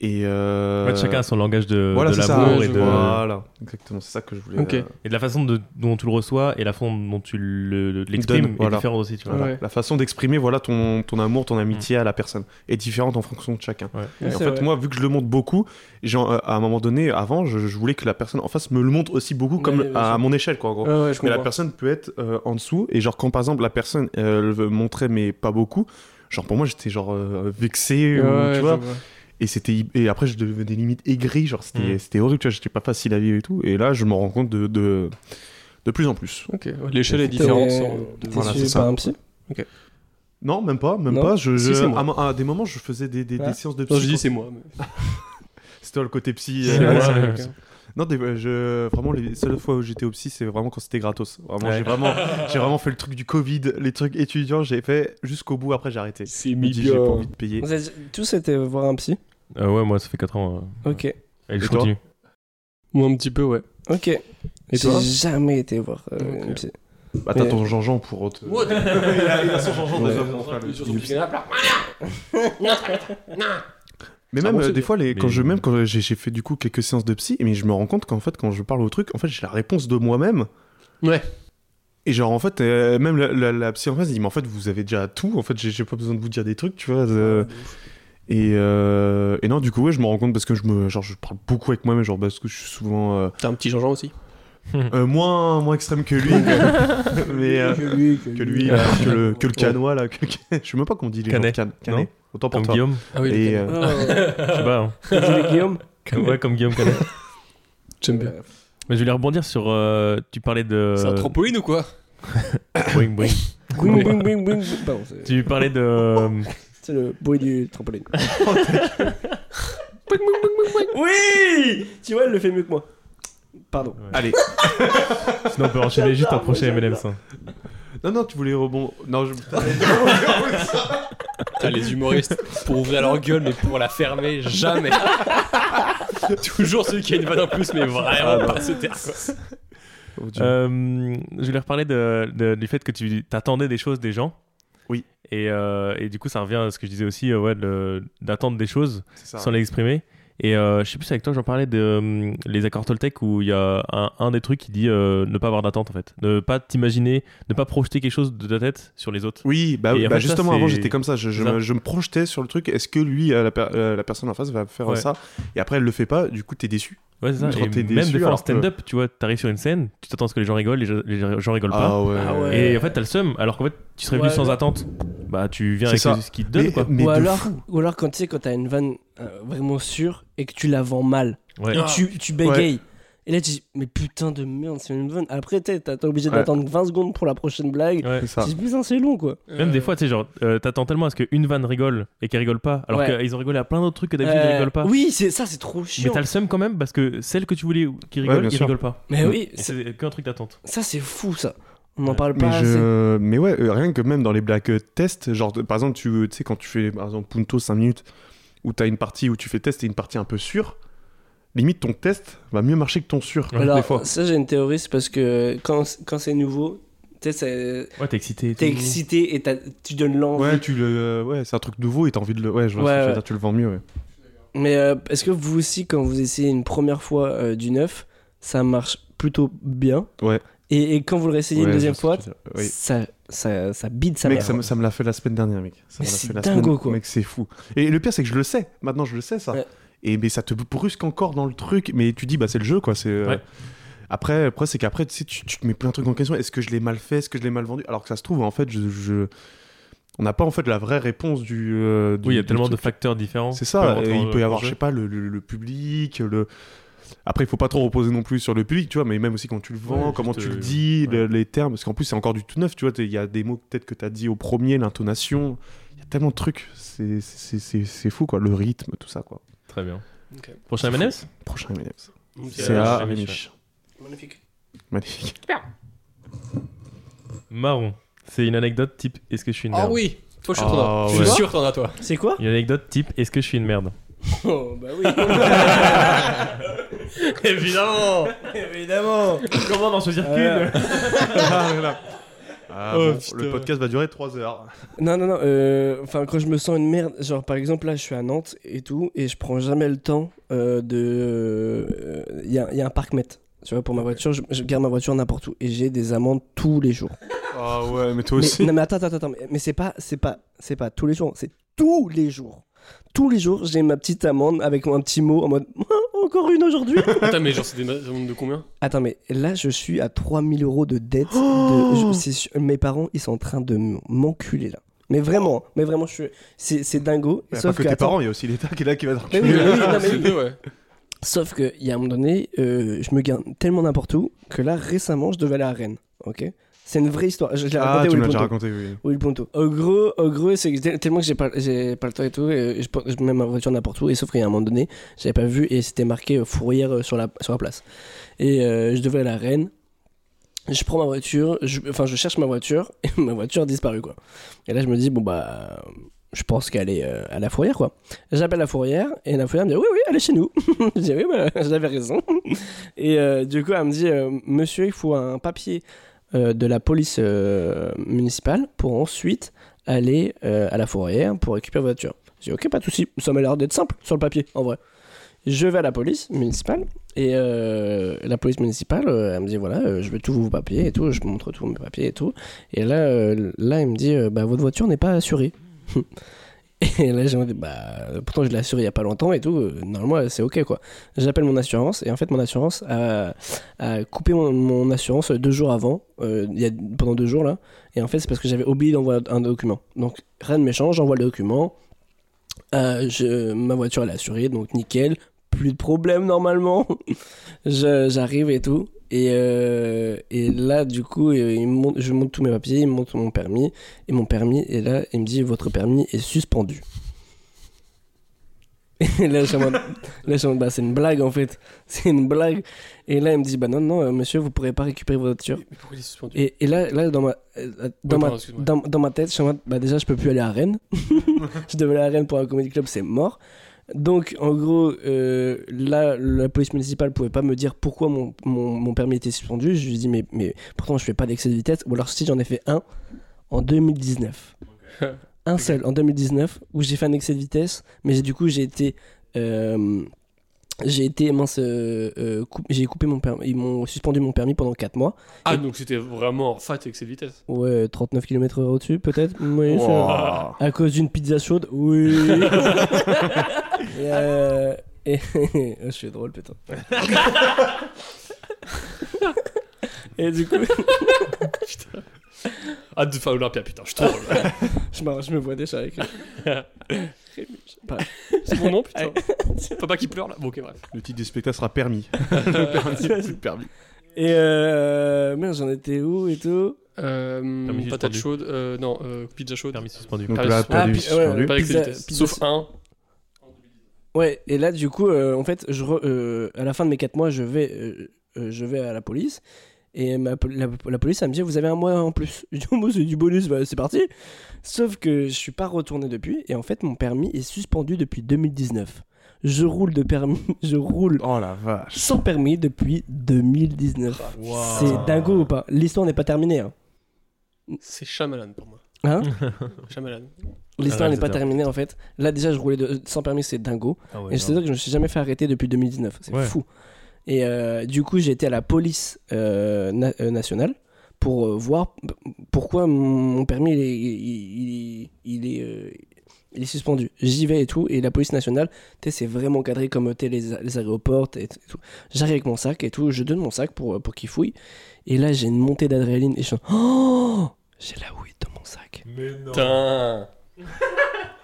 [SPEAKER 6] Et euh,
[SPEAKER 2] En fait, chacun a son langage de,
[SPEAKER 6] voilà,
[SPEAKER 2] de
[SPEAKER 6] c'est ça.
[SPEAKER 2] l'amour
[SPEAKER 4] ouais,
[SPEAKER 2] et,
[SPEAKER 4] je
[SPEAKER 2] de-
[SPEAKER 6] Voilà, exactement, c'est ça que je voulais.
[SPEAKER 4] Ok.
[SPEAKER 6] euh,
[SPEAKER 2] et de la façon de- dont tu le reçois et la façon dont tu le-
[SPEAKER 6] Donne,
[SPEAKER 2] l'exprimes est
[SPEAKER 6] voilà.
[SPEAKER 2] différente aussi. Tu vois.
[SPEAKER 6] Voilà.
[SPEAKER 5] Ouais.
[SPEAKER 6] La façon d'exprimer voilà ton, ton amour, ton amitié à la personne est différente en fonction de chacun.
[SPEAKER 2] Ouais.
[SPEAKER 6] Et en
[SPEAKER 5] C'est
[SPEAKER 6] fait,
[SPEAKER 5] vrai.
[SPEAKER 6] moi, vu que je le montre beaucoup, genre, euh, à un moment donné, avant, je, je voulais que la personne en face me le montre aussi beaucoup, comme
[SPEAKER 5] Ouais, bien
[SPEAKER 6] à,
[SPEAKER 5] sûr.
[SPEAKER 6] à mon échelle, quoi, en gros.
[SPEAKER 5] Ouais, ouais, je
[SPEAKER 6] Mais la
[SPEAKER 5] comprends.
[SPEAKER 6] personne peut être euh, en dessous, et genre, quand par exemple la personne euh, elle veut montrer, mais pas beaucoup, genre pour moi, j'étais genre euh, vexé, ou,
[SPEAKER 5] Ouais,
[SPEAKER 6] tu
[SPEAKER 5] je
[SPEAKER 6] vois,
[SPEAKER 5] vois.
[SPEAKER 6] et c'était et après je devenais limite aigri genre c'était
[SPEAKER 2] Mm.
[SPEAKER 6] c'était horrible tu vois j'étais pas facile à vivre et tout et là je me rends compte de de, de plus en plus
[SPEAKER 4] Ok, ouais, l'échelle est
[SPEAKER 5] T'es-
[SPEAKER 4] différente.
[SPEAKER 5] T'es
[SPEAKER 6] Voilà,
[SPEAKER 5] suivi
[SPEAKER 6] c'est ça.
[SPEAKER 5] par un psy
[SPEAKER 6] non même pas même
[SPEAKER 5] Non.
[SPEAKER 6] pas je,
[SPEAKER 5] Si,
[SPEAKER 6] je-
[SPEAKER 5] c'est moi.
[SPEAKER 6] à, mo- à des moments je faisais des, des, des
[SPEAKER 5] Ah.
[SPEAKER 6] séances de psy
[SPEAKER 4] Non, j'ai dit c'est moi. mais-
[SPEAKER 6] c'est toi le côté psy
[SPEAKER 2] C'est
[SPEAKER 6] euh,
[SPEAKER 2] moi,
[SPEAKER 6] ouais.
[SPEAKER 2] c'est-
[SPEAKER 4] Ok.
[SPEAKER 6] non des- euh, je vraiment les seules fois où j'étais au psy c'est vraiment quand c'était gratos vraiment
[SPEAKER 2] Ouais.
[SPEAKER 6] j'ai vraiment j'ai vraiment fait le truc du covid les trucs étudiants j'ai fait jusqu'au bout après j'ai arrêté
[SPEAKER 4] C'est
[SPEAKER 6] Je me dis, j'ai pas
[SPEAKER 4] mignon.
[SPEAKER 6] envie de payer
[SPEAKER 5] Vous avez tous été voir un psy
[SPEAKER 2] Euh, ouais, moi, ça fait 4 ans. euh,
[SPEAKER 5] Ok.
[SPEAKER 2] et je
[SPEAKER 6] Et toi
[SPEAKER 2] continue.
[SPEAKER 4] Moi, un petit peu, ouais.
[SPEAKER 5] Ok.
[SPEAKER 4] Et toi
[SPEAKER 5] J'ai jamais été voir euh,
[SPEAKER 4] Ok.
[SPEAKER 5] un psy.
[SPEAKER 6] bah t'as
[SPEAKER 5] Mais-
[SPEAKER 6] ton Jean Jean pour te...
[SPEAKER 4] What
[SPEAKER 6] il a il a son Jean Jean
[SPEAKER 5] Ouais.
[SPEAKER 6] Mais
[SPEAKER 4] Ah
[SPEAKER 6] même
[SPEAKER 4] bon,
[SPEAKER 6] euh,
[SPEAKER 4] c'est
[SPEAKER 6] des fois, les, quand
[SPEAKER 2] Mais-
[SPEAKER 6] je même quand j'ai j'ai fait du coup quelques séances de psy, mais je me rends compte qu'en fait quand je parle au truc, en fait j'ai la réponse de moi-même.
[SPEAKER 4] Ouais.
[SPEAKER 6] Et genre en fait, euh, même la, la- la psy en face dit mais en fait vous avez déjà tout. En fait j'ai j'ai pas besoin de vous dire des trucs, tu vois. euh, et, euh, et non du coup ouais je me rends compte parce que je me genre je parle beaucoup avec moi-même genre parce que je suis souvent euh,
[SPEAKER 4] T'as un petit Jean-Jean aussi
[SPEAKER 6] euh, moins moins extrême que lui, mais euh,
[SPEAKER 5] lui,
[SPEAKER 6] que lui là, que le que le canois là, que, que- je sais même pas qu'on dit les gens,
[SPEAKER 2] Euh, Canet.
[SPEAKER 6] can-
[SPEAKER 2] Non.
[SPEAKER 6] canet. Autant pour
[SPEAKER 2] Comme
[SPEAKER 6] toi.
[SPEAKER 2] Guillaume
[SPEAKER 4] Ah
[SPEAKER 6] Et, euh,
[SPEAKER 5] Ah.
[SPEAKER 2] Je sais pas. hein.
[SPEAKER 5] Guillaume
[SPEAKER 2] Comme- ouais, comme Guillaume Canet.
[SPEAKER 4] J'aime
[SPEAKER 5] Euh,
[SPEAKER 4] bien.
[SPEAKER 2] Mais je voulais rebondir sur. euh, tu parlais de.
[SPEAKER 4] C'est un trampoline ou quoi
[SPEAKER 2] Boing, boing.
[SPEAKER 5] Boum, boum, boum,
[SPEAKER 2] bah.
[SPEAKER 5] boum. Pardon, c'est-
[SPEAKER 2] Tu parlais de. euh,
[SPEAKER 5] c'est le bruit du trampoline. oui Tu vois, elle le fait mieux que moi. Pardon.
[SPEAKER 6] Allez.
[SPEAKER 2] Sinon, on peut enchaîner juste un prochain MLM. ça.
[SPEAKER 6] Non non tu voulais rebondir. Non je
[SPEAKER 2] Euh,
[SPEAKER 4] Putain, les humoristes, pour ouvrir leur gueule, mais pour la fermer, jamais. Toujours celui qui a une vanne en plus, mais
[SPEAKER 6] Ah
[SPEAKER 4] vraiment
[SPEAKER 6] bah.
[SPEAKER 4] pas se taire. quoi.
[SPEAKER 6] Oh, Dieu.
[SPEAKER 2] Euh, je voulais reparler de, de- du fait que tu t'attendais des choses des gens.
[SPEAKER 6] Oui.
[SPEAKER 2] Et, euh, et du coup, ça revient à ce que je disais aussi, euh, ouais, de- d'attendre des choses
[SPEAKER 6] C'est ça.
[SPEAKER 2] sans les exprimer. Et euh, je sais plus si avec toi, j'en parlais de euh, les accords Toltec où il y a un, un des trucs qui dit euh, ne pas avoir d'attente en fait. Ne pas t'imaginer, ne pas projeter quelque chose de ta tête sur les autres.
[SPEAKER 6] Oui, bah,
[SPEAKER 2] Et en
[SPEAKER 6] bah
[SPEAKER 2] fait, ça,
[SPEAKER 6] justement, avant
[SPEAKER 2] c'est-
[SPEAKER 6] j'étais comme ça. Je, je
[SPEAKER 2] c'est ça.
[SPEAKER 6] Me, je me projetais sur le truc. Est-ce que lui, euh, la, per- euh, la personne en face, va faire euh,
[SPEAKER 2] Ouais.
[SPEAKER 6] ça Et après, elle le fait pas. Du coup, t'es déçu.
[SPEAKER 2] Ouais, c'est ça.
[SPEAKER 6] Quand
[SPEAKER 2] Et
[SPEAKER 6] t'es
[SPEAKER 2] même
[SPEAKER 6] déçu,
[SPEAKER 2] des fois en
[SPEAKER 6] alors que-
[SPEAKER 2] stand-up, tu vois, t'arrives sur une scène, tu t'attends à ce que les gens rigolent, les gens, les gens rigolent pas.
[SPEAKER 6] Ah ouais.
[SPEAKER 5] Ah ouais.
[SPEAKER 2] Et en fait, t'as le seum, alors qu'en fait, tu serais venu
[SPEAKER 5] Ouais.
[SPEAKER 2] sans attente. Bah, tu viens
[SPEAKER 6] C'est
[SPEAKER 2] avec
[SPEAKER 6] ça.
[SPEAKER 2] le- ce qu'ils te donnent,
[SPEAKER 6] Mais,
[SPEAKER 2] quoi.
[SPEAKER 6] mais
[SPEAKER 5] ou,
[SPEAKER 6] de
[SPEAKER 5] alors,
[SPEAKER 6] fou.
[SPEAKER 5] ou alors, quand tu sais, quand t'as une vanne euh, vraiment sûre et que tu la vends mal,
[SPEAKER 6] euh,
[SPEAKER 2] Ouais.
[SPEAKER 5] et tu, tu bégayes. Et là, tu dis, mais putain de merde, c'est une vanne. Après, t'es t'es obligé
[SPEAKER 6] Ouais.
[SPEAKER 5] d'attendre 20 secondes pour la prochaine blague.
[SPEAKER 2] Ouais.
[SPEAKER 6] C'est ça.
[SPEAKER 5] Tu dis, putain, c'est long, quoi.
[SPEAKER 2] Même des fois, tu sais, genre, euh, t'attends tellement à ce qu'une vanne rigole et qu'elle rigole pas, alors
[SPEAKER 5] Ouais.
[SPEAKER 2] qu'ils ont rigolé à plein d'autres trucs que d'habitude
[SPEAKER 5] Euh,
[SPEAKER 2] ils rigolent pas.
[SPEAKER 5] Oui, c'est- ça, c'est trop
[SPEAKER 2] mais
[SPEAKER 5] chiant.
[SPEAKER 2] t'as le seum quand même parce que celle que tu voulais ou- qui rigole,
[SPEAKER 6] bien
[SPEAKER 2] ils
[SPEAKER 6] sûr.
[SPEAKER 2] rigolent pas.
[SPEAKER 5] Mais oui,
[SPEAKER 2] Et
[SPEAKER 5] c'est-
[SPEAKER 2] C'est qu'un truc d'attente.
[SPEAKER 5] ça, c'est fou, ça. On n'en parle pas
[SPEAKER 6] Mais,
[SPEAKER 5] assez.
[SPEAKER 6] je... mais ouais, euh, rien que même dans les blagues euh, test, genre de- par exemple, tu euh, tu sais, quand tu fais par exemple Punto 5 minutes, où t'as une partie où tu fais test et une partie un peu sûre, limite ton test va mieux marcher que ton sûr. des fois.
[SPEAKER 5] Alors, ça, j'ai une théorie, c'est parce que quand, quand c'est nouveau, tu sais, c'est-
[SPEAKER 2] Ouais, t'es excité. et
[SPEAKER 5] t'es
[SPEAKER 2] tout.
[SPEAKER 5] excité et t'as- tu donnes l'envie.
[SPEAKER 6] Ouais, tu le... ouais c'est un truc nouveau et t'as envie de le. Ouais, je vois ce que
[SPEAKER 5] Ouais,
[SPEAKER 6] tu veux
[SPEAKER 5] ouais.
[SPEAKER 6] dire, tu le vends mieux. ouais.
[SPEAKER 5] Mais euh, est-ce que vous aussi, quand vous essayez une première fois euh, du neuf, ça marche plutôt bien
[SPEAKER 6] Ouais.
[SPEAKER 5] Et, et quand vous le réessayez
[SPEAKER 6] Ouais,
[SPEAKER 5] une
[SPEAKER 6] je
[SPEAKER 5] deuxième
[SPEAKER 6] vois ce
[SPEAKER 5] fois,
[SPEAKER 6] que tu veux dire. Oui.
[SPEAKER 5] ça, ça, ça bide sa
[SPEAKER 6] mec,
[SPEAKER 5] mère.
[SPEAKER 6] ça me, ça me l'a fait la semaine dernière, mec. Ça
[SPEAKER 5] Mais
[SPEAKER 6] me l'a
[SPEAKER 5] c'est
[SPEAKER 6] fait la
[SPEAKER 5] dingo,
[SPEAKER 6] semaine-
[SPEAKER 5] quoi.
[SPEAKER 6] Mec, c'est fou. Et le pire, c'est que je le sais. Maintenant, je le sais, ça.
[SPEAKER 5] Ouais.
[SPEAKER 6] Et mais ça te brusque encore dans le truc. Mais tu dis, bah, c'est le jeu, quoi. C'est. euh,
[SPEAKER 2] Ouais.
[SPEAKER 6] Après, après c'est qu'après, tu sais, tu, tu te mets plein de trucs en question. Est-ce que je l'ai mal fait Est-ce que je l'ai mal vendu Alors que ça se trouve, en fait, je. je- On n'a pas en fait la vraie réponse du. euh, du-
[SPEAKER 2] Oui, il y a
[SPEAKER 6] du
[SPEAKER 2] tellement de
[SPEAKER 6] truc.
[SPEAKER 2] facteurs différents.
[SPEAKER 6] C'est
[SPEAKER 2] qui
[SPEAKER 6] ça.
[SPEAKER 2] peuvent
[SPEAKER 6] et
[SPEAKER 2] rentrer
[SPEAKER 6] il
[SPEAKER 2] en-
[SPEAKER 6] peut y
[SPEAKER 2] en
[SPEAKER 6] avoir,
[SPEAKER 2] jeu.
[SPEAKER 6] je sais pas, le, le- le public, le. Après, il faut pas trop reposer non plus sur le public, tu vois, mais même aussi quand tu le vends,
[SPEAKER 2] Ouais,
[SPEAKER 6] comment
[SPEAKER 2] juste,
[SPEAKER 6] tu le
[SPEAKER 2] euh,
[SPEAKER 6] dis,
[SPEAKER 2] ouais.
[SPEAKER 6] le- les termes, parce qu'en plus, c'est encore du tout neuf, tu vois, t'es- il y a des mots peut-être que tu as dit au premier, l'intonation, il y a tellement de trucs, c'est- c'est c'est- c'est fou, quoi, le rythme, tout ça, quoi.
[SPEAKER 2] Très bien.
[SPEAKER 4] Ok.
[SPEAKER 2] Prochain
[SPEAKER 6] C'est
[SPEAKER 2] M&M's
[SPEAKER 6] Prochain M&M's.
[SPEAKER 4] Ok.
[SPEAKER 6] C'est à
[SPEAKER 2] prochain
[SPEAKER 6] Amish.
[SPEAKER 5] Magnifique.
[SPEAKER 6] Magnifique.
[SPEAKER 2] Marron. C'est une anecdote type Est-ce que je suis une
[SPEAKER 4] Ah
[SPEAKER 2] merde
[SPEAKER 4] oui Toi, je suis sûr
[SPEAKER 6] Ah,
[SPEAKER 4] que t'en as. Je
[SPEAKER 6] ouais.
[SPEAKER 4] suis sûr que t'en as, toi.
[SPEAKER 5] C'est quoi
[SPEAKER 2] Une anecdote type Est-ce que je suis une merde
[SPEAKER 5] Oh, bah oui.
[SPEAKER 2] Évidemment
[SPEAKER 5] Évidemment.
[SPEAKER 2] Comment n'en choisir
[SPEAKER 5] Euh.
[SPEAKER 2] qu'une
[SPEAKER 6] Ah, voilà. Ah,
[SPEAKER 4] Oh,
[SPEAKER 6] bon,
[SPEAKER 4] putain.
[SPEAKER 6] le podcast va durer 3 heures.
[SPEAKER 5] Non, non, non. euh, Enfin, quand je me sens une merde, genre par exemple là, je suis à Nantes et tout, et je prends jamais le temps euh, de. Il y, a, y a un parc-mètre. Tu vois, pour ma voiture, je, je garde ma voiture n'importe où et j'ai des amendes tous les jours.
[SPEAKER 6] Ah ouais, mais toi
[SPEAKER 5] Mais-
[SPEAKER 6] aussi.
[SPEAKER 5] non, mais attends, attends, attends. Mais, mais c'est pas, c'est pas, c'est pas tous les jours. C'est tous les jours. Tous les jours, j'ai ma petite amende avec un petit mot en mode encore une aujourd'hui.
[SPEAKER 4] Attends, mais genre, c'est des amendes de combien
[SPEAKER 5] Attends, mais là, je suis à 3000 euros de dette. de-
[SPEAKER 6] Oh
[SPEAKER 5] je- c'est sûr- mes parents, ils sont en train de m- m'enculer là. Mais vraiment, mais vraiment, je suis- c'est, c'est dingo.
[SPEAKER 6] Il y a pas
[SPEAKER 5] sauf
[SPEAKER 6] que tes
[SPEAKER 5] attends,
[SPEAKER 6] parents, il y a aussi l'État qui est là qui va te
[SPEAKER 5] mais oui,
[SPEAKER 6] reculer.
[SPEAKER 5] mais oui, non, mais
[SPEAKER 4] C'est
[SPEAKER 5] oui.
[SPEAKER 4] deux, ouais.
[SPEAKER 5] Sauf que, il y a un moment donné, euh, je me gagne tellement n'importe où que là, récemment, je devais aller à Rennes. Ok C'est une vraie histoire. Je, je l'ai
[SPEAKER 6] Ah,
[SPEAKER 5] racontée
[SPEAKER 6] tu
[SPEAKER 5] au
[SPEAKER 6] me l'as déjà
[SPEAKER 5] Ubuntu.
[SPEAKER 6] raconté, oui.
[SPEAKER 5] Oui, le ponto. Au gros, au gros c'est que tel- tellement que j'ai pas, j'ai pas le temps et tout, et je, je mets ma voiture n'importe où, et sauf qu'il y a un moment donné, j'avais pas vu, et c'était marqué euh, fourrière euh, sur la, sur la place. Et euh, je devais aller à Rennes. Je prends ma voiture, je- enfin je cherche ma voiture, et ma voiture a disparu quoi. Et là je me dis, bon bah, je pense qu'elle est euh, à la fourrière quoi. J'appelle la fourrière, et la fourrière me dit, oui, oui, elle est chez nous. je dis, oui, bah, j'avais raison. et euh, du coup, elle me dit, euh, monsieur, il faut un papier euh, de la police euh, municipale pour ensuite aller euh, à la fourrière pour récupérer votre voiture. J'ai dit, ok, pas de souci, ça m'a l'air d'être simple sur le papier, en vrai. Je vais à la police municipale et euh, la police municipale, euh, elle me dit voilà, euh, je veux tous vos papiers et tout, je montre tous mes papiers et tout. Et là, euh, là, elle me dit euh, bah votre voiture n'est pas assurée. et là, j'ai dit bah pourtant je l'ai assurée il y a pas longtemps et tout, euh, normalement c'est ok quoi. J'appelle mon assurance et en fait mon assurance a, a coupé mon, mon assurance deux jours avant, euh, il y a, pendant deux jours là. Et en fait, c'est parce que j'avais oublié d'envoyer un document. Donc, rien de méchant, j'envoie le document. Euh, je- ma voiture, elle est assurée, donc nickel. Plus de problème normalement. Je- J'arrive et tout. Et, euh, et là, du coup, euh, il me montre- je monte tous mes papiers, il me montre mon permis. Et mon permis, et là, il me dit Votre permis est suspendu. Et là, je suis en mode, là, je suis en mode, bah, c'est une blague en fait. C'est une blague. Et là, il me dit Bah non, non, euh, monsieur, vous pourrez pas récupérer votre voiture.
[SPEAKER 4] Mais pourquoi il est suspendu
[SPEAKER 5] Et, et là, là dans, ma, euh, dans,
[SPEAKER 4] Ouais,
[SPEAKER 5] ma,
[SPEAKER 4] pardon, excuse-moi.
[SPEAKER 5] dans, dans ma tête, je suis en mode, bah déjà, je peux plus aller à Rennes. je devais aller à Rennes pour un comedy club, c'est mort. Donc, en gros, euh, là, la police municipale pouvait pas me dire pourquoi mon, mon, mon permis était suspendu. Je lui ai dit, mais, mais pourtant, je fais pas d'excès de vitesse. Ou alors, si j'en ai fait un en 2019. un seul en 2019 où j'ai fait un excès de vitesse, mais j'ai- du coup, j'ai été. euh, j'ai été mince, euh, euh, coup- j'ai coupé mon permis, ils m'ont suspendu mon permis pendant 4 mois.
[SPEAKER 4] Ah, donc c'était vraiment fat avec ses vitesses.
[SPEAKER 5] Ouais, 39 km/h au-dessus, peut-être Oui,
[SPEAKER 6] oui.
[SPEAKER 5] ça va.
[SPEAKER 6] Wow.
[SPEAKER 5] À cause d'une pizza chaude Oui. Et, euh, et- je suis drôle, putain. et du coup,
[SPEAKER 4] Hâte Ah, de faire Olympia, putain, je suis trop drôle.
[SPEAKER 5] je, m'en- je me vois déjà avec
[SPEAKER 4] C'est mon nom, putain. Papa qui pleure là. Bon, ok, bref.
[SPEAKER 6] Le titre du spectacle sera permis. Plus de permis.
[SPEAKER 5] Et euh, merde, j'en étais où et tout
[SPEAKER 2] Permis
[SPEAKER 4] Euh,
[SPEAKER 2] suspendu.
[SPEAKER 4] patate chaude, euh, non, euh, pizza chaude.
[SPEAKER 2] Permis suspendu.
[SPEAKER 6] Donc
[SPEAKER 4] Ah,
[SPEAKER 6] là,
[SPEAKER 4] c'est-
[SPEAKER 6] pas
[SPEAKER 5] ah,
[SPEAKER 6] du
[SPEAKER 5] puis- ouais,
[SPEAKER 6] suspendu.
[SPEAKER 4] Pas avec
[SPEAKER 5] Pizza-
[SPEAKER 4] ses vitesses.
[SPEAKER 5] pizza-
[SPEAKER 4] Sauf un.
[SPEAKER 5] Ouais, et là, du coup, euh, en fait, je re- euh, à la fin de mes 4 mois, je vais, euh, euh, je vais à la police. Et ma pol- la, la police, elle me dit Vous avez un mois en plus. Je dis Moi, c'est du bonus, bah, c'est parti. Sauf que je suis pas retourné depuis. Et en fait, mon permis est suspendu depuis 2019. Je roule de permis. Je roule
[SPEAKER 6] Oh la vache.
[SPEAKER 5] sans permis depuis 2019. C'est dingo ou pas L'histoire n'est pas terminée. hein.
[SPEAKER 4] C'est Shyamalan pour moi.
[SPEAKER 5] Hein
[SPEAKER 4] Shyamalan.
[SPEAKER 5] L'histoire
[SPEAKER 2] Ah,
[SPEAKER 5] n'est pas
[SPEAKER 2] c'est
[SPEAKER 5] terminée en fait. Là, déjà, je roulais de- sans permis, c'est dingo.
[SPEAKER 2] Ah ouais,
[SPEAKER 5] Et c'est-à-dire que je me suis jamais fait arrêter depuis 2019. C'est
[SPEAKER 2] Ouais.
[SPEAKER 5] fou. Et euh, du coup, j'ai été à la police euh, na- euh, nationale pour euh, voir p- pourquoi mon permis il est, il, il- il est, euh, il est suspendu. J'y vais et tout. Et la police nationale, tu sais, c'est vraiment cadré comme tu sais, les, a- les aéroports. et t- et tout. J'arrive avec mon sac et tout. Je donne mon sac pour, pour qu'il fouille. Et là, j'ai une montée d'adrénaline. Et je suis en- Oh J'ai la weed dans mon sac.
[SPEAKER 4] Putain.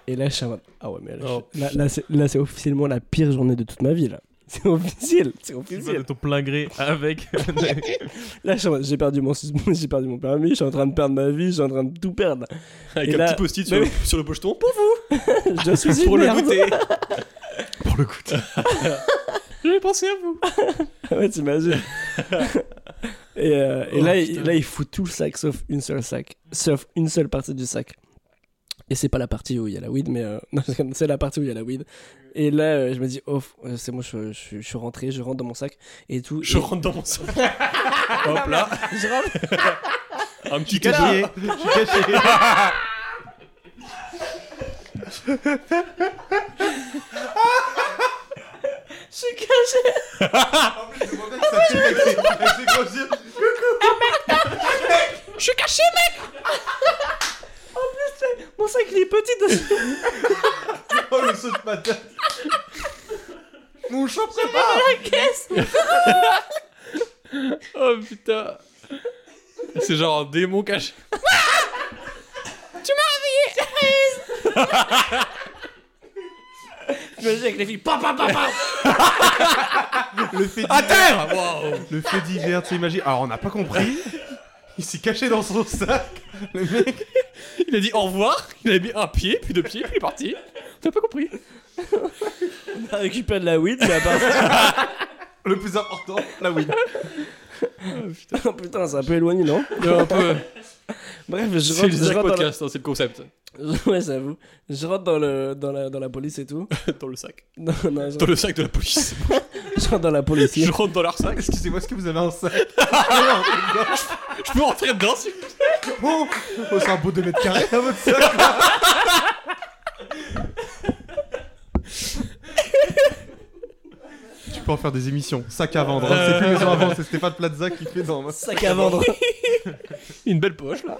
[SPEAKER 5] Et là, je suis en mode, Ah ouais, mais là,
[SPEAKER 4] Oh.
[SPEAKER 5] je- là, là, c'est- là, c'est officiellement la pire journée de toute ma vie, là. C'est officiel, c'est
[SPEAKER 2] Tu vas de
[SPEAKER 5] officiel.
[SPEAKER 2] ton plein gré avec.
[SPEAKER 5] Là, je suis en mode, j'ai perdu, mon, sus- j'ai perdu mon permis, je suis en train de perdre ma vie, je suis en train de tout perdre.
[SPEAKER 4] Avec
[SPEAKER 5] Et
[SPEAKER 4] un
[SPEAKER 5] là-
[SPEAKER 4] petit post-it sur,
[SPEAKER 5] Mais
[SPEAKER 4] le- sur le pocheton.
[SPEAKER 5] Je suis une
[SPEAKER 4] Pour le
[SPEAKER 5] merde.
[SPEAKER 4] goûter.
[SPEAKER 6] Pour le coup. t'as-
[SPEAKER 4] J'avais pensé à vous.
[SPEAKER 5] ouais, t'imagines. et euh, et
[SPEAKER 4] Oh,
[SPEAKER 5] là, il,
[SPEAKER 4] putain.
[SPEAKER 5] là, il fout tout le sac, sauf une seule sac. Sauf une seule partie du sac. Et c'est pas la partie où il y a la weed, mais euh, non, c'est la partie où il y a la weed. Et là, euh, je me dis, oh, f- euh, c'est moi, je, je- je suis rentré, je rentre dans mon sac et tout.
[SPEAKER 4] Je
[SPEAKER 5] Et-
[SPEAKER 4] rentre dans mon sac. Hop là.
[SPEAKER 5] je rentre-
[SPEAKER 4] Un petit
[SPEAKER 9] Caché. Je suis caché.
[SPEAKER 5] je suis caché. Je suis caché, mec En plus, mon sac, il est petit. dans ce-
[SPEAKER 9] Oh le saut de patate. Mon chat
[SPEAKER 4] Oh putain. C'est genre un démon caché.
[SPEAKER 5] Je me dis avec les filles, pam, pam, pam, pam.
[SPEAKER 9] Le fait
[SPEAKER 4] À terre Waouh
[SPEAKER 9] Le fait divers, c'est magique. Alors on n'a pas compris. Il s'est caché dans son sac. Le mec.
[SPEAKER 4] Il a dit au revoir, il a mis un pied, puis deux pieds, puis il est parti. T'as pas compris
[SPEAKER 5] On récupère de la weed, mais à part ça-
[SPEAKER 9] Le plus important, la win.
[SPEAKER 5] Oh, Putain, c'est un peu éloigné, non
[SPEAKER 4] un peu.
[SPEAKER 5] Bref, je
[SPEAKER 4] C'est
[SPEAKER 5] rentre,
[SPEAKER 4] le
[SPEAKER 5] je rentre dans
[SPEAKER 4] Zach
[SPEAKER 5] la-
[SPEAKER 4] podcast, hein, c'est le concept.
[SPEAKER 5] Ouais, j'avoue. Je rentre dans, le, dans, la, dans la police et tout.
[SPEAKER 4] Dans le sac.
[SPEAKER 5] Non, non, je,
[SPEAKER 4] Dans le sac de la police.
[SPEAKER 5] je rentre dans la police.
[SPEAKER 4] Je rentre dans leur sac.
[SPEAKER 9] Excusez-moi, est-ce que vous avez un sac
[SPEAKER 4] Je peux rentrer dedans s'il vous plaît
[SPEAKER 9] Oh, oh, c'est un beau 2 mètres carrés à votre sac. là. tu peux en faire des émissions. Sac à vendre. hein. C'est plus maison à vendre, c'est Stéphane Plaza qui fait dans
[SPEAKER 5] Sac à vendre.
[SPEAKER 4] Une belle poche là.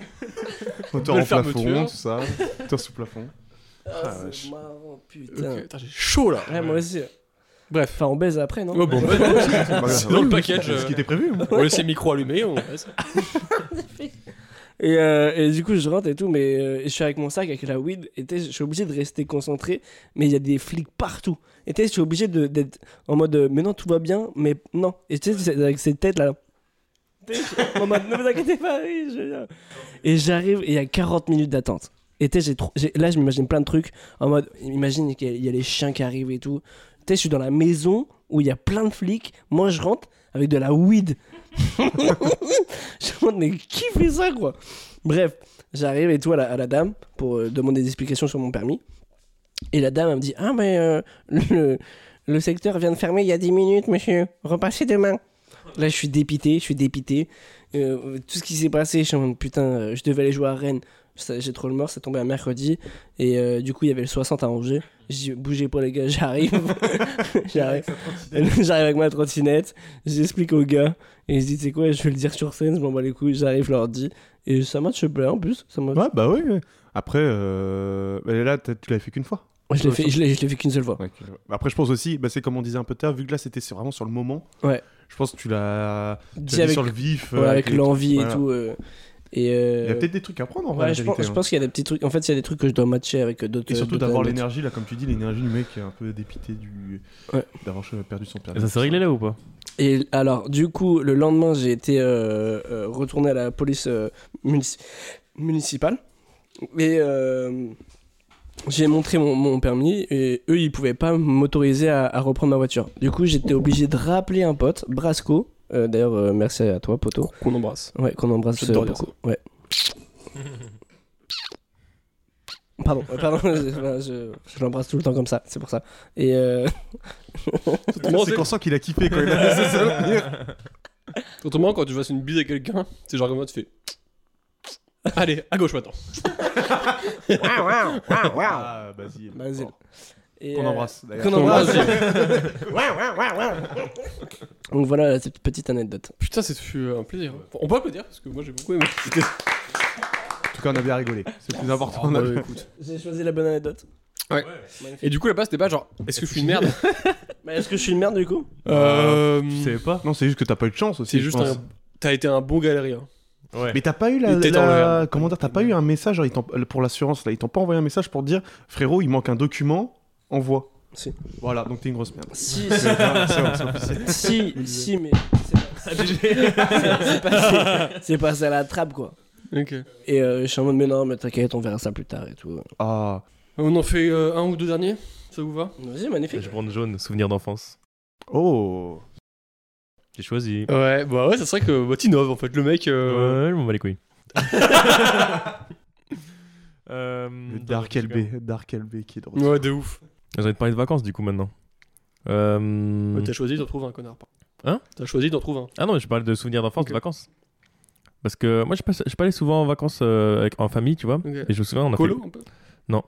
[SPEAKER 6] Moteur
[SPEAKER 4] Belle
[SPEAKER 6] en plafond,
[SPEAKER 4] fermeture.
[SPEAKER 6] tout ça. Moteur sous plafond.
[SPEAKER 5] Ah,
[SPEAKER 6] Ah,
[SPEAKER 5] c'est marrant, putain.
[SPEAKER 4] Ok, putain, j'ai chaud là.
[SPEAKER 5] Ouais, moi aussi.
[SPEAKER 4] Bref.
[SPEAKER 5] Enfin, on baise après, non
[SPEAKER 4] Ouais, bon, bah,
[SPEAKER 6] C'est
[SPEAKER 4] dans le package.
[SPEAKER 6] C'est ce
[SPEAKER 4] euh,
[SPEAKER 6] qui était prévu. hein.
[SPEAKER 4] On laisse les micros allumés. On...
[SPEAKER 5] et, euh, et du coup, je rentre et tout, mais euh, je suis avec mon sac, avec la weed, et tu sais, je suis obligé de rester concentré, mais il y a des flics partout. Et tu sais, je suis obligé de- d'être en mode, euh, mais non, tout va bien, mais non. Et tu sais, c'est- avec cette tête là. Tu sais, je- en mode, ne vous inquiétez pas, oui, je viens. Et j'arrive, et il y a 40 minutes d'attente. Et tu sais, j'ai trop- j'ai- là, je m'imagine plein de trucs, en mode, imagine qu'il y a- il y a les chiens qui arrivent et tout. Tu sais, je suis dans la maison où il y a plein de flics, moi je rentre avec de la weed. Je me demande, mais qui fait ça, quoi Bref, j'arrive et tout à la, à la dame pour euh, demander des explications sur mon permis. Et la dame, elle me dit Ah, mais euh, le, le secteur vient de fermer il y a 10 minutes, monsieur. Repassez demain. Là, je suis dépité, je suis dépité. Euh, tout ce qui s'est passé, je suis en mode Putain, euh, je devais aller jouer à Rennes. Ça- J'ai trop le mort, ça tombait un mercredi. Et euh, du coup, il y avait le 60 à Angers. Je dis Bougez pas, les gars, j'arrive. j'arrive. J'arrive avec ma trottinette. J'explique au gars. Et je dis Tu sais quoi, je vais le dire sur scène, je m'en bats les couilles. J'arrive, je leur dis. Et ça match bien en plus. Ça match...
[SPEAKER 6] Ouais, bah oui. ouais. Après, euh... bah, là, t'as- tu l'avais fait qu'une fois.
[SPEAKER 5] Ouais, je l'ai fait, je l'ai, je l'ai fait qu'une seule fois.
[SPEAKER 6] Ouais, que- Après, je pense aussi, bah, c'est comme on disait un peu tard, vu que là, c'était sur- vraiment sur le moment.
[SPEAKER 5] Ouais.
[SPEAKER 6] Je pense que tu l'as tu
[SPEAKER 5] Dit
[SPEAKER 6] l'as mis
[SPEAKER 5] avec,
[SPEAKER 6] sur le vif.
[SPEAKER 5] ouais,
[SPEAKER 6] euh,
[SPEAKER 5] avec
[SPEAKER 6] les-
[SPEAKER 5] l'envie et
[SPEAKER 6] voilà.
[SPEAKER 5] tout. euh, et
[SPEAKER 6] Il y a
[SPEAKER 5] euh,
[SPEAKER 6] peut-être des trucs à prendre en vrai.
[SPEAKER 5] ouais,
[SPEAKER 6] la
[SPEAKER 5] je,
[SPEAKER 6] vérité,
[SPEAKER 5] pense, je
[SPEAKER 6] hein.
[SPEAKER 5] pense qu'il y a des petits trucs. En fait, il y a des trucs que je dois matcher avec euh, d'autres.
[SPEAKER 6] Et surtout
[SPEAKER 5] d'autres
[SPEAKER 6] d'avoir
[SPEAKER 5] anecdotes.
[SPEAKER 6] l'énergie, là, comme tu dis, l'énergie du mec qui est un peu dépité du...
[SPEAKER 5] Ouais.
[SPEAKER 6] d'avoir perdu son permis.
[SPEAKER 2] Ça s'est réglé là ou pas
[SPEAKER 5] Et alors, du coup, le lendemain, j'ai été euh, euh, retourné à la police euh, munici- municipale. Et euh, j'ai montré mon, mon permis et eux, ils pouvaient pas m'autoriser à, à reprendre ma voiture. Du coup, j'étais obligé de rappeler un pote, Brasco. Euh, D'ailleurs, euh, merci à toi, poto.
[SPEAKER 4] Qu'on embrasse.
[SPEAKER 5] Ouais, qu'on embrasse
[SPEAKER 4] J'adore
[SPEAKER 5] euh,
[SPEAKER 4] dire ça.
[SPEAKER 5] beaucoup. Ouais. Pardon, euh, pardon, je, je- je l'embrasse tout le temps comme ça, c'est pour ça. Et euh,
[SPEAKER 4] Autrement,
[SPEAKER 6] C'est
[SPEAKER 4] c'est-
[SPEAKER 6] qu'on sent qu'il a kiffé quand Ah, il a fait ses souvenirs.
[SPEAKER 4] Autrement, quand tu fasses une bise à quelqu'un, c'est genre comment tu fais. Allez, à gauche maintenant.
[SPEAKER 6] Ah, Basile.
[SPEAKER 5] Basile. et,
[SPEAKER 6] Qu'on
[SPEAKER 5] euh,
[SPEAKER 6] embrasse, d'ailleurs.
[SPEAKER 5] qu'on embrasse. Donc voilà cette petite anecdote.
[SPEAKER 4] Putain, c'est fut euh, un plaisir. Enfin, on peut applaudir parce que moi j'ai beaucoup aimé. C'était
[SPEAKER 6] En tout cas, on a bien rigolé. C'est le plus important. on a-
[SPEAKER 4] écoute.
[SPEAKER 5] J'ai choisi la bonne anecdote.
[SPEAKER 4] Et du coup, là-bas, c'était pas genre, est-ce que je suis une merde
[SPEAKER 5] Mais est-ce que je suis une merde du coup
[SPEAKER 4] Euh.
[SPEAKER 2] Je savais pas.
[SPEAKER 6] Non, c'est juste que t'as pas eu de chance aussi.
[SPEAKER 4] C'est
[SPEAKER 6] je
[SPEAKER 4] juste
[SPEAKER 6] pense.
[SPEAKER 4] un. T'as été un bon galérien.
[SPEAKER 2] Ouais.
[SPEAKER 6] Mais t'as pas eu la,
[SPEAKER 4] Il était
[SPEAKER 6] la-
[SPEAKER 4] dans le verre.
[SPEAKER 6] comment dire, t'as pas eu un message genre, ils t'ont- pour l'assurance là, ils t'ont pas envoyé un message pour te dire frérot, il manque un document, envoie.
[SPEAKER 5] Si.
[SPEAKER 6] Voilà, donc t'es une grosse merde.
[SPEAKER 5] Si,
[SPEAKER 6] C'est-
[SPEAKER 5] si, si, mais c'est pas- c'est passé, c'est passé à la trappe quoi.
[SPEAKER 4] Ok.
[SPEAKER 5] Et euh, je suis en mode mais non mais t'inquiète on verra ça plus tard et tout.
[SPEAKER 6] ah,
[SPEAKER 4] On en fait euh, un ou deux derniers Ça vous va
[SPEAKER 5] Vas-y magnifique.
[SPEAKER 2] Je prends le jaune, souvenir d'enfance.
[SPEAKER 6] oh,
[SPEAKER 2] J'ai choisi.
[SPEAKER 4] Ouais, bah ouais, c'est vrai
[SPEAKER 2] euh.
[SPEAKER 4] que bah, t'innoves en fait. Le mec. euh,
[SPEAKER 2] Ouais, je m'en bats les couilles. Euh,
[SPEAKER 6] Le
[SPEAKER 2] dans
[SPEAKER 6] Dark
[SPEAKER 2] un truc comme-
[SPEAKER 6] LB, Dark LB qui est drôle.
[SPEAKER 4] Ouais, de ouf.
[SPEAKER 2] J'ai envie de parler de vacances du coup maintenant. Euh,
[SPEAKER 4] T'as choisi d'en trouver un, connard.
[SPEAKER 2] Hein
[SPEAKER 4] T'as choisi d'en trouver un.
[SPEAKER 2] Ah non, mais je parle de souvenirs d'enfance, de
[SPEAKER 4] Ok.
[SPEAKER 2] vacances. Parce que moi, je, passe- je parlais souvent en vacances euh, avec- en famille, tu vois.
[SPEAKER 4] Ok.
[SPEAKER 2] Et je me souviens, on a
[SPEAKER 4] Colo un peu
[SPEAKER 2] fait. pas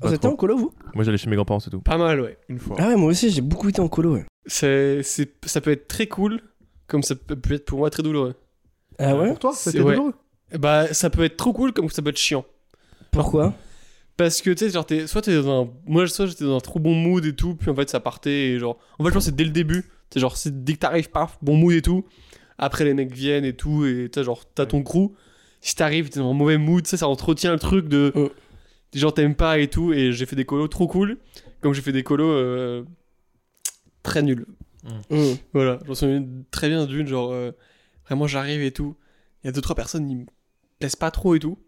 [SPEAKER 7] Vous étiez
[SPEAKER 2] trop.
[SPEAKER 7] en colo, vous
[SPEAKER 2] Moi, j'allais chez mes grands-parents, c'est tout.
[SPEAKER 4] Pas mal, ouais.
[SPEAKER 6] Une fois.
[SPEAKER 7] Ah ouais, moi aussi, j'ai beaucoup été en colo. ouais.
[SPEAKER 4] C'est, c'est, ça peut être très cool, comme ça peut peut être pour moi très douloureux.
[SPEAKER 7] Ah ouais
[SPEAKER 6] Pour toi,
[SPEAKER 4] C'est-
[SPEAKER 6] c'était
[SPEAKER 4] ouais.
[SPEAKER 6] douloureux
[SPEAKER 4] Bah, ça peut être trop cool, comme ça peut être chiant.
[SPEAKER 7] Pourquoi
[SPEAKER 4] Parce que, tu sais, genre, t'es, soit t'es dans un. Moi, soit j'étais dans un trop bon mood et tout, puis en fait, ça partait. Et genre, en fait, je pense que c'est dès le début. Tu sais, genre, c'est dès que t'arrives, paf, bon mood et tout. Après, les mecs viennent et tout, et tu sais, genre, t'as ton crew. Si t'arrives, t'es dans un mauvais mood, tu sais, ça entretient le truc de.
[SPEAKER 7] Euh.
[SPEAKER 4] Genre, t'aimes pas et tout. Et j'ai fait des colos trop cool. Comme j'ai fait des colos euh, très nuls.
[SPEAKER 7] Hum.
[SPEAKER 4] Voilà, j'en souviens très bien d'une, genre, euh, vraiment j'arrive et tout. Il y a deux, trois personnes, ils me plaisent pas trop et tout.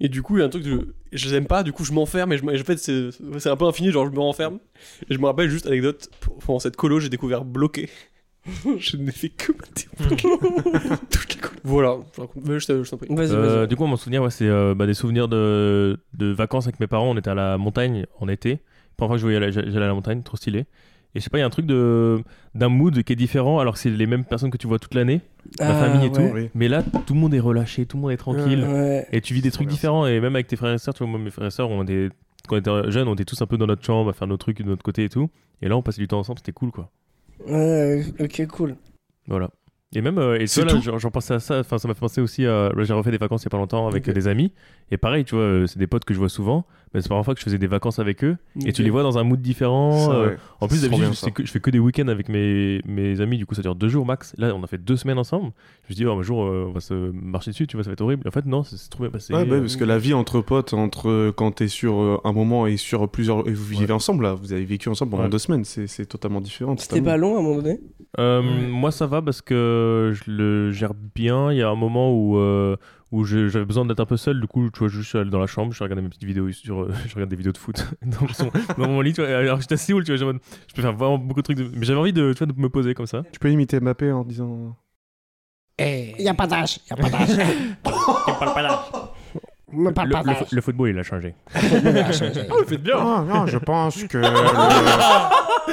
[SPEAKER 4] Et du coup, il y a un truc, de, je les aime pas, du coup, je m'enferme et je, m- et en fait, c'est c'est un peu infini, genre, je me renferme. Et je me rappelle juste, anecdote, p- pendant cette colo, j'ai découvert bloqué. je n'ai fait que mater Toute la colo. Voilà, je raconte- mais je t'en je t'en prie.
[SPEAKER 7] Hmm. Vas-y,
[SPEAKER 2] Euh,
[SPEAKER 7] vas-y.
[SPEAKER 2] du coup, mon souvenir, ouais, c'est euh, bah, des souvenirs de, de vacances avec mes parents. On était à la montagne en été. Première fois que je voyais à la- j'allais à la montagne, trop stylé. Et je sais pas, il y a un truc de d'un mood qui est différent alors que c'est les mêmes personnes que tu vois toute l'année, la
[SPEAKER 7] Ah,
[SPEAKER 2] famille et
[SPEAKER 7] ouais. Ah
[SPEAKER 2] tout.
[SPEAKER 6] Oui.
[SPEAKER 2] Mais là, tout le monde est relâché, tout le monde est tranquille.
[SPEAKER 7] Ouais.
[SPEAKER 2] Et tu vis des trucs différents. Et même avec tes frères et sœurs, tu vois, moi, mes frères et sœurs, on était, quand on était jeunes, on était tous un peu dans notre chambre à faire nos trucs de notre côté et tout. Et là, on passait du temps ensemble, c'était cool quoi.
[SPEAKER 7] Ouais, ok, cool.
[SPEAKER 2] Voilà. Et même, euh, et tu
[SPEAKER 4] C'est
[SPEAKER 2] vois, là,
[SPEAKER 4] tout
[SPEAKER 2] j'en- j'en pensais à ça, enfin, ça m'a fait penser aussi à. là, J'ai refait des vacances il y a pas longtemps avec
[SPEAKER 4] Ok.
[SPEAKER 2] euh, des amis. Et pareil, tu vois, euh, c'est des potes que je vois souvent. Mais c'est la première fois que je faisais des vacances avec eux. Et tu les vois dans un mood différent. euh, en plus,
[SPEAKER 6] C'est trop
[SPEAKER 2] d'habitude,
[SPEAKER 6] bien,
[SPEAKER 2] je,
[SPEAKER 6] ça.
[SPEAKER 2] sais que- je fais que des week-ends avec mes, mes amis. Du coup, ça dure deux jours max. Là, on a fait deux semaines ensemble. Je me suis dit, oh, un jour, euh, on va se marcher dessus, tu vois, ça va être horrible. En fait, non, c'est c'est trop bien passé.
[SPEAKER 6] Ouais, bah,
[SPEAKER 2] euh,
[SPEAKER 6] parce que la vie entre potes, entre euh, quand t'es sur euh, un moment et sur plusieurs, et vous vivez ensemble là, vous avez vécu ensemble pendant
[SPEAKER 2] Ouais.
[SPEAKER 6] deux semaines, c'est c'est totalement différent.
[SPEAKER 7] C'était
[SPEAKER 6] totalement.
[SPEAKER 7] pas long à un moment donné
[SPEAKER 2] Euh, Moi, ça va parce que je le gère bien. Il y a un moment où, euh, où je- j'avais besoin d'être un peu seul. Du coup, tu vois, je suis allé dans la chambre, je regardais mes petites vidéos sur. euh, je regarde des vidéos de foot dans, mon- dans mon lit. Tu vois, alors que j'étais à Séoul, tu vois, j'ai en mode, je peux faire vraiment beaucoup de trucs. de- Mais j'avais envie de, tu vois, de me poser comme ça.
[SPEAKER 6] Tu peux imiter Mbappé en disant.
[SPEAKER 7] Il n'y a pas d'âge, il n'y a pas d'âge.
[SPEAKER 2] Le, le fo- le football, il a changé. Oh,
[SPEAKER 4] vous faites
[SPEAKER 2] Ah,
[SPEAKER 4] bien
[SPEAKER 6] Non, non, je pense que. le-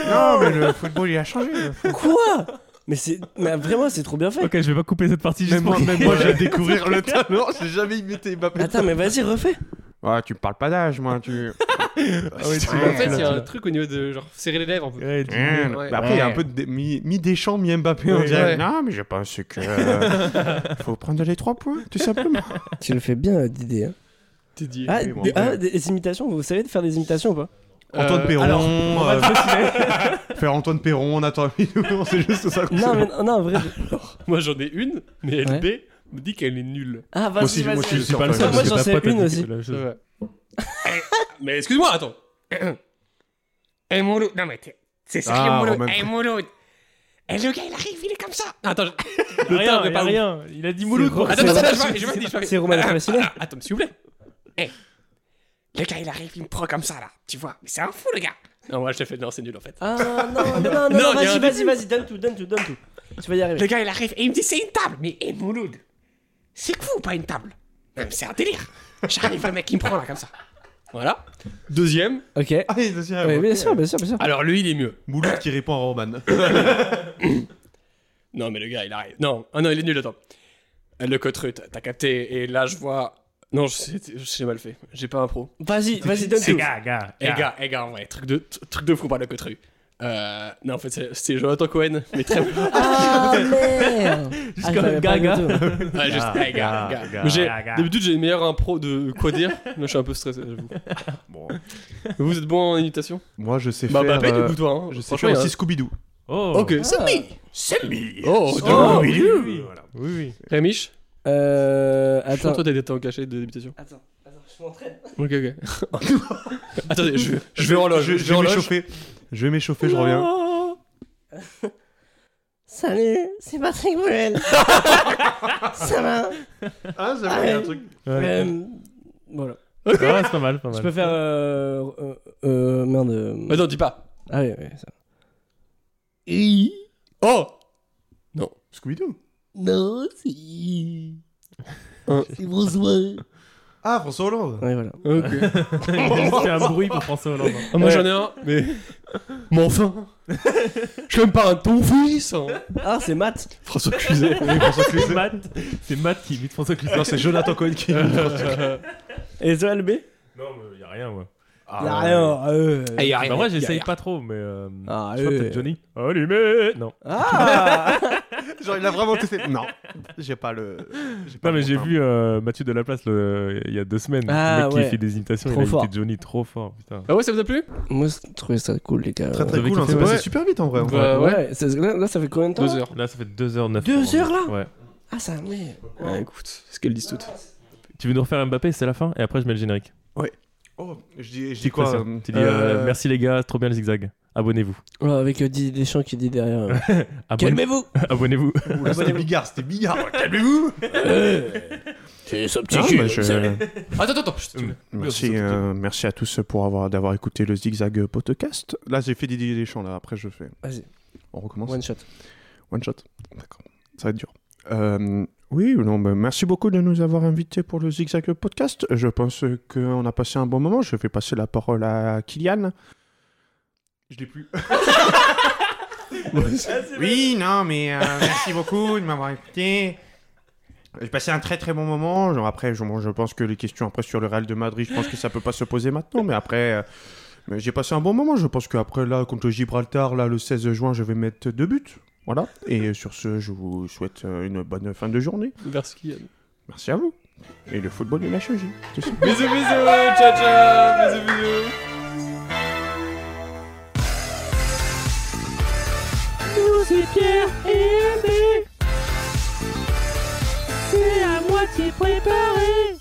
[SPEAKER 6] Non, mais le football il a changé.
[SPEAKER 7] Quoi mais, c'est... mais vraiment, c'est trop bien fait.
[SPEAKER 2] Ok, je vais pas couper cette partie juste
[SPEAKER 6] Même moi,
[SPEAKER 2] pour.
[SPEAKER 6] même moi, je vais découvrir le talent. J'ai jamais imité Mbappé.
[SPEAKER 7] Attends, mais vas-y, refais.
[SPEAKER 6] Ouais, Ah, tu me parles pas d'âge, moi. Tu. Ah,
[SPEAKER 4] En fait, il y a un truc au niveau de, genre, serrer les lèvres un peu.
[SPEAKER 2] Ouais, tu-
[SPEAKER 6] Hein,
[SPEAKER 4] Ouais.
[SPEAKER 6] bah après, il y a un peu de dé- mi, mi Deschamps, mi Mbappé. on
[SPEAKER 4] Ouais.
[SPEAKER 6] dirait.
[SPEAKER 4] Ouais.
[SPEAKER 6] Non, mais je pense que. euh, faut prendre les trois points, tout simplement.
[SPEAKER 7] Tu le fais bien, Didier. hein.
[SPEAKER 4] T'es dit.
[SPEAKER 7] Ah,
[SPEAKER 6] oui, moi,
[SPEAKER 7] des-
[SPEAKER 6] ouais.
[SPEAKER 7] ah, des imitations, vous savez de faire des imitations ou pas
[SPEAKER 4] Euh,
[SPEAKER 6] Antoine Perron.
[SPEAKER 4] alors,
[SPEAKER 6] euh, faire Antoine Perron, Nathan Milou, c'est juste ça. qu'on
[SPEAKER 7] Non,
[SPEAKER 6] sait.
[SPEAKER 7] mais non, en vrai.
[SPEAKER 4] moi, j'en ai une, mais
[SPEAKER 7] Ouais.
[SPEAKER 4] LB me dit qu'elle est nulle.
[SPEAKER 7] Ah,
[SPEAKER 6] Moi
[SPEAKER 7] vas-y,
[SPEAKER 6] aussi, moi
[SPEAKER 7] vas-y.
[SPEAKER 6] aussi, je
[SPEAKER 2] Je
[SPEAKER 6] suis
[SPEAKER 2] suis pas le seul.
[SPEAKER 7] Moi,
[SPEAKER 2] parce que
[SPEAKER 7] j'en
[SPEAKER 2] ta
[SPEAKER 7] sais
[SPEAKER 2] pote a
[SPEAKER 7] une
[SPEAKER 2] dit
[SPEAKER 7] aussi.
[SPEAKER 2] que la chose-
[SPEAKER 4] Ouais. mais excuse-moi, attends.
[SPEAKER 1] Eh mon loup, non mais t'es- c'est sérieux
[SPEAKER 6] Ah,
[SPEAKER 1] mon loup,
[SPEAKER 6] en même
[SPEAKER 1] eh mon loup. Eh le gars il arrive, il est comme ça.
[SPEAKER 4] Attends, je- temps,
[SPEAKER 2] Le rien,
[SPEAKER 4] mais
[SPEAKER 2] il y a
[SPEAKER 4] pas vous.
[SPEAKER 2] rien. Il a dit Mouloud.
[SPEAKER 7] gros.
[SPEAKER 2] Attends,
[SPEAKER 4] attends,
[SPEAKER 7] C'est-
[SPEAKER 4] attends, je vais- je vais- je vais-
[SPEAKER 7] C'est Roman Fasciné.
[SPEAKER 4] Ah, Attends, s'il vous plaît.
[SPEAKER 1] Eh, Le gars il arrive, il me prend comme ça là. Tu vois, mais c'est un fou le gars.
[SPEAKER 4] Non, moi, je t'ai fait. Non, c'est nul en fait.
[SPEAKER 7] Ah, non, mais non, non,
[SPEAKER 4] Non,
[SPEAKER 7] non,
[SPEAKER 4] il y a
[SPEAKER 7] vas-y,
[SPEAKER 4] un
[SPEAKER 7] vas-y,
[SPEAKER 4] début.
[SPEAKER 7] vas-y, donne tout, donne tout, donne tout. Tu vas y
[SPEAKER 1] Le
[SPEAKER 7] arriver.
[SPEAKER 1] gars il arrive et il me dit c'est une table. Mais eh mon loup, c'est fou ou pas une table Non mais c'est un délire. J'arrive, le mec il me prend là comme ça.
[SPEAKER 4] Voilà. Deuxième.
[SPEAKER 7] Ok. Oui,
[SPEAKER 6] Allez, deuxième.
[SPEAKER 7] bien sûr, bien sûr, bien sûr.
[SPEAKER 4] Alors, lui, il est mieux.
[SPEAKER 6] Mouloud qui répond à Roman.
[SPEAKER 4] Non, mais le gars, il arrive. Non, ah non, il est nul, attends. Euh, Le cotreux, t'as t'as capté. Et là, je vois. Non, je sais, je sais mal fait. J'ai pas un pro.
[SPEAKER 7] Vas-y, vas-y, donne tout.
[SPEAKER 2] gars, gars.
[SPEAKER 4] Eh gars, eh gars, en vrai, truc de, truc de fou par le cotreux. Euh, non, en fait, c'est- c'est Jonathan Cohen, mais très mal.
[SPEAKER 7] Ah, merde Ah, je savais
[SPEAKER 2] Jusqu'à
[SPEAKER 7] pas
[SPEAKER 2] gars,
[SPEAKER 7] du
[SPEAKER 2] gars.
[SPEAKER 7] tout.
[SPEAKER 4] Ouais, juste, eh, gars, gars. Mais j'ai- D'habitude, j'ai une meilleure impro de quoi dire. Là, je suis un peu stressé, j'avoue.
[SPEAKER 6] Bon.
[SPEAKER 4] Vous êtes bon en imitation
[SPEAKER 6] Moi, je sais
[SPEAKER 4] Bah,
[SPEAKER 6] faire.
[SPEAKER 4] bah, paye
[SPEAKER 6] euh,
[SPEAKER 4] du coup, toi. Hein.
[SPEAKER 6] Je sais
[SPEAKER 4] Franchement,
[SPEAKER 6] faire
[SPEAKER 4] il y a
[SPEAKER 6] aussi
[SPEAKER 4] un-
[SPEAKER 6] Scooby-Doo.
[SPEAKER 2] Oh.
[SPEAKER 4] Ok, c'est
[SPEAKER 7] Ah.
[SPEAKER 4] Oh,
[SPEAKER 7] Oh,
[SPEAKER 4] oui.
[SPEAKER 2] Oui, oui.
[SPEAKER 4] Rémiche,
[SPEAKER 7] Euh.
[SPEAKER 4] je pense
[SPEAKER 7] Attends.
[SPEAKER 4] que toi t'étais en cachet de débitation.
[SPEAKER 7] Attends, attends, je m'entraîne.
[SPEAKER 4] Ok, ok. Attendez, je, je vais en loge. Je,
[SPEAKER 6] Je,
[SPEAKER 4] vais
[SPEAKER 6] je vais
[SPEAKER 4] en loge.
[SPEAKER 6] m'échauffer. Je vais m'échauffer, je reviens.
[SPEAKER 7] Salut, c'est Patrick Bruel. Ça va
[SPEAKER 6] Ah, c'est
[SPEAKER 7] vrai, il y a un
[SPEAKER 6] truc.
[SPEAKER 2] Ouais.
[SPEAKER 7] euh, Voilà.
[SPEAKER 2] Ah, c'est pas mal, pas
[SPEAKER 7] Je
[SPEAKER 2] mal.
[SPEAKER 7] peux faire. Euh. euh, euh, merde. euh,
[SPEAKER 4] Attends, dis pas.
[SPEAKER 7] Ah oui, oui, ça.
[SPEAKER 4] Oh
[SPEAKER 6] Scooby-Doo.
[SPEAKER 10] Non, c'est.
[SPEAKER 4] Hein.
[SPEAKER 10] C'est bonsoir.
[SPEAKER 11] Ah, François Hollande
[SPEAKER 5] Ouais, voilà.
[SPEAKER 2] C'est un bruit pour François Hollande. hein.
[SPEAKER 4] Ah, moi j'en ai un, mais. Mais enfin Je suis même pas un ton fils hein.
[SPEAKER 5] Ah, c'est Matt
[SPEAKER 4] François Cluzet.
[SPEAKER 2] Ah, C'est Matt, c'est Matt qui imite François Cluzet.
[SPEAKER 11] Non, c'est Jonathan Cohen qui.
[SPEAKER 5] Et Zoé LB
[SPEAKER 2] Non, mais y'a rien, moi.
[SPEAKER 5] Y'a rien, ah, euh.
[SPEAKER 12] Ah, y a rien.
[SPEAKER 2] Bah, moi,
[SPEAKER 12] Y a
[SPEAKER 2] j'essaye
[SPEAKER 12] rien.
[SPEAKER 2] pas trop, mais. Euh,
[SPEAKER 5] Ah,
[SPEAKER 2] je crois
[SPEAKER 5] euh.
[SPEAKER 2] que c'est Johnny. Allumé Non.
[SPEAKER 5] Ah
[SPEAKER 11] Genre, il a vraiment testé. Non, j'ai pas le.
[SPEAKER 2] Non, mais j'ai vu euh, Mathieu Delaplace le- il y a deux semaines.
[SPEAKER 5] Ah,
[SPEAKER 2] le mec
[SPEAKER 5] ouais.
[SPEAKER 2] qui fait des imitations,
[SPEAKER 5] Trop
[SPEAKER 2] il a
[SPEAKER 5] fort.
[SPEAKER 2] imité Johnny trop fort, putain.
[SPEAKER 4] Ah ouais, ça vous a plu
[SPEAKER 5] Moi, je trouvais ça cool, les gars.
[SPEAKER 11] Très
[SPEAKER 2] Vous
[SPEAKER 11] très
[SPEAKER 2] avez
[SPEAKER 11] cool, hein,
[SPEAKER 2] kiffé,
[SPEAKER 11] c'est
[SPEAKER 2] ouais.
[SPEAKER 11] passé super vite en vrai.
[SPEAKER 4] Ouais, Bah, ouais.
[SPEAKER 5] Ouais, c'est- là, là, ça fait combien de temps
[SPEAKER 4] Deux
[SPEAKER 5] là
[SPEAKER 4] heures.
[SPEAKER 2] Là, ça fait 2h09.
[SPEAKER 5] Deux heures, là
[SPEAKER 2] Ouais.
[SPEAKER 5] Ah, ça merde.
[SPEAKER 4] Ah, écoute, ce qu'elles disent toutes.
[SPEAKER 2] Tu veux nous refaire Mbappé, c'est la fin, et après je mets le générique.
[SPEAKER 11] Oh, je dis, je
[SPEAKER 2] Tu
[SPEAKER 11] dis quoi
[SPEAKER 2] ça
[SPEAKER 11] euh,
[SPEAKER 2] Tu dis euh, merci les gars, c'est trop bien le zigzag. Abonnez-vous.
[SPEAKER 5] Ouais, avec euh, Didier Deschamps qui dit derrière. euh,
[SPEAKER 2] Abonne-
[SPEAKER 5] Calmez-vous
[SPEAKER 2] Abonnez-vous.
[SPEAKER 11] Oula, C'était bigard, c'était bigard.
[SPEAKER 5] C'est ça, petit
[SPEAKER 6] Ah,
[SPEAKER 5] cul
[SPEAKER 6] bah, je-
[SPEAKER 4] Attends, attends, attends. chut.
[SPEAKER 6] Merci, euh, merci à tous pour avoir d'avoir écouté le zigzag podcast. Là, j'ai fait Didier Deschamps. Là, après, je fais.
[SPEAKER 5] Vas-y.
[SPEAKER 6] On recommence.
[SPEAKER 5] One shot.
[SPEAKER 6] One shot. D'accord. Ça va être dur. Euh, oui, non, bah, merci beaucoup de nous avoir invités pour le Zigzag Podcast. Je pense euh, qu'on a passé un bon moment. Je vais passer la parole à Kylian.
[SPEAKER 11] Je l'ai plus. Ah,
[SPEAKER 13] Oui, non, mais euh, merci beaucoup de m'avoir écouté.
[SPEAKER 6] J'ai passé un très très bon moment. Genre, après, je, bon, je pense que les questions après sur le Real de Madrid, je pense que ça peut pas se poser maintenant. Mais après, euh, mais j'ai passé un bon moment. Je pense qu'après, là, contre Gibraltar, là, le 16 juin, je vais mettre deux buts. Voilà. Et sur ce, je vous souhaite euh, une bonne fin de journée.
[SPEAKER 4] Merci Kylian.
[SPEAKER 6] Merci à vous. Et le football de la chirurgie. Tout ça.
[SPEAKER 4] Bisous, bisous, ciao, ciao, bisous, bisous.
[SPEAKER 14] C'est à moitié préparé.